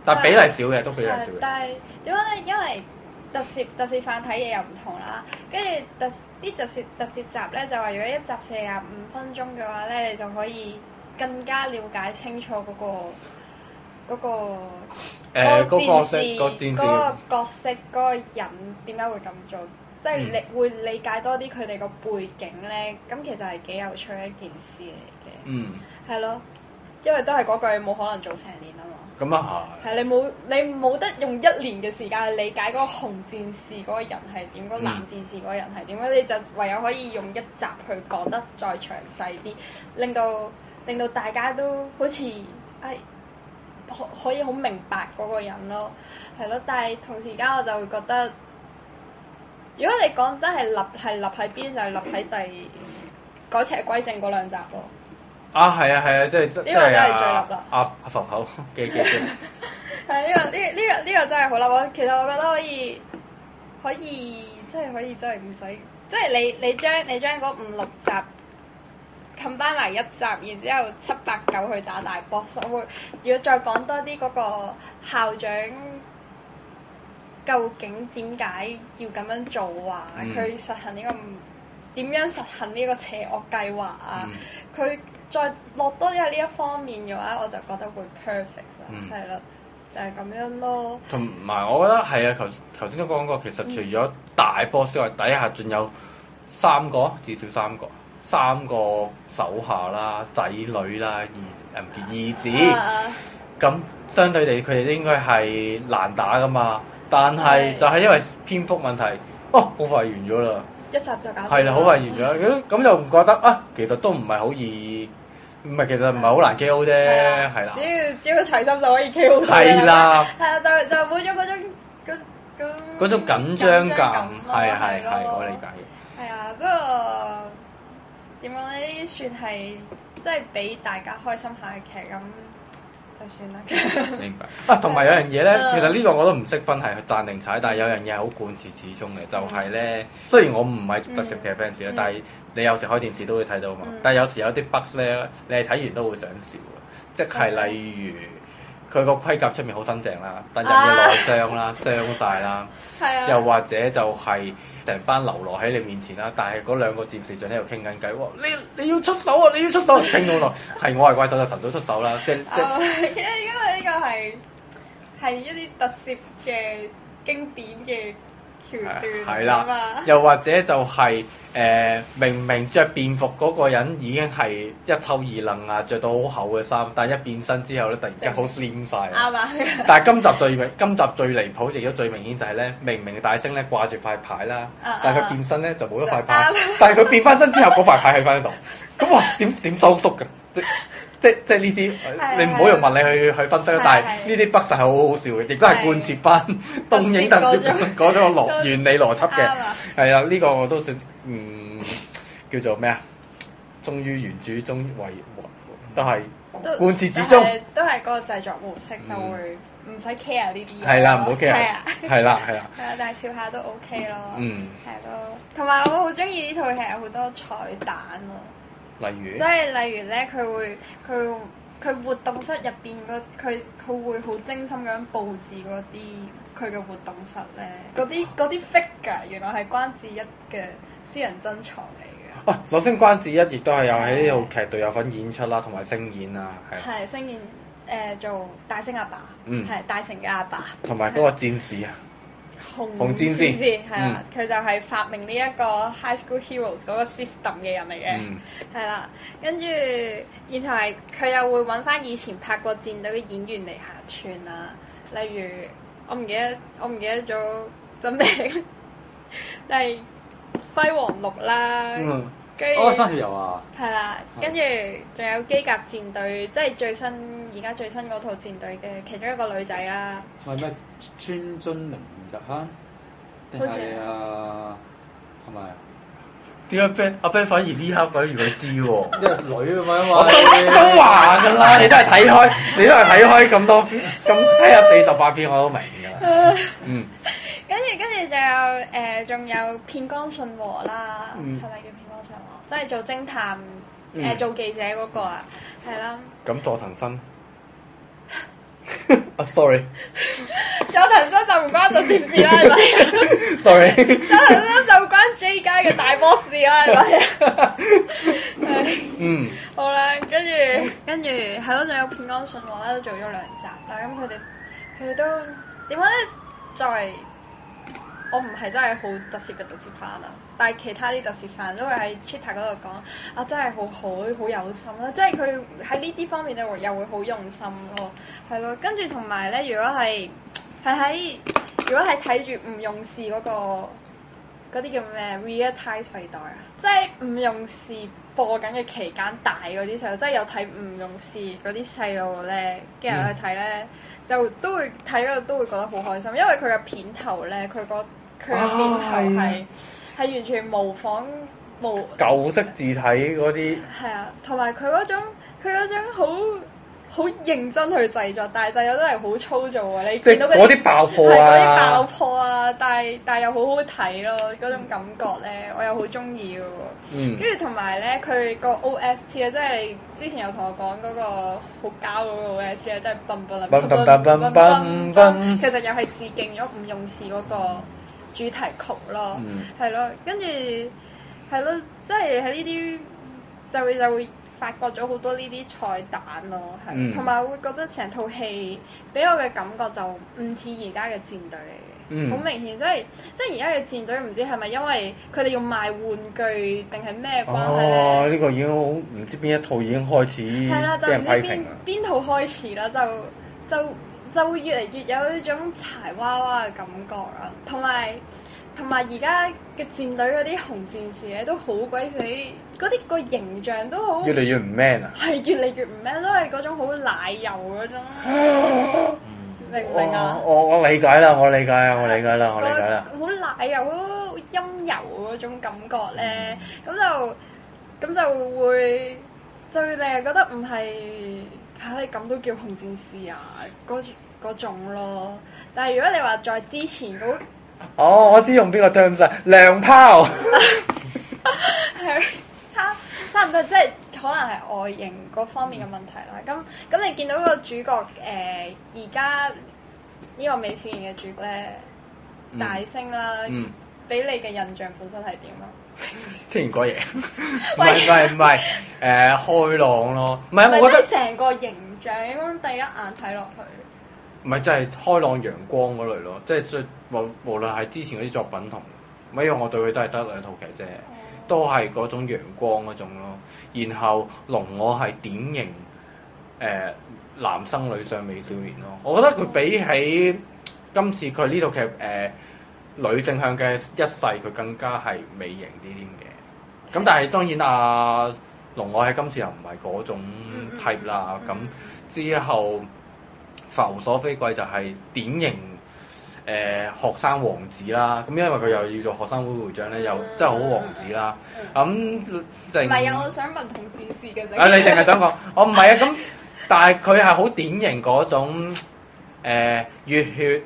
[SPEAKER 5] 但比例少嘅，都比例
[SPEAKER 9] 係
[SPEAKER 5] 少，嘅，
[SPEAKER 9] 但係點解咧？因為特攝特攝飯睇嘢又唔同啦，跟住特啲特攝特攝集咧就話，如果一集四十五分鐘嘅話咧，你就可以更加了解清楚嗰、個嗰、個
[SPEAKER 5] 誒嗰個
[SPEAKER 9] 戰士
[SPEAKER 5] 嗰個戰士
[SPEAKER 9] 嗰個。角色嗰個人點解會咁做，即
[SPEAKER 5] 嗯
[SPEAKER 9] 係你、會理解多啲佢哋個背景咧，咁其實係幾有趣嘅一件事嚟
[SPEAKER 5] 嗯，
[SPEAKER 9] 嘅，係咯，因為都係嗰句冇可能做成年啊嘛，
[SPEAKER 5] 咁啊係。
[SPEAKER 9] 係你冇你冇得用一年嘅時間去理解嗰個紅戰士嗰個人係點，嗰、個
[SPEAKER 5] 嗯
[SPEAKER 9] 藍戰士嗰個人係點，咁你就唯有可以用一集去講得再詳細啲，令到令到大家都好似誒。哎可可以好明白嗰個人咯，係咯。但係同時間我就會覺得，如果你講真係立係立喺邊，就係立喺第改邪歸正嗰兩集咯。
[SPEAKER 5] 啊，係啊，係啊，即係即
[SPEAKER 9] 個
[SPEAKER 5] 係
[SPEAKER 9] 真係最
[SPEAKER 5] 啊
[SPEAKER 9] 立啦
[SPEAKER 5] 阿阿浮口嘅嘅 嘅，
[SPEAKER 9] 係呢、個呢呢、個呢、個真係好啦！我其實我覺得可以可以真係可以真係唔使，即係你你將你將嗰五六集 combine 埋一集，然之後七八九去打大 boss，我會如果再講多啲嗰個校長。究竟點解要咁樣做啊？
[SPEAKER 5] 嗯
[SPEAKER 9] 佢、實行呢、個唔點樣實行呢個邪惡計劃啊？
[SPEAKER 5] 嗯
[SPEAKER 9] 佢再落多啲喺呢一方面嘅話，我就覺得會 perfect 啦，
[SPEAKER 5] 嗯
[SPEAKER 9] 係啦、就係、咁樣咯。
[SPEAKER 5] 同埋我覺得係啊，頭頭先都講過，其
[SPEAKER 9] 嗯
[SPEAKER 5] 實除咗大波之外，底下仲有三個，至少三個，三個手下啦、仔女啦、兒誒唔係兒
[SPEAKER 9] 啊
[SPEAKER 5] 子，
[SPEAKER 9] 啊
[SPEAKER 5] 咁相對地佢哋應該係難打噶嘛，但係
[SPEAKER 9] 係
[SPEAKER 5] 就係因為篇幅問題，哦，好快完咗啦。
[SPEAKER 9] 一集就搞掂
[SPEAKER 5] 係啦，好快完咗，咁咁就唔覺得啊，其實都唔係好易，唔係其實唔係好難 KO 啫，
[SPEAKER 9] 係啊
[SPEAKER 5] 係啦
[SPEAKER 9] 只，要只要齊心就可以 K.O. 佢
[SPEAKER 5] 係啦，
[SPEAKER 9] 係啊，就就冇咗嗰種嗰嗰
[SPEAKER 5] 嗰種緊張感
[SPEAKER 9] 緊張，咯
[SPEAKER 5] 係啊係
[SPEAKER 9] 咯
[SPEAKER 5] 係，我理解嘅。
[SPEAKER 9] 係啊，不過點講呢？呢啲算係即係俾大家開心下嘅劇咁就算 啦。
[SPEAKER 5] 明白啊，同埋有樣嘢咧，
[SPEAKER 9] 嗯
[SPEAKER 5] 其實呢個我都唔識分係贊定踩，但係有樣嘢係好貫徹始終嘅，就係咧，雖然我唔係特攝劇 fans 咧
[SPEAKER 9] 嗯，
[SPEAKER 5] 但係你有時開電視都會睇到嘛
[SPEAKER 9] 嗯，
[SPEAKER 5] 但係有時有啲 bug 啊咧，你係睇完都會想笑嘅，即係例如佢個盔甲出面好新淨啦，但入面內傷啦，傷晒啦，
[SPEAKER 9] 係啊，
[SPEAKER 5] 又或者就係成班流落喺你面前啦，但係嗰兩個戰士仲喺度傾緊偈，哇！你你要出手啊！你要出 手，傾到落係我係怪獸就神早出手啦，即即
[SPEAKER 9] 啊因為因為呢個係係一啲特攝嘅經典嘅橋段
[SPEAKER 5] 係
[SPEAKER 9] 啊
[SPEAKER 5] 啦
[SPEAKER 9] 嘛，，
[SPEAKER 5] 又或者就係、呃明明着便服嗰個人已經係一抽二楞啊，着到好厚嘅衫，但一變身之後咧，突然間好 slim 晒啊。
[SPEAKER 9] 啱啊，
[SPEAKER 5] 但係今集最明，今集最離譜亦都最明顯就係咧，明明大星咧掛住塊牌啦
[SPEAKER 9] 啊啊，
[SPEAKER 5] 但係佢變身咧就冇咗塊牌
[SPEAKER 9] 就啱，
[SPEAKER 5] 但係佢變翻身之後嗰塊牌喺 翻度，咁哇點點收縮㗎？即即即呢啲
[SPEAKER 9] 啊，
[SPEAKER 5] 你唔好用問你去去分析啦
[SPEAKER 9] 係啊。
[SPEAKER 5] 但係
[SPEAKER 9] 係啊
[SPEAKER 5] 呢啲北實係好好笑嘅，亦都係
[SPEAKER 9] 係
[SPEAKER 5] 貫徹 翻東影特攝 嗰種邏哦原理邏輯嘅
[SPEAKER 9] 啱。啊，
[SPEAKER 5] 係啊，呢個我都算嗯叫做咩啊？忠於原著，忠於為都係
[SPEAKER 9] 都
[SPEAKER 5] 貫徹始終。
[SPEAKER 9] 但係都係嗰個製作模式就會唔使 care 呢啲嘢，
[SPEAKER 5] 係啦，唔好
[SPEAKER 9] 係
[SPEAKER 5] care
[SPEAKER 9] 啊。。
[SPEAKER 5] 係啦，係啦，
[SPEAKER 9] 係啊，但係笑下都 OK 咯，
[SPEAKER 5] 嗯，
[SPEAKER 9] 係咯。同埋我好中意呢套戲有好多彩蛋喎，
[SPEAKER 5] 例如
[SPEAKER 9] 即。係例如咧，佢會佢佢活動室入邊嗰佢佢會好精心咁樣佈置嗰啲佢嘅活動室咧，嗰啲嗰啲 figure 原來係關智一嘅私人珍藏嚟
[SPEAKER 5] 哇！首先關智一亦都係有喺呢套劇度有份演出啦，同埋聲演啊，
[SPEAKER 9] 嘅，
[SPEAKER 5] 係，
[SPEAKER 9] 係星燕誒做大星阿爸，
[SPEAKER 5] 嗯
[SPEAKER 9] 係大成嘅阿爸。
[SPEAKER 5] 同埋嗰個戰士啊，
[SPEAKER 9] 紅
[SPEAKER 5] 紅嗯戰士
[SPEAKER 9] 係啦，佢、就係發明呢一個 High School Heroes 嗰個 system 嘅人嚟嘅，
[SPEAKER 5] 嗯，
[SPEAKER 9] 係啦、跟住然後係佢又會揾翻以前拍過戰隊嘅演員嚟客串啦，例如我唔記得我唔記得咗真名， 但係輝煌六啦，
[SPEAKER 5] 嗯，
[SPEAKER 9] 跟住
[SPEAKER 6] 哦，新血油啊！
[SPEAKER 9] 係啦，跟住仲有機甲戰隊，即係最新而家最新嗰套戰隊嘅其中一個女仔啦，
[SPEAKER 2] 係咩？川津明日香定
[SPEAKER 9] 好似
[SPEAKER 2] 係
[SPEAKER 9] 係
[SPEAKER 2] 啊？係咪啊？
[SPEAKER 5] 點解 Ben 阿 Ben 反而呢刻鬼如佢知喎？
[SPEAKER 2] 因為女啊嘛，因
[SPEAKER 5] 我都都話㗎啦，你都係睇開，你都係睇開咁多，咁睇下四十八篇我都明㗎啦，嗯，
[SPEAKER 9] 跟住跟住就有誒，仲、有片江信和啦，係咪、
[SPEAKER 5] 嗯
[SPEAKER 9] 叫片江信和？即係做偵探誒、
[SPEAKER 5] 嗯
[SPEAKER 9] 做記者嗰個啊，係啦。
[SPEAKER 5] 咁佐藤新， 啊，sorry，sorry，
[SPEAKER 9] 佐藤生就唔關做攝事啦，係咪？佐藤生就關 J 家嘅大 boss 啦，係咪？係
[SPEAKER 5] 嗯，
[SPEAKER 9] 好啦，跟住跟住係咯，仲有片安信和啦，都做咗兩集啦。咁佢哋佢哋都點講咧？作為我唔係真係好特攝嘅特攝fan 啦，但係其他啲特攝 fan 都會喺 Twitter 嗰度講啊，真係好好好有心啦！即係佢喺呢啲方面咧，又會好用心咯，係咯。跟住同埋咧，如果係係喺如果係睇住唔用事嗰、個。嗰啲叫咩 real time 世代啊，即係唔用事播緊嘅期間大嗰啲細路，即係有睇唔用事嗰啲細路咧，跟住去睇咧，就都會睇嗰度都會覺得好開心，因為佢嘅片頭咧，佢個佢嘅片頭係係、完全模仿模
[SPEAKER 5] 舊式字體嗰啲，
[SPEAKER 9] 係啊，同埋佢嗰種佢嗰種好好認真去製作，但係製作都係好粗糙啊！你
[SPEAKER 5] 即
[SPEAKER 9] 見
[SPEAKER 5] 係
[SPEAKER 9] 到
[SPEAKER 5] 嗰啲爆破
[SPEAKER 9] 係嗰啲爆
[SPEAKER 5] 啊，
[SPEAKER 9] 破啊，但係但係又好好睇咯，嗰種感覺咧，我又好中意嘅喎。
[SPEAKER 5] 嗯。
[SPEAKER 9] 跟住同埋咧，佢個 OST 啊，即係你之前有同我講嗰個好膠嗰個 OST 啊，即係嘣嘣
[SPEAKER 5] 嘣嘣嘣嘣嘣嘣
[SPEAKER 9] 其實又係致敬咗吳用士嗰個主題曲
[SPEAKER 5] 嗯
[SPEAKER 9] 咯，係咯，跟住係咯，即係喺呢啲就會就會發覺咗好多呢啲彩蛋咯，係，
[SPEAKER 5] 嗯
[SPEAKER 9] 同埋、會覺得成套戲俾我嘅感覺就唔似而家嘅戰隊嚟嘅。
[SPEAKER 5] 嗯
[SPEAKER 9] 好明顯，即係即係而家嘅戰隊唔知係咪因為佢哋要賣玩具定係咩關係咧？
[SPEAKER 5] 哦，呢、個已經好唔知邊一套已經開始
[SPEAKER 9] 係啦，就
[SPEAKER 5] 嗯俾
[SPEAKER 9] 唔
[SPEAKER 5] 人批
[SPEAKER 9] 知邊
[SPEAKER 5] 評啊啦。
[SPEAKER 9] 邊套開始啦，就就就會越嚟越有呢種柴娃娃嘅感覺啊，同埋同埋而家嘅戰隊嗰啲紅戰士咧都好鬼死，嗰啲個形象都好
[SPEAKER 5] 越嚟越唔 man 啊！
[SPEAKER 9] 係越嚟越唔咩，都係嗰種好奶油嗰種， 明唔明啊
[SPEAKER 5] 我？哦我我理解啦，我理解啊，我理解啦，我理解啦。
[SPEAKER 9] 個好奶油、啊好陰柔啊嗰種感覺咧，咁就咁就會就會令人覺得唔係嚇你咁都叫紅戰士啊嗰嗰種咯。但係如果你話在之前嗰
[SPEAKER 5] 哦，我知用邊個 terms 啊？娘炮。
[SPEAKER 9] 係差差唔多，即係可可能係外形嗰方面嘅問題啦。咁咁你見到個主角誒而家呢個美少年嘅主角咧
[SPEAKER 5] 嗯
[SPEAKER 9] 大聲啦，
[SPEAKER 5] 嗯，
[SPEAKER 9] 俾你嘅印象本身係點啊？
[SPEAKER 5] 之前 嗰嘢，唔係唔係唔係，誒開朗咯，唔係
[SPEAKER 9] 咪
[SPEAKER 5] 我
[SPEAKER 9] 即
[SPEAKER 5] 覺得
[SPEAKER 9] 係成個形象咁第一眼睇落
[SPEAKER 5] 唔
[SPEAKER 9] 去，
[SPEAKER 5] 係真係開朗陽光嗰類咯，即係最無無論係之前嗰啲作品同，因為我對佢都係得兩套劇啫，都係嗰種陽光嗰種咯。然後龍我係典型誒、呃男生女相美少年咯，我覺得佢比起今次佢呢套劇誒、呃女性向嘅一世，佢更加係美型啲添
[SPEAKER 9] 嗯
[SPEAKER 5] 嘅。咁但係當然啊，龍我喺今次又唔係嗰種
[SPEAKER 9] 嗯嗯
[SPEAKER 5] type 啦，咁、
[SPEAKER 9] 嗯
[SPEAKER 5] 之後浮所飛貴就係典型誒、呃、學生王子啦，咁因為佢又要做學生會會長咧，又
[SPEAKER 9] 嗯
[SPEAKER 5] 真係好王子啦。咁淨
[SPEAKER 9] 唔係啊！我想問同自視嘅啫。
[SPEAKER 5] 嗯啊，你淨係想講，我唔係啊，咁但係佢係好典型嗰種誒、呃、熱血誒。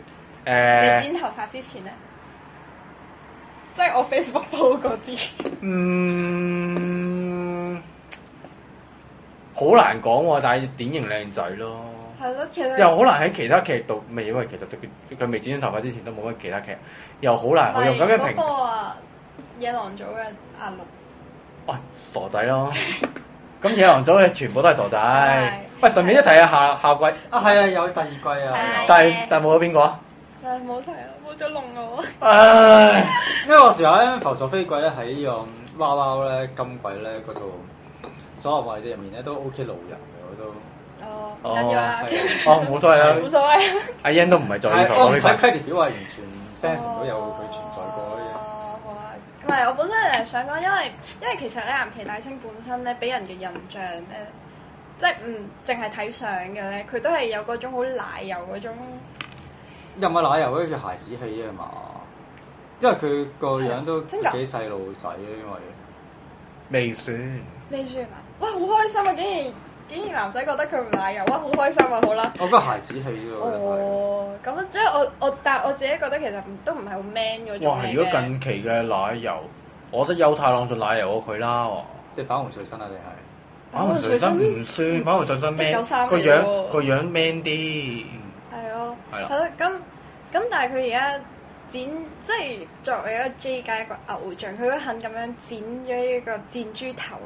[SPEAKER 5] 呃
[SPEAKER 9] 你剪頭髮之前咧，即係我 Facebook 鋪嗰啲，
[SPEAKER 5] 嗯，好難講喎，但係典型靚仔咯，
[SPEAKER 9] 係咯，其實
[SPEAKER 5] 又好難喺其他劇度未，因為其實佢佢未剪短頭髮之前都冇乜其他劇，又好難好用咁嘅
[SPEAKER 9] 嗰個
[SPEAKER 5] 評，
[SPEAKER 9] 啊野狼組嘅阿六，
[SPEAKER 5] 哇傻仔 咯，咁野狼組嘅全部都係傻仔
[SPEAKER 9] 係。
[SPEAKER 5] 喂，順便一提下下下季，
[SPEAKER 6] 啊，係啊，有第二季啊，
[SPEAKER 9] 係
[SPEAKER 5] 但係但係冇咗邊個啊？
[SPEAKER 9] 唉冇睇啦，冇咗龍我。
[SPEAKER 5] 唉，
[SPEAKER 6] 因為我時候咧浮索飛貴咧喺呢個娃娃咧今季咧嗰度所有位置入面咧都 OK 路人嘅我都。
[SPEAKER 9] 哦，唔
[SPEAKER 5] 哦
[SPEAKER 9] 緊要啦，
[SPEAKER 6] 係啊
[SPEAKER 5] 哦冇所謂
[SPEAKER 9] 冇
[SPEAKER 5] 啦，
[SPEAKER 9] 所謂。
[SPEAKER 5] 阿欣都唔係在呢
[SPEAKER 6] 係
[SPEAKER 5] 度
[SPEAKER 6] 我
[SPEAKER 5] 講
[SPEAKER 6] 唔
[SPEAKER 5] 呢
[SPEAKER 6] 睇
[SPEAKER 5] 個，
[SPEAKER 6] credit 表係完全 sense 唔到有佢存在過嘅嘢。
[SPEAKER 9] 哦，好啊。唔係，我本身係想講，因為因為其實咧，岩崎大星本身咧，俾人嘅印象咧，即係唔淨係睇相嘅咧，佢都係有嗰種好奶油嗰種，
[SPEAKER 6] 又唔係奶油嗰叫孩子氣啊嘛，因為佢個樣都幾
[SPEAKER 9] 真㗎
[SPEAKER 6] 細路仔嘅，因為
[SPEAKER 5] 未算。
[SPEAKER 9] 咩算啊？哇，好開心啊！竟然竟然男仔覺得佢唔奶油，哇，好開心啊！好啦。
[SPEAKER 6] 我覺得哦孩子氣啫，我覺得係。
[SPEAKER 9] 哦，咁即係我我，但係我自己覺得其實唔都唔係好 man 嗰種
[SPEAKER 5] 哇！
[SPEAKER 9] 嚟
[SPEAKER 5] 如果
[SPEAKER 9] 嘅
[SPEAKER 5] 近期嘅奶油，我覺得邱太朗仲奶油過佢啦喎。
[SPEAKER 6] 你粉紅水身啊，定係？
[SPEAKER 5] 反紅水身唔
[SPEAKER 9] 嗯
[SPEAKER 5] 算，反紅水身
[SPEAKER 9] 即係
[SPEAKER 5] man
[SPEAKER 9] 有衫嘅
[SPEAKER 5] 個
[SPEAKER 9] 喎
[SPEAKER 5] 樣個樣 man 啲，
[SPEAKER 9] 係咯，
[SPEAKER 5] 係啦啊
[SPEAKER 9] 係咯，咁咁但係佢而家剪，即係作為一個 J 界一個偶像，佢都肯咁樣剪咗一個箭豬頭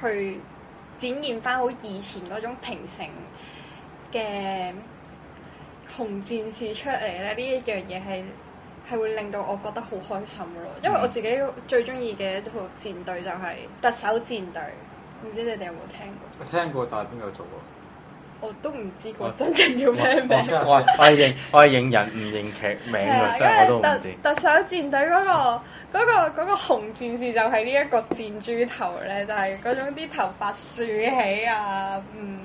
[SPEAKER 9] 去展現翻好以前嗰種平成嘅紅戰士出嚟咧，呢一樣嘢係。係會令到我覺得好開心咯，因為我自己最中意嘅一套戰隊就係特首戰隊，唔知你哋有冇聽過？
[SPEAKER 6] 我聽過，但係邊個做過？
[SPEAKER 9] 我都唔知個真正叫咩名。
[SPEAKER 5] 我係我係認我係認人唔認劇名
[SPEAKER 9] 係
[SPEAKER 5] 㗎，
[SPEAKER 9] 啊，
[SPEAKER 5] 真係我都
[SPEAKER 9] 因為
[SPEAKER 5] 唔
[SPEAKER 9] 特
[SPEAKER 5] 知。
[SPEAKER 9] 特首戰隊嗰、個嗰、個嗰、個紅戰士就係呢一個箭豬頭咧，就係、嗰種啲頭髮豎起啊，唔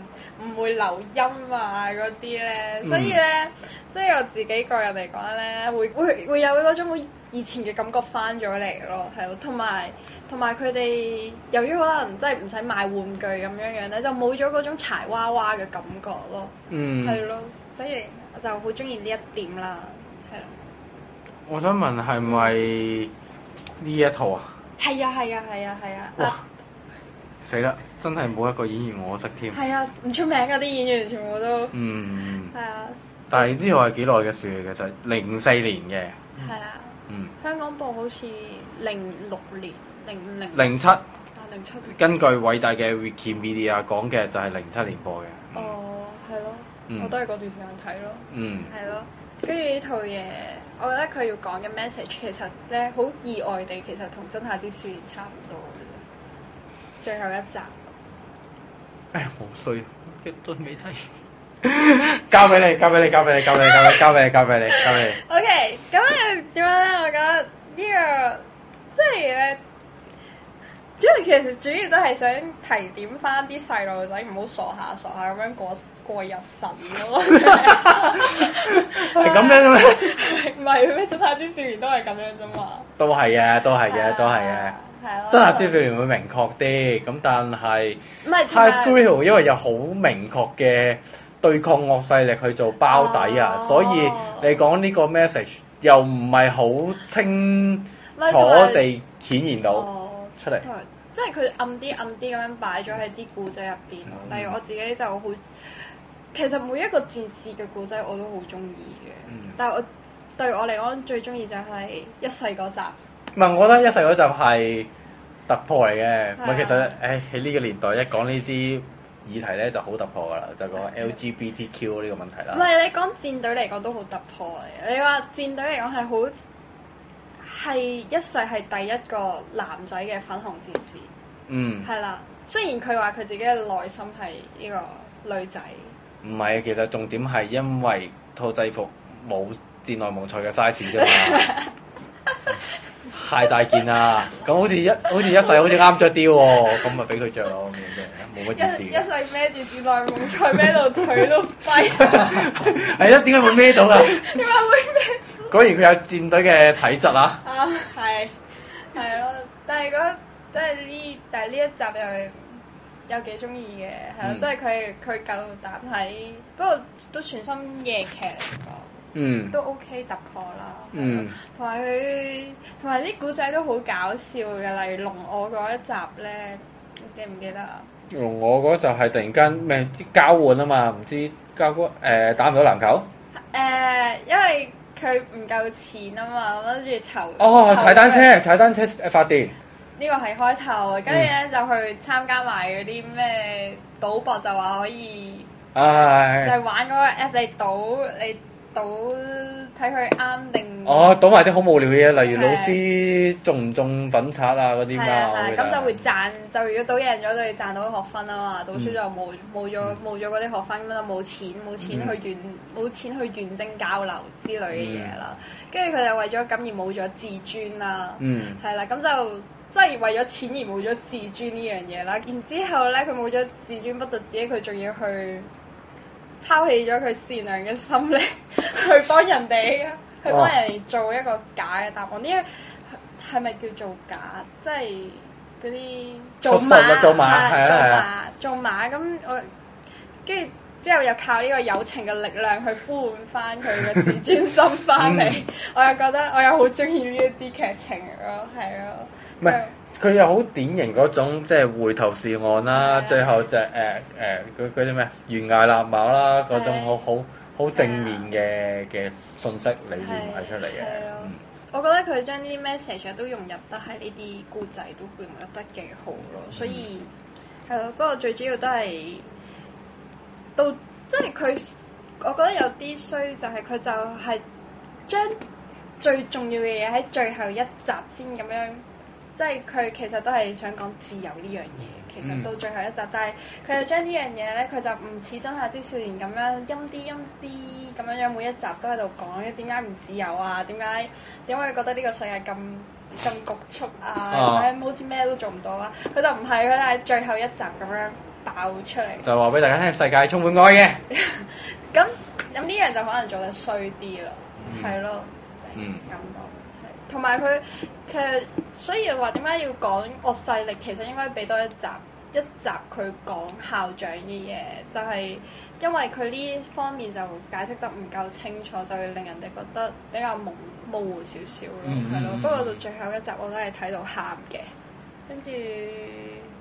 [SPEAKER 9] 唔會留音啊嗰啲
[SPEAKER 5] 嗯
[SPEAKER 9] 咧，所以咧，即係我自己個人嚟講咧，會會會有嗰種好以前嘅感覺翻咗嚟咯，係咯，同埋同埋佢哋由於可能真係唔使買玩具咁樣樣咧，就冇咗嗰種柴娃娃嘅感覺咯。
[SPEAKER 5] 嗯，
[SPEAKER 9] 係咯，所以我就好中意呢一點啦，係咯。
[SPEAKER 5] 我想問係咪呢一套啊？
[SPEAKER 9] 係啊，係啊，係啊，係啊，
[SPEAKER 5] 哇
[SPEAKER 9] 啊！
[SPEAKER 5] 死啦！真係冇一個演員我識添。
[SPEAKER 9] 係啊，唔出名嗰啲演員全部都
[SPEAKER 5] 嗯，
[SPEAKER 9] 係啊，
[SPEAKER 5] 但係呢套係幾耐嘅事嚟嘅？其實零四年嘅，
[SPEAKER 9] 係啊，
[SPEAKER 5] 嗯，
[SPEAKER 9] 香港部好似零六年、零五零
[SPEAKER 5] 零七
[SPEAKER 9] 啊零七年，
[SPEAKER 5] 根據偉大嘅 Wikimedia 講嘅就係零七年播嘅。嗯，
[SPEAKER 9] 哦，係咯，
[SPEAKER 5] 嗯
[SPEAKER 9] 我都係嗰段時間睇咯。
[SPEAKER 5] 嗯。
[SPEAKER 9] 係咯，跟住呢套嘢，我覺得佢要講嘅 message 其實咧好意外地，其實同《真夏之少年》差唔多嘅啫。最後一集，
[SPEAKER 5] 唉，哎好衰，一都未睇。交俾你，交俾你，交俾你，交俾你，交俾你，交俾你，交俾
[SPEAKER 9] OK，咁啊點樣咧？我覺得呢、個即係咧，主要其實主要都係想提點翻啲細路仔唔好傻下傻下咁樣過過日神咯。
[SPEAKER 5] 你。 係咁樣嘅咩？
[SPEAKER 9] 唔係咩？真夏之少年都係咁樣啫嘛。
[SPEAKER 5] 都係嘅，都係嘅，都係嘅。。
[SPEAKER 9] 係啊咯。
[SPEAKER 5] 真係資料會明確啲，咁但係
[SPEAKER 9] 唔係
[SPEAKER 5] High School Hero 因為有好明確嘅對抗惡勢力去做包底啊，
[SPEAKER 9] 哦
[SPEAKER 5] 所以你講呢個 message 又唔係好清
[SPEAKER 9] 唔係同埋
[SPEAKER 5] 楚地顯現到
[SPEAKER 9] 哦
[SPEAKER 5] 出嚟。
[SPEAKER 9] 同埋即即係佢暗啲暗啲咁樣擺咗喺啲故仔入邊咯。
[SPEAKER 10] 嗯
[SPEAKER 9] 例如我自己就好，其實每一個戰士嘅故仔我都好中意嘅，
[SPEAKER 5] 嗯
[SPEAKER 9] 但係我對我嚟講最中意就係一世嗰
[SPEAKER 5] 啊
[SPEAKER 9] 集。
[SPEAKER 5] 唔係，我覺得一世嗰集係突破嚟嘅。唔
[SPEAKER 9] 係啊
[SPEAKER 5] 係，其實誒喺呢個年代一講呢啲議題咧就好突破㗎啦，就講 LGBTQ 呢個問題
[SPEAKER 9] 唔
[SPEAKER 5] 啦。
[SPEAKER 9] 係你講戰隊嚟講都好突破嚟，你話戰隊嚟講係好係一世係第一個男仔嘅粉紅戰士，
[SPEAKER 5] 嗯，
[SPEAKER 9] 係啦。雖然佢話佢自己嘅內心係呢個女仔，
[SPEAKER 5] 唔係，其實重點係因為套制服冇戰內冇賽嘅 size 啫 嘛。太大件啦！咁好似一好似一世好似啱着啲喎，咁咪俾佢着咯，咁樣啫，冇乜
[SPEAKER 9] 一
[SPEAKER 5] 意
[SPEAKER 9] 一
[SPEAKER 5] 思嘅。
[SPEAKER 9] 世孭住自內夢菜孭到腿都跛，
[SPEAKER 5] 係啦，點解會孭到啊？
[SPEAKER 9] 點解會孭？
[SPEAKER 5] 果然佢有戰隊嘅體質啊！
[SPEAKER 9] 啊，係係咯，但係嗰即係呢，但係呢一集又有幾中意嘅，係咯，
[SPEAKER 5] 嗯
[SPEAKER 9] 即係佢佢夠膽喺，不過都全心夜劇嚟
[SPEAKER 5] 嗯
[SPEAKER 9] 講，都 OK 突破啦。
[SPEAKER 5] 嗯，
[SPEAKER 9] 同埋佢同埋啲古仔都好搞笑嘅，例如龍我嗰一集咧，你記唔記得啊？
[SPEAKER 5] 我嗰就係突然間咩交換啊嘛，唔知交誒、呃、打唔到籃球，
[SPEAKER 9] 誒、因為佢唔夠錢啊嘛，跟住籌
[SPEAKER 5] 哦
[SPEAKER 9] 籌
[SPEAKER 5] 踩單
[SPEAKER 9] 咗
[SPEAKER 5] 車，踩單車誒發電，
[SPEAKER 9] 呢個係開頭，
[SPEAKER 5] 嗯
[SPEAKER 9] 跟住咧就去參加埋嗰啲咩賭博，就話可以就
[SPEAKER 5] 唉、
[SPEAKER 9] 係玩嗰個 app，你賭你賭睇佢啱定
[SPEAKER 5] 哦倒埋啲好無聊嘅嘢，例如老師中唔中粉刷啊嗰啲
[SPEAKER 9] 係
[SPEAKER 5] 嘛，
[SPEAKER 9] 啊
[SPEAKER 5] 我
[SPEAKER 9] 係
[SPEAKER 5] 記
[SPEAKER 9] 啊，
[SPEAKER 5] 得
[SPEAKER 9] 咁就會賺，就如果賭贏咗就要賺到學分啊嘛，賭輸就
[SPEAKER 5] 嗯
[SPEAKER 9] 冇冇咗冇咗嗰啲學分，咁就冇錢冇錢去遠冇錢去遠征交流之類嘅嘢啦，跟住佢就為咗咁而冇咗自尊啦。
[SPEAKER 5] 嗯
[SPEAKER 9] 係啦，咁就即係為咗錢而冇咗自尊呢樣嘢啦。然之後咧，佢冇咗自尊不特止，佢仲要去拋棄咗佢善良嘅心理， 去幫人哋，去幫人哋做一個假嘅答案。呢一係咪叫做假？即係嗰啲做
[SPEAKER 5] 出貨
[SPEAKER 9] 馬，
[SPEAKER 5] 啦做馬係啊
[SPEAKER 9] 做
[SPEAKER 5] 係
[SPEAKER 9] 馬
[SPEAKER 5] 啊，
[SPEAKER 9] 做馬咁我跟住。之後又靠呢個友情嘅力量去呼喚翻佢嘅自尊心翻嚟，
[SPEAKER 5] 嗯
[SPEAKER 9] 我又覺得我又好中意呢一啲劇情咯，係咯，
[SPEAKER 5] 唔係佢又好典型嗰種即係回頭是岸啦，
[SPEAKER 9] 係啊
[SPEAKER 5] 最後就係誒誒嗰嗰啲咩懸崖勒馬啦，嗰
[SPEAKER 9] 係
[SPEAKER 5] 種好好好正面嘅嘅信息理念係出嚟嘅
[SPEAKER 9] 啊係啊，
[SPEAKER 5] 嗯
[SPEAKER 9] 我覺得佢將呢啲 message 啊都融入得喺呢啲故仔都融入得幾好
[SPEAKER 5] 嗯
[SPEAKER 9] 咯，所以係咯，不過最主要都係到即係佢，我覺得有啲衰就係佢就係將最重要嘅嘢喺最後一集先咁樣，即係佢其實都係想講自由呢樣嘢。其實到最後一集，但係佢就將呢樣嘢咧，佢就唔似《真夏之少年》咁樣陰啲陰啲咁樣樣，每一集都喺度講點解唔自由啊？點解點解會覺得呢個世界咁咁局促啊？
[SPEAKER 5] 啊
[SPEAKER 9] 點解好似咩都做唔到啊？佢就唔係，佢就係最後一集咁樣爆出嚟。
[SPEAKER 5] 就話俾大家聽，世界充滿愛嘅。
[SPEAKER 9] 咁咁呢樣就可能做得衰啲咯，
[SPEAKER 5] 嗯
[SPEAKER 9] 係咯，就係
[SPEAKER 5] 嗯
[SPEAKER 9] 咁咯。係同埋佢其實所以話點解要講惡勢力，其實應該俾多一集一集佢講校長嘅嘢，就係、因為佢呢方面就解釋得唔夠清楚，就會令人哋覺得比較模模糊少少咯，
[SPEAKER 5] 嗯
[SPEAKER 9] 係咯、
[SPEAKER 5] 嗯
[SPEAKER 9] 不過
[SPEAKER 5] 嗯
[SPEAKER 9] 到最後一集我都係睇到喊嘅，跟住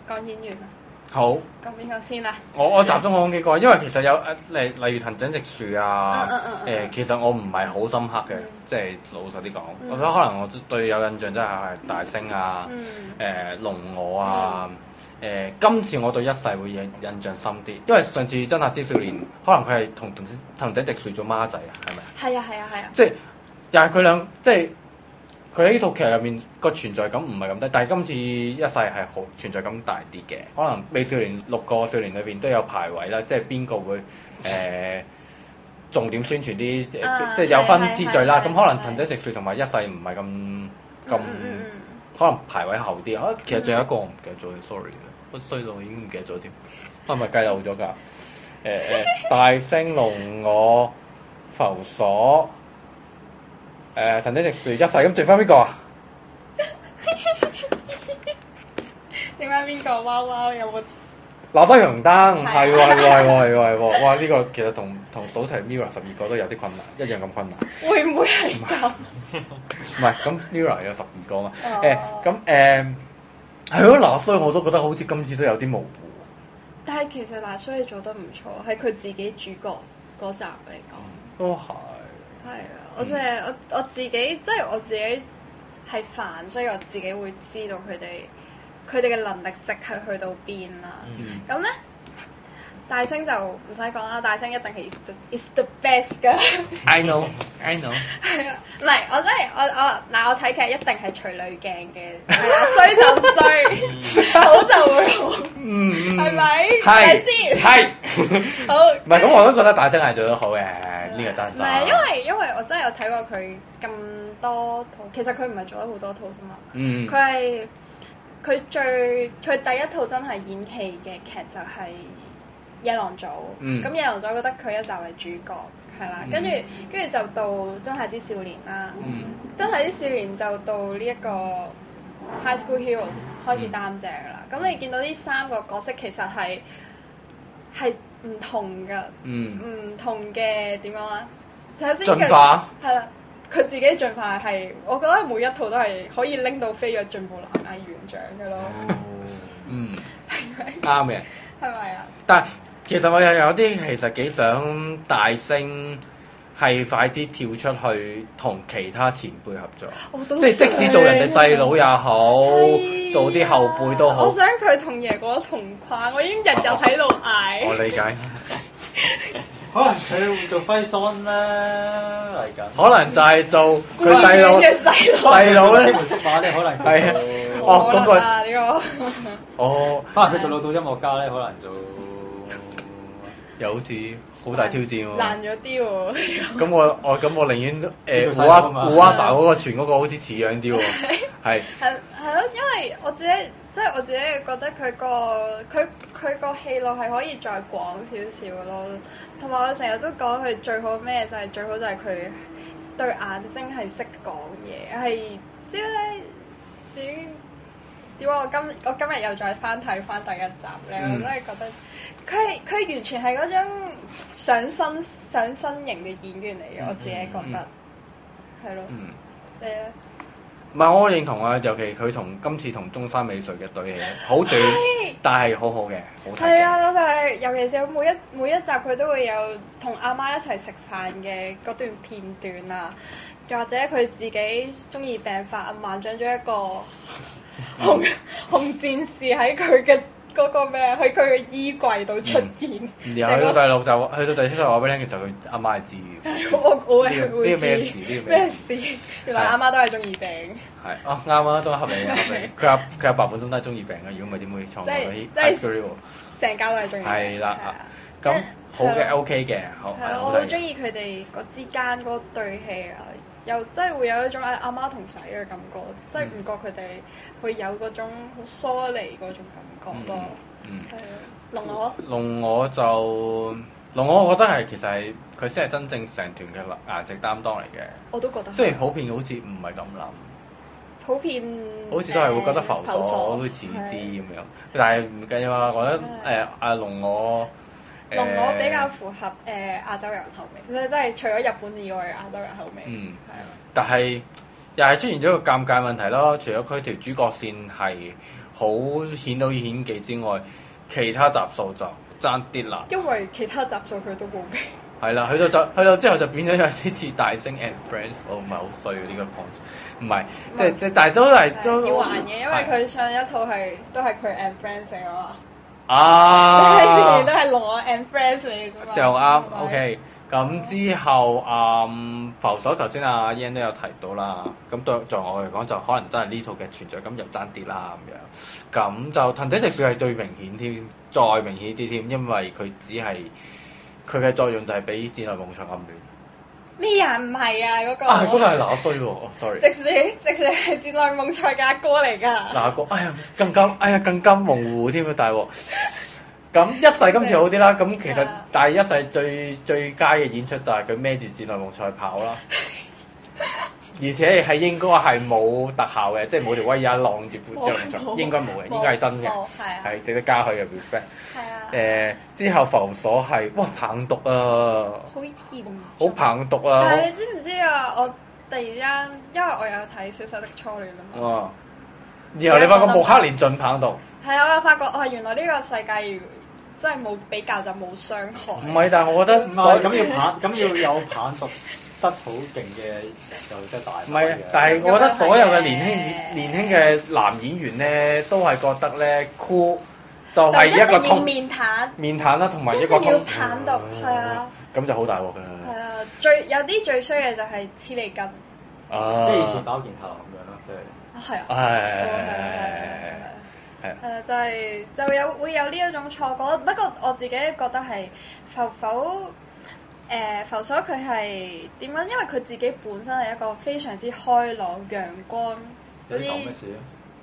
[SPEAKER 9] 講演員啊，
[SPEAKER 5] 好。
[SPEAKER 9] 講邊個先啊？
[SPEAKER 5] 我我集中講幾個，因為其實有誒例例如藤井直樹啊，誒、
[SPEAKER 9] 嗯嗯嗯嗯
[SPEAKER 5] 其實我唔係好深刻嘅，
[SPEAKER 9] 嗯
[SPEAKER 5] 即係老實啲講，
[SPEAKER 9] 嗯
[SPEAKER 5] 我覺得可能我對有印象真係係大星啊，誒、
[SPEAKER 9] 嗯
[SPEAKER 5] 龍我啊，誒、今次我對一世會印印象深啲，因為上次真夏之少年可能佢係同藤藤井直樹做孖仔啊，係咪？
[SPEAKER 9] 係啊係啊係啊，
[SPEAKER 5] 即係又係佢兩即係佢喺呢套劇入面個存在感唔係咁低，但係今次一世係好存在感大啲嘅。可能美少年六個少年裏邊都有排位啦，即係邊個會 誒、呃重點宣傳啲，
[SPEAKER 9] 啊
[SPEAKER 5] 即係有分之序啦。
[SPEAKER 9] 係係
[SPEAKER 5] 咁可能
[SPEAKER 9] 係
[SPEAKER 5] 藤井直樹同埋一世唔係咁咁。
[SPEAKER 9] 嗯嗯嗯嗯
[SPEAKER 5] 可能排位後啲啊，其實仲有一個我唔記得咗嘅，sorry 我衰到我已經唔記得咗添，啊咪計漏咗㗎。誒、誒， 大聲龍我浮所誒藤井直樹一世咁剩翻邊個啊？
[SPEAKER 9] 點解邊個娃娃有冇？
[SPEAKER 5] 立德陽燈係喎係
[SPEAKER 9] 係
[SPEAKER 5] 喎
[SPEAKER 9] 啊
[SPEAKER 5] 係喎係喎係喎，哇！呢、個其實同同數齊 Mirror 十二個都有啲困難，一樣咁困難。
[SPEAKER 9] 會唔會係咁？
[SPEAKER 5] 唔係，咁 Mirror 有十二個嘛？
[SPEAKER 9] 哦
[SPEAKER 5] 誒咁誒係咯，嗱，所以我都覺得好似今次都有啲模糊。
[SPEAKER 9] 但係其實嗱，所以做得唔錯，喺佢自己主角嗰集嚟講，
[SPEAKER 5] 都哦係，嗯
[SPEAKER 9] 係啊，我真係我我自己，即係我自己係煩，所以我自己會知道佢哋佢哋嘅能力值係去到邊啦。
[SPEAKER 5] 嗯，
[SPEAKER 9] 咁咧，大星就唔使講啦，大星一定係 is the best 噶。
[SPEAKER 5] I know, I know。
[SPEAKER 9] 係啊，唔係我真係我我嗱，我睇劇一定係除濾鏡嘅，係啦， 衰就衰，好就會好，
[SPEAKER 5] 嗯，
[SPEAKER 9] 係咪？
[SPEAKER 5] 係
[SPEAKER 9] 係先？
[SPEAKER 5] 係。
[SPEAKER 9] 好。
[SPEAKER 5] 唔係咁，我都覺得大聲係做得好嘅，呢個真
[SPEAKER 9] 唔
[SPEAKER 5] 心。
[SPEAKER 9] 係因為因為我真係有睇過佢咁多套，其實佢唔係做咗好多套啫嘛，
[SPEAKER 5] 嗯
[SPEAKER 9] 佢係佢最佢第一套真係演戲嘅劇就係、夜郎組，
[SPEAKER 5] 嗯
[SPEAKER 9] 咁夜郎組覺得佢一集係主角，係啦，
[SPEAKER 5] 嗯
[SPEAKER 9] 跟住跟住就到真係之少年啦，
[SPEAKER 5] 嗯
[SPEAKER 9] 真係啲少年就到呢一個 High School Hero 開始
[SPEAKER 5] 嗯
[SPEAKER 9] 擔正啦。咁、你見到呢三個角色其實係係唔同噶，
[SPEAKER 5] 嗯
[SPEAKER 9] 唔同嘅點樣啊？首先
[SPEAKER 5] 進化
[SPEAKER 9] 佢係啦，佢自己進化係，我覺得每一套都係可以拎到飛躍進步男藝員獎嘅咯，
[SPEAKER 5] 嗯，啱嘅。
[SPEAKER 9] 係咪 啊？
[SPEAKER 5] 但係其實我又有啲其實幾想大聲係快啲跳出去同其他前輩合作，
[SPEAKER 9] 我都
[SPEAKER 5] 即係即使做人哋細佬也好
[SPEAKER 9] 係啊，
[SPEAKER 5] 做啲後輩都好
[SPEAKER 9] 我。想佢同爺哥同框，我已經日日喺度
[SPEAKER 5] 我
[SPEAKER 9] 嗌。
[SPEAKER 5] 理解，
[SPEAKER 6] 可能佢會做輝桑啦嚟緊。
[SPEAKER 5] 可能就係做佢細佬
[SPEAKER 9] 孤兒院嘅細佬，
[SPEAKER 5] 細佬
[SPEAKER 6] 回，
[SPEAKER 5] 咧
[SPEAKER 6] 覆碼咧，可能
[SPEAKER 5] 係啊
[SPEAKER 6] 係
[SPEAKER 5] 哦嗰個
[SPEAKER 9] 冇啦呢
[SPEAKER 5] 哦，
[SPEAKER 6] 可能佢做老到音樂家咧，可能做
[SPEAKER 5] 又好似好大挑戰
[SPEAKER 9] 個
[SPEAKER 5] 喎。
[SPEAKER 9] 爛咗啲喎。
[SPEAKER 5] 咁我我咁我寧願誒
[SPEAKER 6] 呢個
[SPEAKER 5] 烏
[SPEAKER 6] 細
[SPEAKER 5] 阿
[SPEAKER 6] 佬嘛
[SPEAKER 5] 烏阿 sa 嗰個傳嗰個好似似樣啲喎，係
[SPEAKER 9] 係係咯，因為我自己即係我自己覺得佢個佢佢個戲路係可以再廣少少咯，同埋我成日都講佢最好咩就係、最好就係佢對眼睛係識講嘢，係即係點點解我今我今日又再翻睇翻第一集咧，
[SPEAKER 5] 嗯
[SPEAKER 9] 我真係覺得佢係佢完全係嗰種上身上身型嘅演員嚟嘅，我自己覺得係咯，
[SPEAKER 5] 嗯。
[SPEAKER 9] 你咧？
[SPEAKER 5] 唔係，我認同啊，尤其佢同今次同中山美穗嘅對 戲，好短，但係好好嘅，好睇
[SPEAKER 9] 係
[SPEAKER 5] 嘅。
[SPEAKER 9] 啊，但係尤其是每一每一集佢都會有同阿媽一齊食飯嘅嗰段片段啊，又或者佢自己中意病發啊，幻想咗一個紅紅戰士喺佢嘅嗰個咩，喺佢嘅衣櫃度出現。
[SPEAKER 5] 然後去到第六集，去到第七集話俾你聽，其實佢阿媽係治愈。
[SPEAKER 9] 我我
[SPEAKER 5] 呢
[SPEAKER 9] 係
[SPEAKER 5] 個呢
[SPEAKER 9] 會
[SPEAKER 5] 個
[SPEAKER 9] 知
[SPEAKER 5] 咩事？呢個
[SPEAKER 9] 咩
[SPEAKER 5] 咩事？
[SPEAKER 9] 事？原來阿媽都係中意病，
[SPEAKER 5] 係哦，啱啊，都合理嘅，合 理嘅。佢阿佢阿爸本身都係中意病嘅，如果唔係點會創造嗰啲
[SPEAKER 9] 即係
[SPEAKER 5] ice cream 喎
[SPEAKER 9] 成家都係中意病。
[SPEAKER 5] 係啦
[SPEAKER 9] 係啊
[SPEAKER 5] 咁好嘅
[SPEAKER 9] 係咯
[SPEAKER 5] ，OK 嘅，好
[SPEAKER 9] 係啊，
[SPEAKER 5] 好
[SPEAKER 9] 我
[SPEAKER 5] 睇
[SPEAKER 9] 好
[SPEAKER 5] 嘅
[SPEAKER 9] 中意佢哋嗰之間嗰對戲啊，又真係會有一種啊阿媽同仔嘅感覺，即係唔覺佢哋會有嗰種好疏離嗰種感覺咯。
[SPEAKER 5] 嗯。
[SPEAKER 9] 係啊，龍我
[SPEAKER 5] 龍我就龍我，我覺得係其實係佢先係真正成團嘅顏值擔當嚟嘅，
[SPEAKER 9] 我都覺得係
[SPEAKER 5] 雖然普遍好似唔係咁諗。
[SPEAKER 9] 普遍，
[SPEAKER 5] 好似都係會覺得
[SPEAKER 9] 誒
[SPEAKER 5] 浮所會似啲咁樣，
[SPEAKER 9] 嗯
[SPEAKER 5] 但係唔緊要啊！我覺得誒阿龍我誒
[SPEAKER 9] 龍我比較符合誒亞洲人口味，即係真係除咗日本以外嘅亞洲人口味。
[SPEAKER 5] 嗯，
[SPEAKER 9] 係啊，
[SPEAKER 5] 但係又係出現咗個尷尬問題咯。除咗佢條主角線係好顯到演技之外，其他集數就爭啲啦。
[SPEAKER 9] 因為其他集數佢都冇俾。
[SPEAKER 5] 係啦，去到就去到之後就變咗有啲似大星 and friends，我唔係好衰啊呢個 point，唔係即係即係但係都係
[SPEAKER 9] 嗯係
[SPEAKER 5] 都
[SPEAKER 9] 要還嘅，因為
[SPEAKER 5] 係
[SPEAKER 9] 佢上一套係都係佢 and friends 嚟嘅嘛，即係前
[SPEAKER 5] 啊
[SPEAKER 9] 面 都。係龍我 and friends 嚟嘅啫嘛。
[SPEAKER 5] 就啱
[SPEAKER 9] 係咪
[SPEAKER 5] ，OK。咁之後，嗯，浮所頭先阿 Yan 都有提到啦。咁對在我嚟講，就可能真係呢套嘅存在感又爭啲啦咁樣。咁就藤井直樹係最明顯添，再明顯啲添，因為佢只係佢嘅作用就係俾戰內夢想暗 戀。
[SPEAKER 9] 咩啊？唔係啊，嗰、個
[SPEAKER 5] 啊，嗰個係那衰喎哦，sorry。
[SPEAKER 9] 直樹，直樹係戰內夢菜嘅阿哥嚟㗎。
[SPEAKER 5] 嗱個，哎呀，更加，哎呀，更加模糊添啊，大鑊！咁一世今次好啲啦，咁其實
[SPEAKER 9] 啊
[SPEAKER 5] 但係一世最最佳嘅演出就係佢孭住戰內夢賽跑啦，而且係應該係冇特效嘅，即係冇條威亞晾住
[SPEAKER 9] 冇
[SPEAKER 5] 戰內夢賽，
[SPEAKER 9] 冇
[SPEAKER 5] 應該冇嘅，應該係真嘅，
[SPEAKER 9] 冇係啊，
[SPEAKER 5] 係值得加佢嘅 respect。
[SPEAKER 9] 係啊，
[SPEAKER 5] 誒之後浮所係哇棒毒啊，
[SPEAKER 9] 好嚴。
[SPEAKER 5] 好棒毒啊，
[SPEAKER 9] 但係你知唔知啊？我突然間，因為我有睇《消失的初戀》啊
[SPEAKER 5] 好
[SPEAKER 9] 嘛，
[SPEAKER 5] 啊然後你發覺穆克連進棒度，
[SPEAKER 9] 係啊，我有發覺，哦，原來呢個世界如真係冇比較就冇傷害。
[SPEAKER 5] 唔係，但係我覺得
[SPEAKER 6] 唔係咁要棒，咁要有棒讀得好勁嘅，就真係大把嘅。
[SPEAKER 5] 唔係，但係我覺得所有嘅年輕年輕嘅男演員咧，都係覺得咧酷就
[SPEAKER 9] 就
[SPEAKER 5] 係
[SPEAKER 9] 一定
[SPEAKER 5] 一個
[SPEAKER 9] 要
[SPEAKER 5] 通
[SPEAKER 9] 面癱，
[SPEAKER 5] 面談啦，同埋一個
[SPEAKER 9] 一定要
[SPEAKER 5] 通
[SPEAKER 9] 棒讀係啊，
[SPEAKER 5] 咁就好大鑊㗎
[SPEAKER 9] 係
[SPEAKER 5] 啦。
[SPEAKER 9] 啊，最有啲最衰嘅就係黐脷筋，
[SPEAKER 5] 啊，
[SPEAKER 6] 即係以前包健後咁樣咯，即係。
[SPEAKER 9] 係啊，
[SPEAKER 5] 哦係係
[SPEAKER 9] 係啊，就係就有會有呢一種錯覺，不過我自己覺得係浮浮誒浮所佢係點樣？因為佢自己本身係一個非常之開朗、陽光
[SPEAKER 6] 你
[SPEAKER 9] 嗰
[SPEAKER 6] 講咩
[SPEAKER 9] 啲，
[SPEAKER 6] 事啊？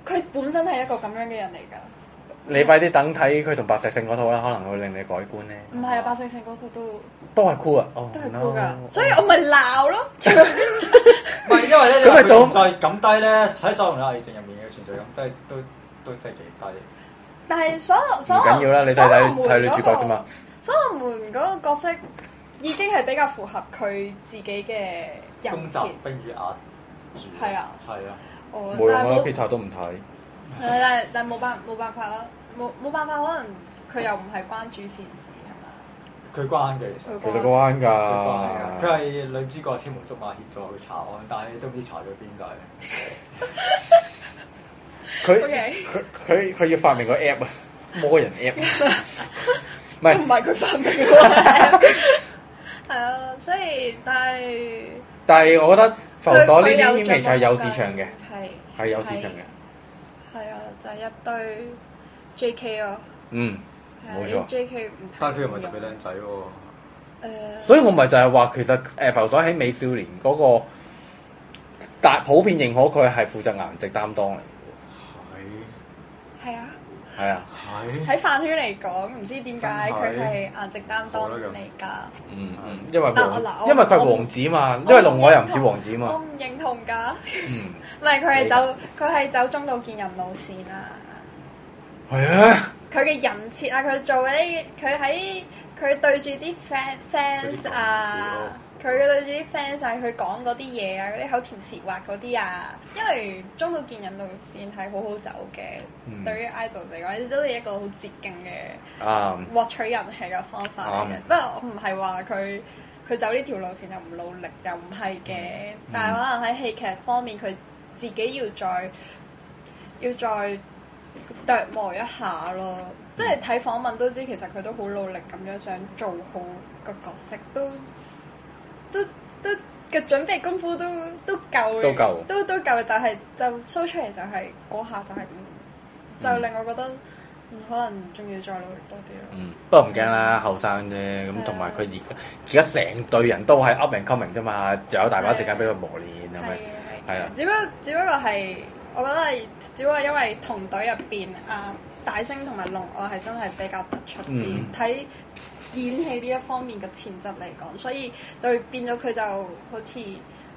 [SPEAKER 9] 佢本身係一個咁樣嘅人嚟㗎。
[SPEAKER 5] 你快啲等睇佢同白石聖嗰套啦，可能會令你改觀咧。
[SPEAKER 9] 唔係啊，百姓城嗰套都
[SPEAKER 5] 都係酷啊，哦
[SPEAKER 9] 都係
[SPEAKER 5] no
[SPEAKER 9] 高㗎，所以我咪鬧咯。
[SPEAKER 6] 唔係因為咧，
[SPEAKER 5] 咁咪
[SPEAKER 6] 你話
[SPEAKER 5] 到
[SPEAKER 6] 佢存在咁低咧，喺所有嘅藝情入面嘅存在感都係都都真係幾低。
[SPEAKER 9] 但係所有
[SPEAKER 5] 唔
[SPEAKER 9] 所有
[SPEAKER 5] 緊要啦，你睇睇睇女主角啫嘛。。
[SPEAKER 9] 所羅門嗰個角色已經係比較符合佢自己嘅
[SPEAKER 6] 攻
[SPEAKER 9] 人設
[SPEAKER 6] 襲，冰與壓住。
[SPEAKER 9] 係啊。
[SPEAKER 6] 係啊。
[SPEAKER 9] 哦
[SPEAKER 5] 冇
[SPEAKER 9] 但
[SPEAKER 5] 用
[SPEAKER 9] 係
[SPEAKER 5] 啦
[SPEAKER 9] 冇，
[SPEAKER 5] p e t 都唔睇。
[SPEAKER 9] 係但係但係冇辦冇辦法啦，冇冇辦法，可能佢又唔係關注前事係
[SPEAKER 6] 佢關嘅其實。
[SPEAKER 9] 嘛？
[SPEAKER 5] 其實個
[SPEAKER 9] 關
[SPEAKER 5] 彎
[SPEAKER 6] 佢關嘅，佢
[SPEAKER 5] 㗎，
[SPEAKER 6] 係女主角千門竹馬協助去查案，但係都唔知查咗邊度。
[SPEAKER 5] 佢
[SPEAKER 9] OK
[SPEAKER 5] 佢佢佢要發明個 app 啊，魔人 app。唔哎
[SPEAKER 9] 唔
[SPEAKER 5] 係，
[SPEAKER 9] 係佢發明嘅，係啊，所以但係
[SPEAKER 5] 但係我覺得浮
[SPEAKER 9] 佢
[SPEAKER 5] 所呢
[SPEAKER 9] 佢有啊
[SPEAKER 5] 啲 image
[SPEAKER 9] 進步
[SPEAKER 5] 係有市場嘅，
[SPEAKER 9] 但係
[SPEAKER 5] 係有市場嘅。
[SPEAKER 9] 係啊，就係一堆 J.K. 咯，啊
[SPEAKER 5] 嗯，冇錯
[SPEAKER 9] J.K. 唔呃
[SPEAKER 6] 但係佢又唔係特別靚仔喎。
[SPEAKER 9] 誒，
[SPEAKER 5] 所以我咪就係話其實誒浮所喺美少年嗰、個大普遍認可佢係負責顏值擔當嚟嘅
[SPEAKER 9] 係啊。
[SPEAKER 5] 喎，係啊，
[SPEAKER 6] 係係。
[SPEAKER 9] 喺飯圈嚟講，唔知點解佢係顏值擔當嚟㗎。
[SPEAKER 5] 嗯嗯，因為
[SPEAKER 9] 但我啊嗱
[SPEAKER 5] 王
[SPEAKER 9] 我
[SPEAKER 5] 因為佢係王子嘛，因為龍我又唔似王子
[SPEAKER 9] 我
[SPEAKER 5] 嘛，
[SPEAKER 9] 唔認同㗎，
[SPEAKER 5] 嗯，
[SPEAKER 9] 唔係佢係走佢係走中道見人路線啊！
[SPEAKER 5] 係啊，
[SPEAKER 9] 佢嘅人設啊，佢做嗰啲佢喺佢對住啲 fan fans 啊，佢對住啲 fans 啊，佢講嗰啲嘢啊，嗰啲口甜舌滑嗰啲啊，因為中道見人路線係好好走嘅，
[SPEAKER 5] 嗯
[SPEAKER 9] 對於 idol 嚟講，都係一個好捷徑嘅。
[SPEAKER 5] 啊，
[SPEAKER 9] 獲取人氣嘅方法嚟嘅
[SPEAKER 5] 啱。
[SPEAKER 9] 不過我唔係話佢佢走呢條路線又唔努力，又唔係嘅。
[SPEAKER 5] 嗯
[SPEAKER 9] 但係可能喺戲劇方面，佢自己要再要再琢磨一下咯。即
[SPEAKER 5] 嗯
[SPEAKER 9] 係睇訪問都知，其實佢都好努力咁樣想做好個角色，都都都嘅準備功夫都都夠嘅，
[SPEAKER 5] 都夠
[SPEAKER 9] 都都夠嘅。但係就 show 出嚟就係、嗰下就係、唔就令我覺得。嗯，可能仲要再努力多啲咯。
[SPEAKER 5] 嗯，不過唔驚啦，後生啫，
[SPEAKER 9] 啊
[SPEAKER 5] 咁同埋佢而家而家成隊人都係 up and coming 啫嘛，仲有大把時間俾佢磨練，係啊咪？
[SPEAKER 9] 係
[SPEAKER 5] 係啊
[SPEAKER 9] 只不過只不過係，我覺得係只不過因為同隊入邊啊，大星同埋龍我係真係比較突出啲
[SPEAKER 5] 嗯，
[SPEAKER 9] 睇、演戲呢一方面嘅潛質嚟講，所以就會變咗佢就好似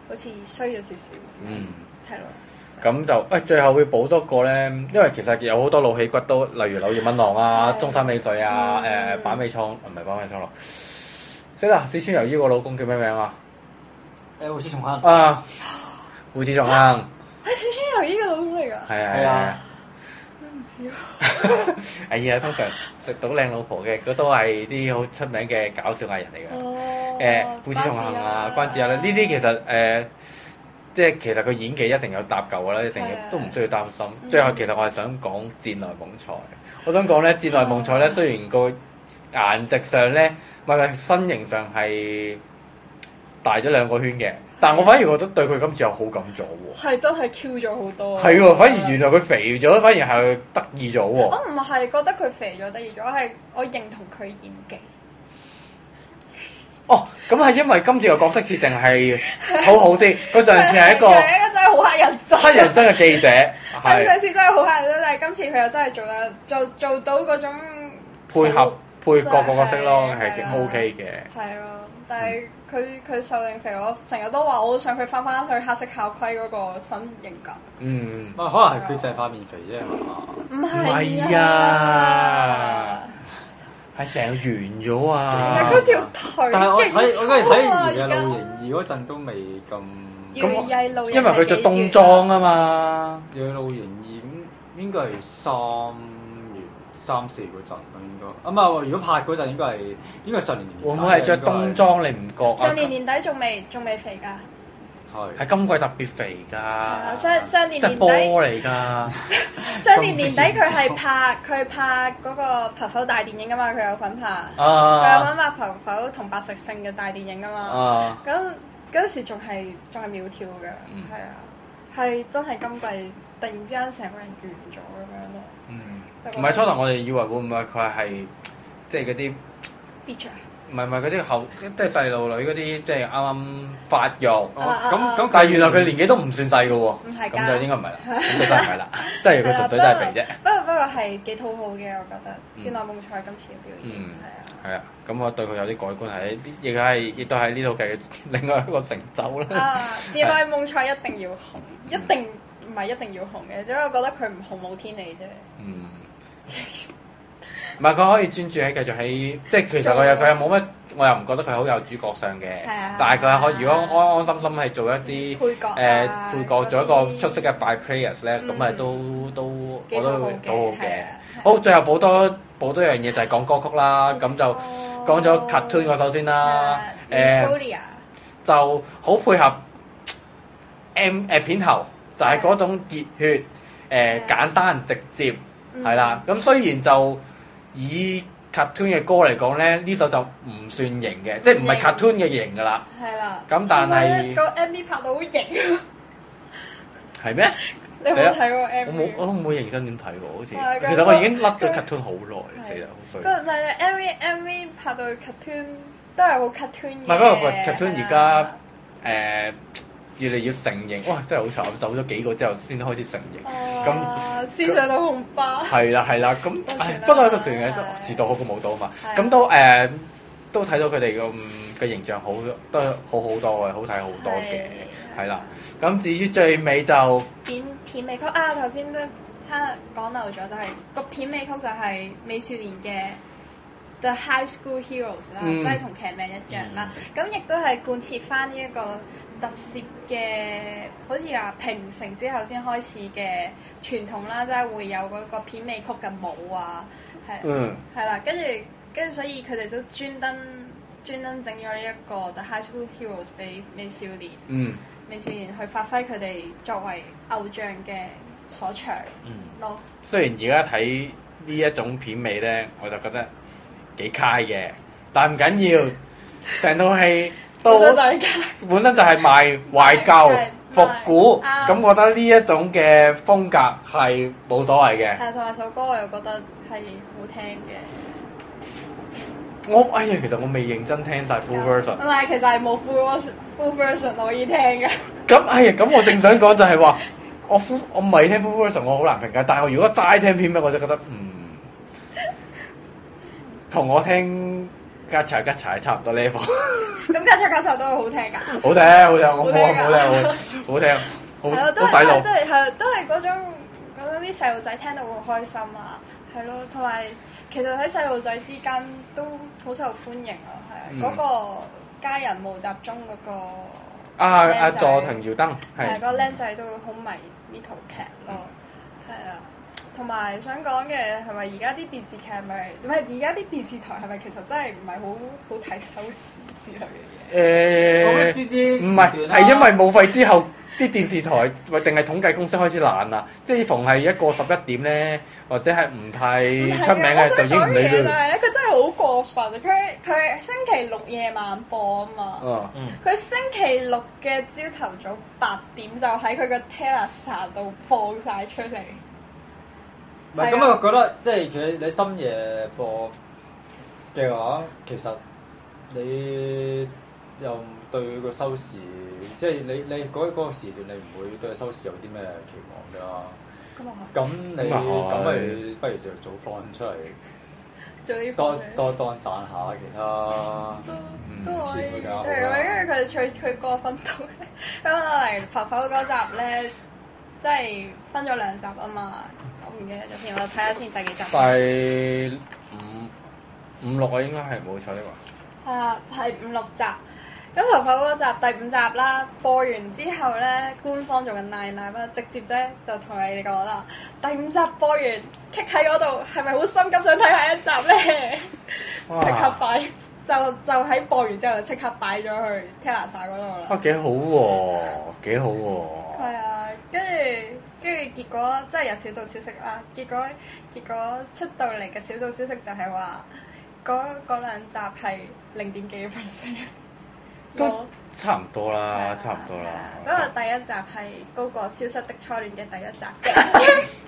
[SPEAKER 9] 好似衰咗少少，
[SPEAKER 5] 嗯。
[SPEAKER 9] 係咯。
[SPEAKER 5] 咁就誒、哎最後會補多個咧，因為其實有好多老戲骨都，例如柳葉蚊郎啊、
[SPEAKER 9] 係
[SPEAKER 5] 中山美穗啊、誒、
[SPEAKER 9] 嗯
[SPEAKER 5] 板尾倉唔係板尾倉郎，死啦！四川由依個老公叫咩名啊？
[SPEAKER 6] 誒，好似重坑。
[SPEAKER 5] 啊，胡志仲亨，
[SPEAKER 9] 係小川由依個老公嚟㗎，
[SPEAKER 5] 係啊
[SPEAKER 6] 係
[SPEAKER 5] 係啊
[SPEAKER 6] 啊！
[SPEAKER 9] 真唔知喎。啊
[SPEAKER 5] 哎呀，通常食到靚老婆嘅，佢都係啲好出名嘅搞笑藝人嚟嘅。
[SPEAKER 9] 哦
[SPEAKER 5] 誒、胡志仲亨啊、關智
[SPEAKER 9] 友
[SPEAKER 5] 友咧，呢啲其實誒、即係其實佢演技一定有搭夠㗎啦，一定
[SPEAKER 9] 係啊
[SPEAKER 5] 有都唔需要擔心。
[SPEAKER 9] 嗯
[SPEAKER 5] 最後其實我係想講《戰內夢菜》，我想講咧《戰內夢菜》咧，雖然個顏值上咧，唔係唔係身形上係大咗兩個圈嘅，但我反而覺得對佢今次有好感咗喎。
[SPEAKER 9] 係真係 Q 咗好多啊。哦
[SPEAKER 5] 係喎，反
[SPEAKER 9] 我覺
[SPEAKER 5] 而
[SPEAKER 9] 得
[SPEAKER 5] 原來佢肥咗，反而係得意咗喎。
[SPEAKER 9] 我唔係覺得佢肥咗得意咗，我係我認同佢演技。
[SPEAKER 5] 哦，咁係因為今次個角色設定係好好啲，佢上次係一個
[SPEAKER 9] 佢 係一個真係好乞人憎。
[SPEAKER 5] 黑人憎嘅記者，
[SPEAKER 9] 佢
[SPEAKER 5] 係
[SPEAKER 9] 上。次真係好啊乞人憎，但係今次佢又真係做得做做到嗰種
[SPEAKER 5] 配合配各個角色咯，係
[SPEAKER 9] 係係啦
[SPEAKER 5] O K 嘅。
[SPEAKER 9] 係咯。但係佢佢瘦定肥，我成日都話我好想佢翻翻去黑色校規嗰個身型㗎。
[SPEAKER 5] 嗯
[SPEAKER 6] 唔，啊係，可能係佢淨係塊面肥啫嘛。
[SPEAKER 9] 唔
[SPEAKER 5] 係
[SPEAKER 9] 係啊
[SPEAKER 5] 啊係成日完咗
[SPEAKER 9] 係
[SPEAKER 5] 啊！
[SPEAKER 9] 佢條腿
[SPEAKER 6] 但係我睇
[SPEAKER 9] 勁
[SPEAKER 6] 我嗰日睇
[SPEAKER 9] 粗啊！
[SPEAKER 6] 完
[SPEAKER 9] 而
[SPEAKER 6] 嘅
[SPEAKER 9] 家
[SPEAKER 6] 露營時嗰陣都未咁，
[SPEAKER 9] 要
[SPEAKER 5] 咁我
[SPEAKER 9] 曳路人
[SPEAKER 5] 因為佢着冬裝啊嘛，
[SPEAKER 6] 養老園二應該係三月三四嗰陣啦，應該啊唔係喎，如果拍嗰陣應該係應該係上年年底
[SPEAKER 5] 會唔會係着冬裝你唔覺
[SPEAKER 9] 幾遠啊。上
[SPEAKER 5] 啊？
[SPEAKER 9] 年年底仲未仲未肥㗎，
[SPEAKER 6] 係
[SPEAKER 5] 係今季特別肥
[SPEAKER 9] 係啊
[SPEAKER 5] 㗎，
[SPEAKER 9] 上上年
[SPEAKER 5] 即係
[SPEAKER 9] 年
[SPEAKER 5] 波
[SPEAKER 9] 底。
[SPEAKER 5] 嚟㗎。
[SPEAKER 9] 上年年底佢係拍佢拍嗰個浮浮大電影噶嘛，佢有份拍，佢有
[SPEAKER 5] 啊
[SPEAKER 9] 份拍浮浮同白石聖嘅大電影噶嘛。
[SPEAKER 5] 啊！
[SPEAKER 9] 咁嗰陣時仲係仲係苗條嘅，
[SPEAKER 5] 嗯
[SPEAKER 9] 係啊，係真係今季突然之間成個人完咗咁樣咯，
[SPEAKER 5] 嗯
[SPEAKER 9] 就覺得
[SPEAKER 5] 唔係初頭我哋以為會唔會佢係即係嗰啲。
[SPEAKER 9] b e a
[SPEAKER 5] 唔係唔係嗰啲後即係細路女嗰啲，即係啱啱發育。
[SPEAKER 6] 哦咁咁，
[SPEAKER 5] 但係原來佢年紀都唔算細嘅喎，
[SPEAKER 9] 唔係㗎
[SPEAKER 5] 咁就應該唔係啦， 咁就真係唔係啦，即係佢純粹真係肥啫。
[SPEAKER 9] 不過不過係幾討好嘅，我覺得
[SPEAKER 5] 嗯
[SPEAKER 9] 之內夢菜今次嘅表演
[SPEAKER 5] 嗯
[SPEAKER 9] 係啊。
[SPEAKER 5] 係啊，咁我對佢有啲改觀係，亦係亦都係呢套劇嘅另外一個成就啦。
[SPEAKER 9] 啊！《自愛夢菜》一定要紅，
[SPEAKER 5] 嗯
[SPEAKER 9] 一定唔係一定要紅嘅，只不過覺得佢唔紅冇天理啫。
[SPEAKER 5] 嗯，唔係佢可以專注喺繼續喺，即係其實佢又佢又冇乜，我又唔覺得佢好有主角相嘅
[SPEAKER 9] 係啊，
[SPEAKER 5] 但係佢係可以如果安安心心係做一啲。
[SPEAKER 9] 配角啊
[SPEAKER 5] 誒配角做一個出色嘅
[SPEAKER 9] 嗰啲
[SPEAKER 5] by players 咧，咁啊
[SPEAKER 9] 嗯
[SPEAKER 5] 都都
[SPEAKER 9] 幾
[SPEAKER 5] 我
[SPEAKER 9] 好
[SPEAKER 5] 都
[SPEAKER 9] 好
[SPEAKER 5] 都好
[SPEAKER 9] 係
[SPEAKER 5] 嘅
[SPEAKER 9] 啊。
[SPEAKER 5] 好，最後補多補多樣嘢就係講歌曲啦，咁就講咗 cartoon 嗰首先啦。誒
[SPEAKER 9] 誒
[SPEAKER 5] 就好配合 M 誒片頭，就係嗰種熱血誒
[SPEAKER 9] 係
[SPEAKER 5] 簡單直接
[SPEAKER 9] 嗯
[SPEAKER 5] 係啦。咁雖然就以 cartoon 嘅歌嚟講咧，呢首就唔算型嘅，即係唔係
[SPEAKER 9] 型
[SPEAKER 5] cartoon 嘅型噶啦，
[SPEAKER 9] 係啦，
[SPEAKER 5] 咁但係
[SPEAKER 9] 我覺得個 MV 拍到好型，
[SPEAKER 5] 係咩？
[SPEAKER 9] 你有冇睇過
[SPEAKER 5] 我冇
[SPEAKER 9] MV？
[SPEAKER 5] 我都冇認真點睇喎，好似
[SPEAKER 9] 係佢
[SPEAKER 5] 其實我已經甩咗
[SPEAKER 9] 佢
[SPEAKER 5] cartoon 好耐，
[SPEAKER 9] 係
[SPEAKER 5] 死啦，好衰。
[SPEAKER 9] 嗰唔係 MV MV 拍到 cartoon 都係好 cartoon 嘅。
[SPEAKER 5] 唔係不過個 cartoon 而家
[SPEAKER 9] 係啦
[SPEAKER 5] 誒越嚟越成型，哇！真係好慘，走咗幾個之後先開始成型。
[SPEAKER 9] 啊思想到紅包。
[SPEAKER 5] 係啦係啦，咁
[SPEAKER 9] 都算啦
[SPEAKER 5] 唉不過有個船嘅
[SPEAKER 9] 係
[SPEAKER 5] 遲到好過冇到啊嘛，
[SPEAKER 9] 係
[SPEAKER 5] 咁都誒都睇到佢哋個嗯嘅形象好都好好多嘅，好睇好多嘅，
[SPEAKER 9] 係
[SPEAKER 5] 係啦。咁至於最尾就
[SPEAKER 9] 片片尾曲啊，頭先都差講漏咗，就係、個片尾曲就係美少年嘅 The High School Heroes 啦，
[SPEAKER 5] 嗯
[SPEAKER 9] 即係同劇名一樣啦。咁亦都係貫徹翻呢一個特攝嘅，好似話平成之後先開始嘅傳統啦，即係會有嗰個片尾曲嘅舞啊，係。
[SPEAKER 5] 嗯
[SPEAKER 9] 係啦，跟住跟住，所以佢哋都專登專登整咗呢一個 The High School Heroes 俾美少年
[SPEAKER 5] 嗯
[SPEAKER 9] 美少年去發揮佢哋作為偶像嘅所長
[SPEAKER 5] 嗯。
[SPEAKER 9] 咯。
[SPEAKER 5] 雖然而家睇呢一種片尾咧，我就覺得幾揩嘅，但唔緊要，成套戲都
[SPEAKER 9] 我就係咁
[SPEAKER 5] 本身就係 賣懷舊
[SPEAKER 9] 係、
[SPEAKER 5] 復古，
[SPEAKER 9] 啱
[SPEAKER 5] 咁我覺得呢一種嘅風格係冇所謂嘅。
[SPEAKER 9] 係同埋首歌我又覺得係好聽嘅。
[SPEAKER 5] 我哎呀，其實我未認真聽晒 full version，
[SPEAKER 9] 唔係，其實係冇 full version- full version 可以 聽嘅。
[SPEAKER 5] 咁哎呀，咁我正想講就係話， 我 full 我唔係聽 full version，我好難評價。但係我如果齋聽片尾，我就覺得嗯，同我聽吉柴吉柴差唔多 level。
[SPEAKER 9] 咁吉卓教授都係好聽㗎。
[SPEAKER 5] 好聽好聽，我冇
[SPEAKER 9] 好聽
[SPEAKER 5] 好
[SPEAKER 9] 啊
[SPEAKER 5] 聽好聽，啊好
[SPEAKER 9] 係咯，啊都
[SPEAKER 5] 好洗
[SPEAKER 9] 係都
[SPEAKER 5] 腦。
[SPEAKER 9] 係係都係嗰種嗰種啲細路仔聽到好開心啊，係咯，同埋其實喺細路仔之間都好受歡迎啊，係啊
[SPEAKER 5] 嗯
[SPEAKER 9] 嗰個家人無集中嗰個
[SPEAKER 5] 啊啊！
[SPEAKER 9] 靚仔
[SPEAKER 5] 座藤耀燈
[SPEAKER 9] 係個
[SPEAKER 5] 係
[SPEAKER 9] 僆仔都好迷呢套劇咯，係啊。同埋想講嘅係咪而家啲電視劇係咪唔係而家啲電視台係咪其實真係唔係好好睇收視之類嘅嘢？
[SPEAKER 6] 咁
[SPEAKER 5] 誒，
[SPEAKER 6] 呢啲
[SPEAKER 5] 唔係
[SPEAKER 6] 時段啦
[SPEAKER 5] 係因為冇費之後，啲電視台或定係統計公司開始懶啦，即係逢係一個十一點咧，或者係唔太
[SPEAKER 9] 唔係
[SPEAKER 5] 嗯
[SPEAKER 9] 啊
[SPEAKER 5] 出名嘅就已經唔
[SPEAKER 9] 我想講嘅嘢
[SPEAKER 5] 理
[SPEAKER 9] 就
[SPEAKER 5] 佢。
[SPEAKER 9] 係咧，佢真係好過分啊！佢佢星期六夜晚播啊嘛，
[SPEAKER 5] 哦，
[SPEAKER 9] 佢星期六嘅朝頭早八點就喺佢個 Terrace 度放晒出嚟。
[SPEAKER 6] 唔係咁，我覺得即係其實你深夜播嘅話，其實你又對個收視，即係你你嗰嗰個時段，你唔會對收視有啲咩期望㗎啦。
[SPEAKER 9] 咁啊，
[SPEAKER 6] 咁你
[SPEAKER 5] 咁啊係
[SPEAKER 6] 咁咪不如就早放出嚟，
[SPEAKER 9] 做啲
[SPEAKER 6] 多
[SPEAKER 9] 嘢
[SPEAKER 6] 多多賺下其他。
[SPEAKER 9] 都都可
[SPEAKER 6] 嗯
[SPEAKER 9] 以，譬如因為佢最最過分到咧，咁我嚟浮浮嗰集咧，即係分咗兩集啊嘛，我唔記得咗添，我睇下先第幾集。
[SPEAKER 5] 第五五六啊，應該係冇錯呢個。
[SPEAKER 9] 啊，係五六集。咁頭髮嗰集第五集啦，播完之後咧，官方做緊奶奶啦，直接啫就同你哋講啦。第五集播完，棘喺嗰度，係咪好心急想睇下一集咧？
[SPEAKER 5] 哇
[SPEAKER 9] 即刻擺，就就喺播完之後就即刻擺咗去 Teresa 嗰度啦。
[SPEAKER 5] 啊幾好喎，幾好喎。
[SPEAKER 9] 係啊，跟住跟住結果真係有小道消息啦。結果結果出到嚟嘅小道消息就係話，嗰嗰兩集係零點幾 percent。
[SPEAKER 5] 都
[SPEAKER 9] 冇
[SPEAKER 5] 差唔多啦，
[SPEAKER 9] 係
[SPEAKER 5] 啊差唔多啦
[SPEAKER 9] 係。不過第一集係高過《消失的初戀》嘅 第一集嘅。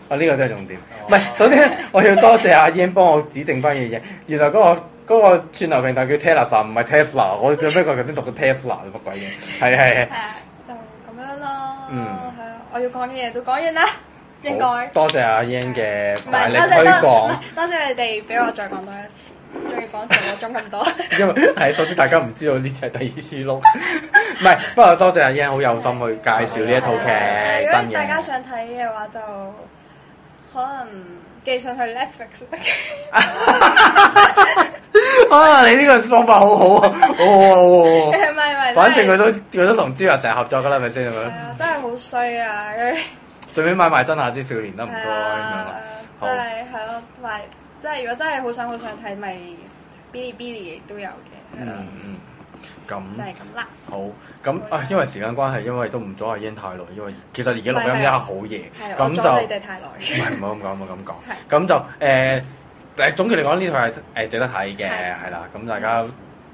[SPEAKER 5] 啊，呢個真係重點。唔係，首先 我要多謝阿 Ian 幫我指正翻樣嘢。原來嗰、個嗰、個串流平台叫 Tesla，唔係 Tesla。我做咩佢頭先讀咗 Tesla 乜鬼嘢？係係
[SPEAKER 9] 係啊，就咁樣咯。
[SPEAKER 5] 嗯
[SPEAKER 9] 係啊，我要講嘅嘢都講完啦，應該。
[SPEAKER 5] 係。好多謝阿 Ian 嘅
[SPEAKER 9] 唔
[SPEAKER 5] 大
[SPEAKER 9] 係，
[SPEAKER 5] 力
[SPEAKER 9] 多謝
[SPEAKER 5] 推
[SPEAKER 9] 多唔
[SPEAKER 5] 廣，
[SPEAKER 9] 係多謝你哋俾我再講多一次，仲要講成個鐘咁多。
[SPEAKER 5] 因為係首先大家唔知道呢次係第二次錄，唔係不過多謝阿 Ian 好有心去介紹呢一套劇，
[SPEAKER 9] 係啊如
[SPEAKER 5] 真
[SPEAKER 9] 果大
[SPEAKER 5] 嘅。
[SPEAKER 9] 家想睇嘅話，就可能寄上去 Netflix 得嘅。
[SPEAKER 5] 啊，你呢個方法好好啊，好好啊好好啊
[SPEAKER 9] 唔係唔係，
[SPEAKER 5] 反正佢
[SPEAKER 9] 都
[SPEAKER 5] 都佢都同招日成日合作㗎啦，係咪先咁
[SPEAKER 9] 係
[SPEAKER 5] 樣？
[SPEAKER 9] 啊，真係好衰啊！佢
[SPEAKER 5] 順便買埋真夏之少年得唔該咁
[SPEAKER 9] 係
[SPEAKER 5] 樣
[SPEAKER 9] 啊
[SPEAKER 5] 啦。，好
[SPEAKER 9] 真，係係咯，同埋即係如果真係好想好想睇，咪 Bilibili 亦都有嘅，係
[SPEAKER 5] 嗯
[SPEAKER 9] 咯，
[SPEAKER 5] 嗯，咁
[SPEAKER 9] 就係咁啦。
[SPEAKER 5] 好，咁啊，因為時間關係，因為都唔阻阿 Ian 太耐，因為其實而家錄音一刻好夜
[SPEAKER 9] 係，，我
[SPEAKER 5] 咁
[SPEAKER 9] 阻
[SPEAKER 5] 就
[SPEAKER 9] 你哋太 耐。
[SPEAKER 5] 唔係唔好咁講，唔好咁講
[SPEAKER 9] 係，
[SPEAKER 5] 咁就誒誒總結嚟講，呢套係誒值得睇嘅，
[SPEAKER 9] 係
[SPEAKER 5] 係啦，咁大家。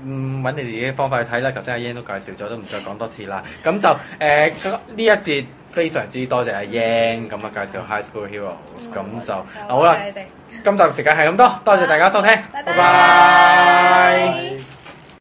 [SPEAKER 5] 嗯，揾你哋嘅方法去睇啦。頭先阿 Yan 都介紹咗，都唔再講多次啦。咁就誒呢、一節非常之多謝阿 Yan 咁啊介紹 High School Heroes，咁、就好啦
[SPEAKER 9] 嗯多謝。你哋
[SPEAKER 5] 今集時間係咁多，多謝大家收聽，
[SPEAKER 9] 拜
[SPEAKER 5] 拜拜。
[SPEAKER 9] 拜。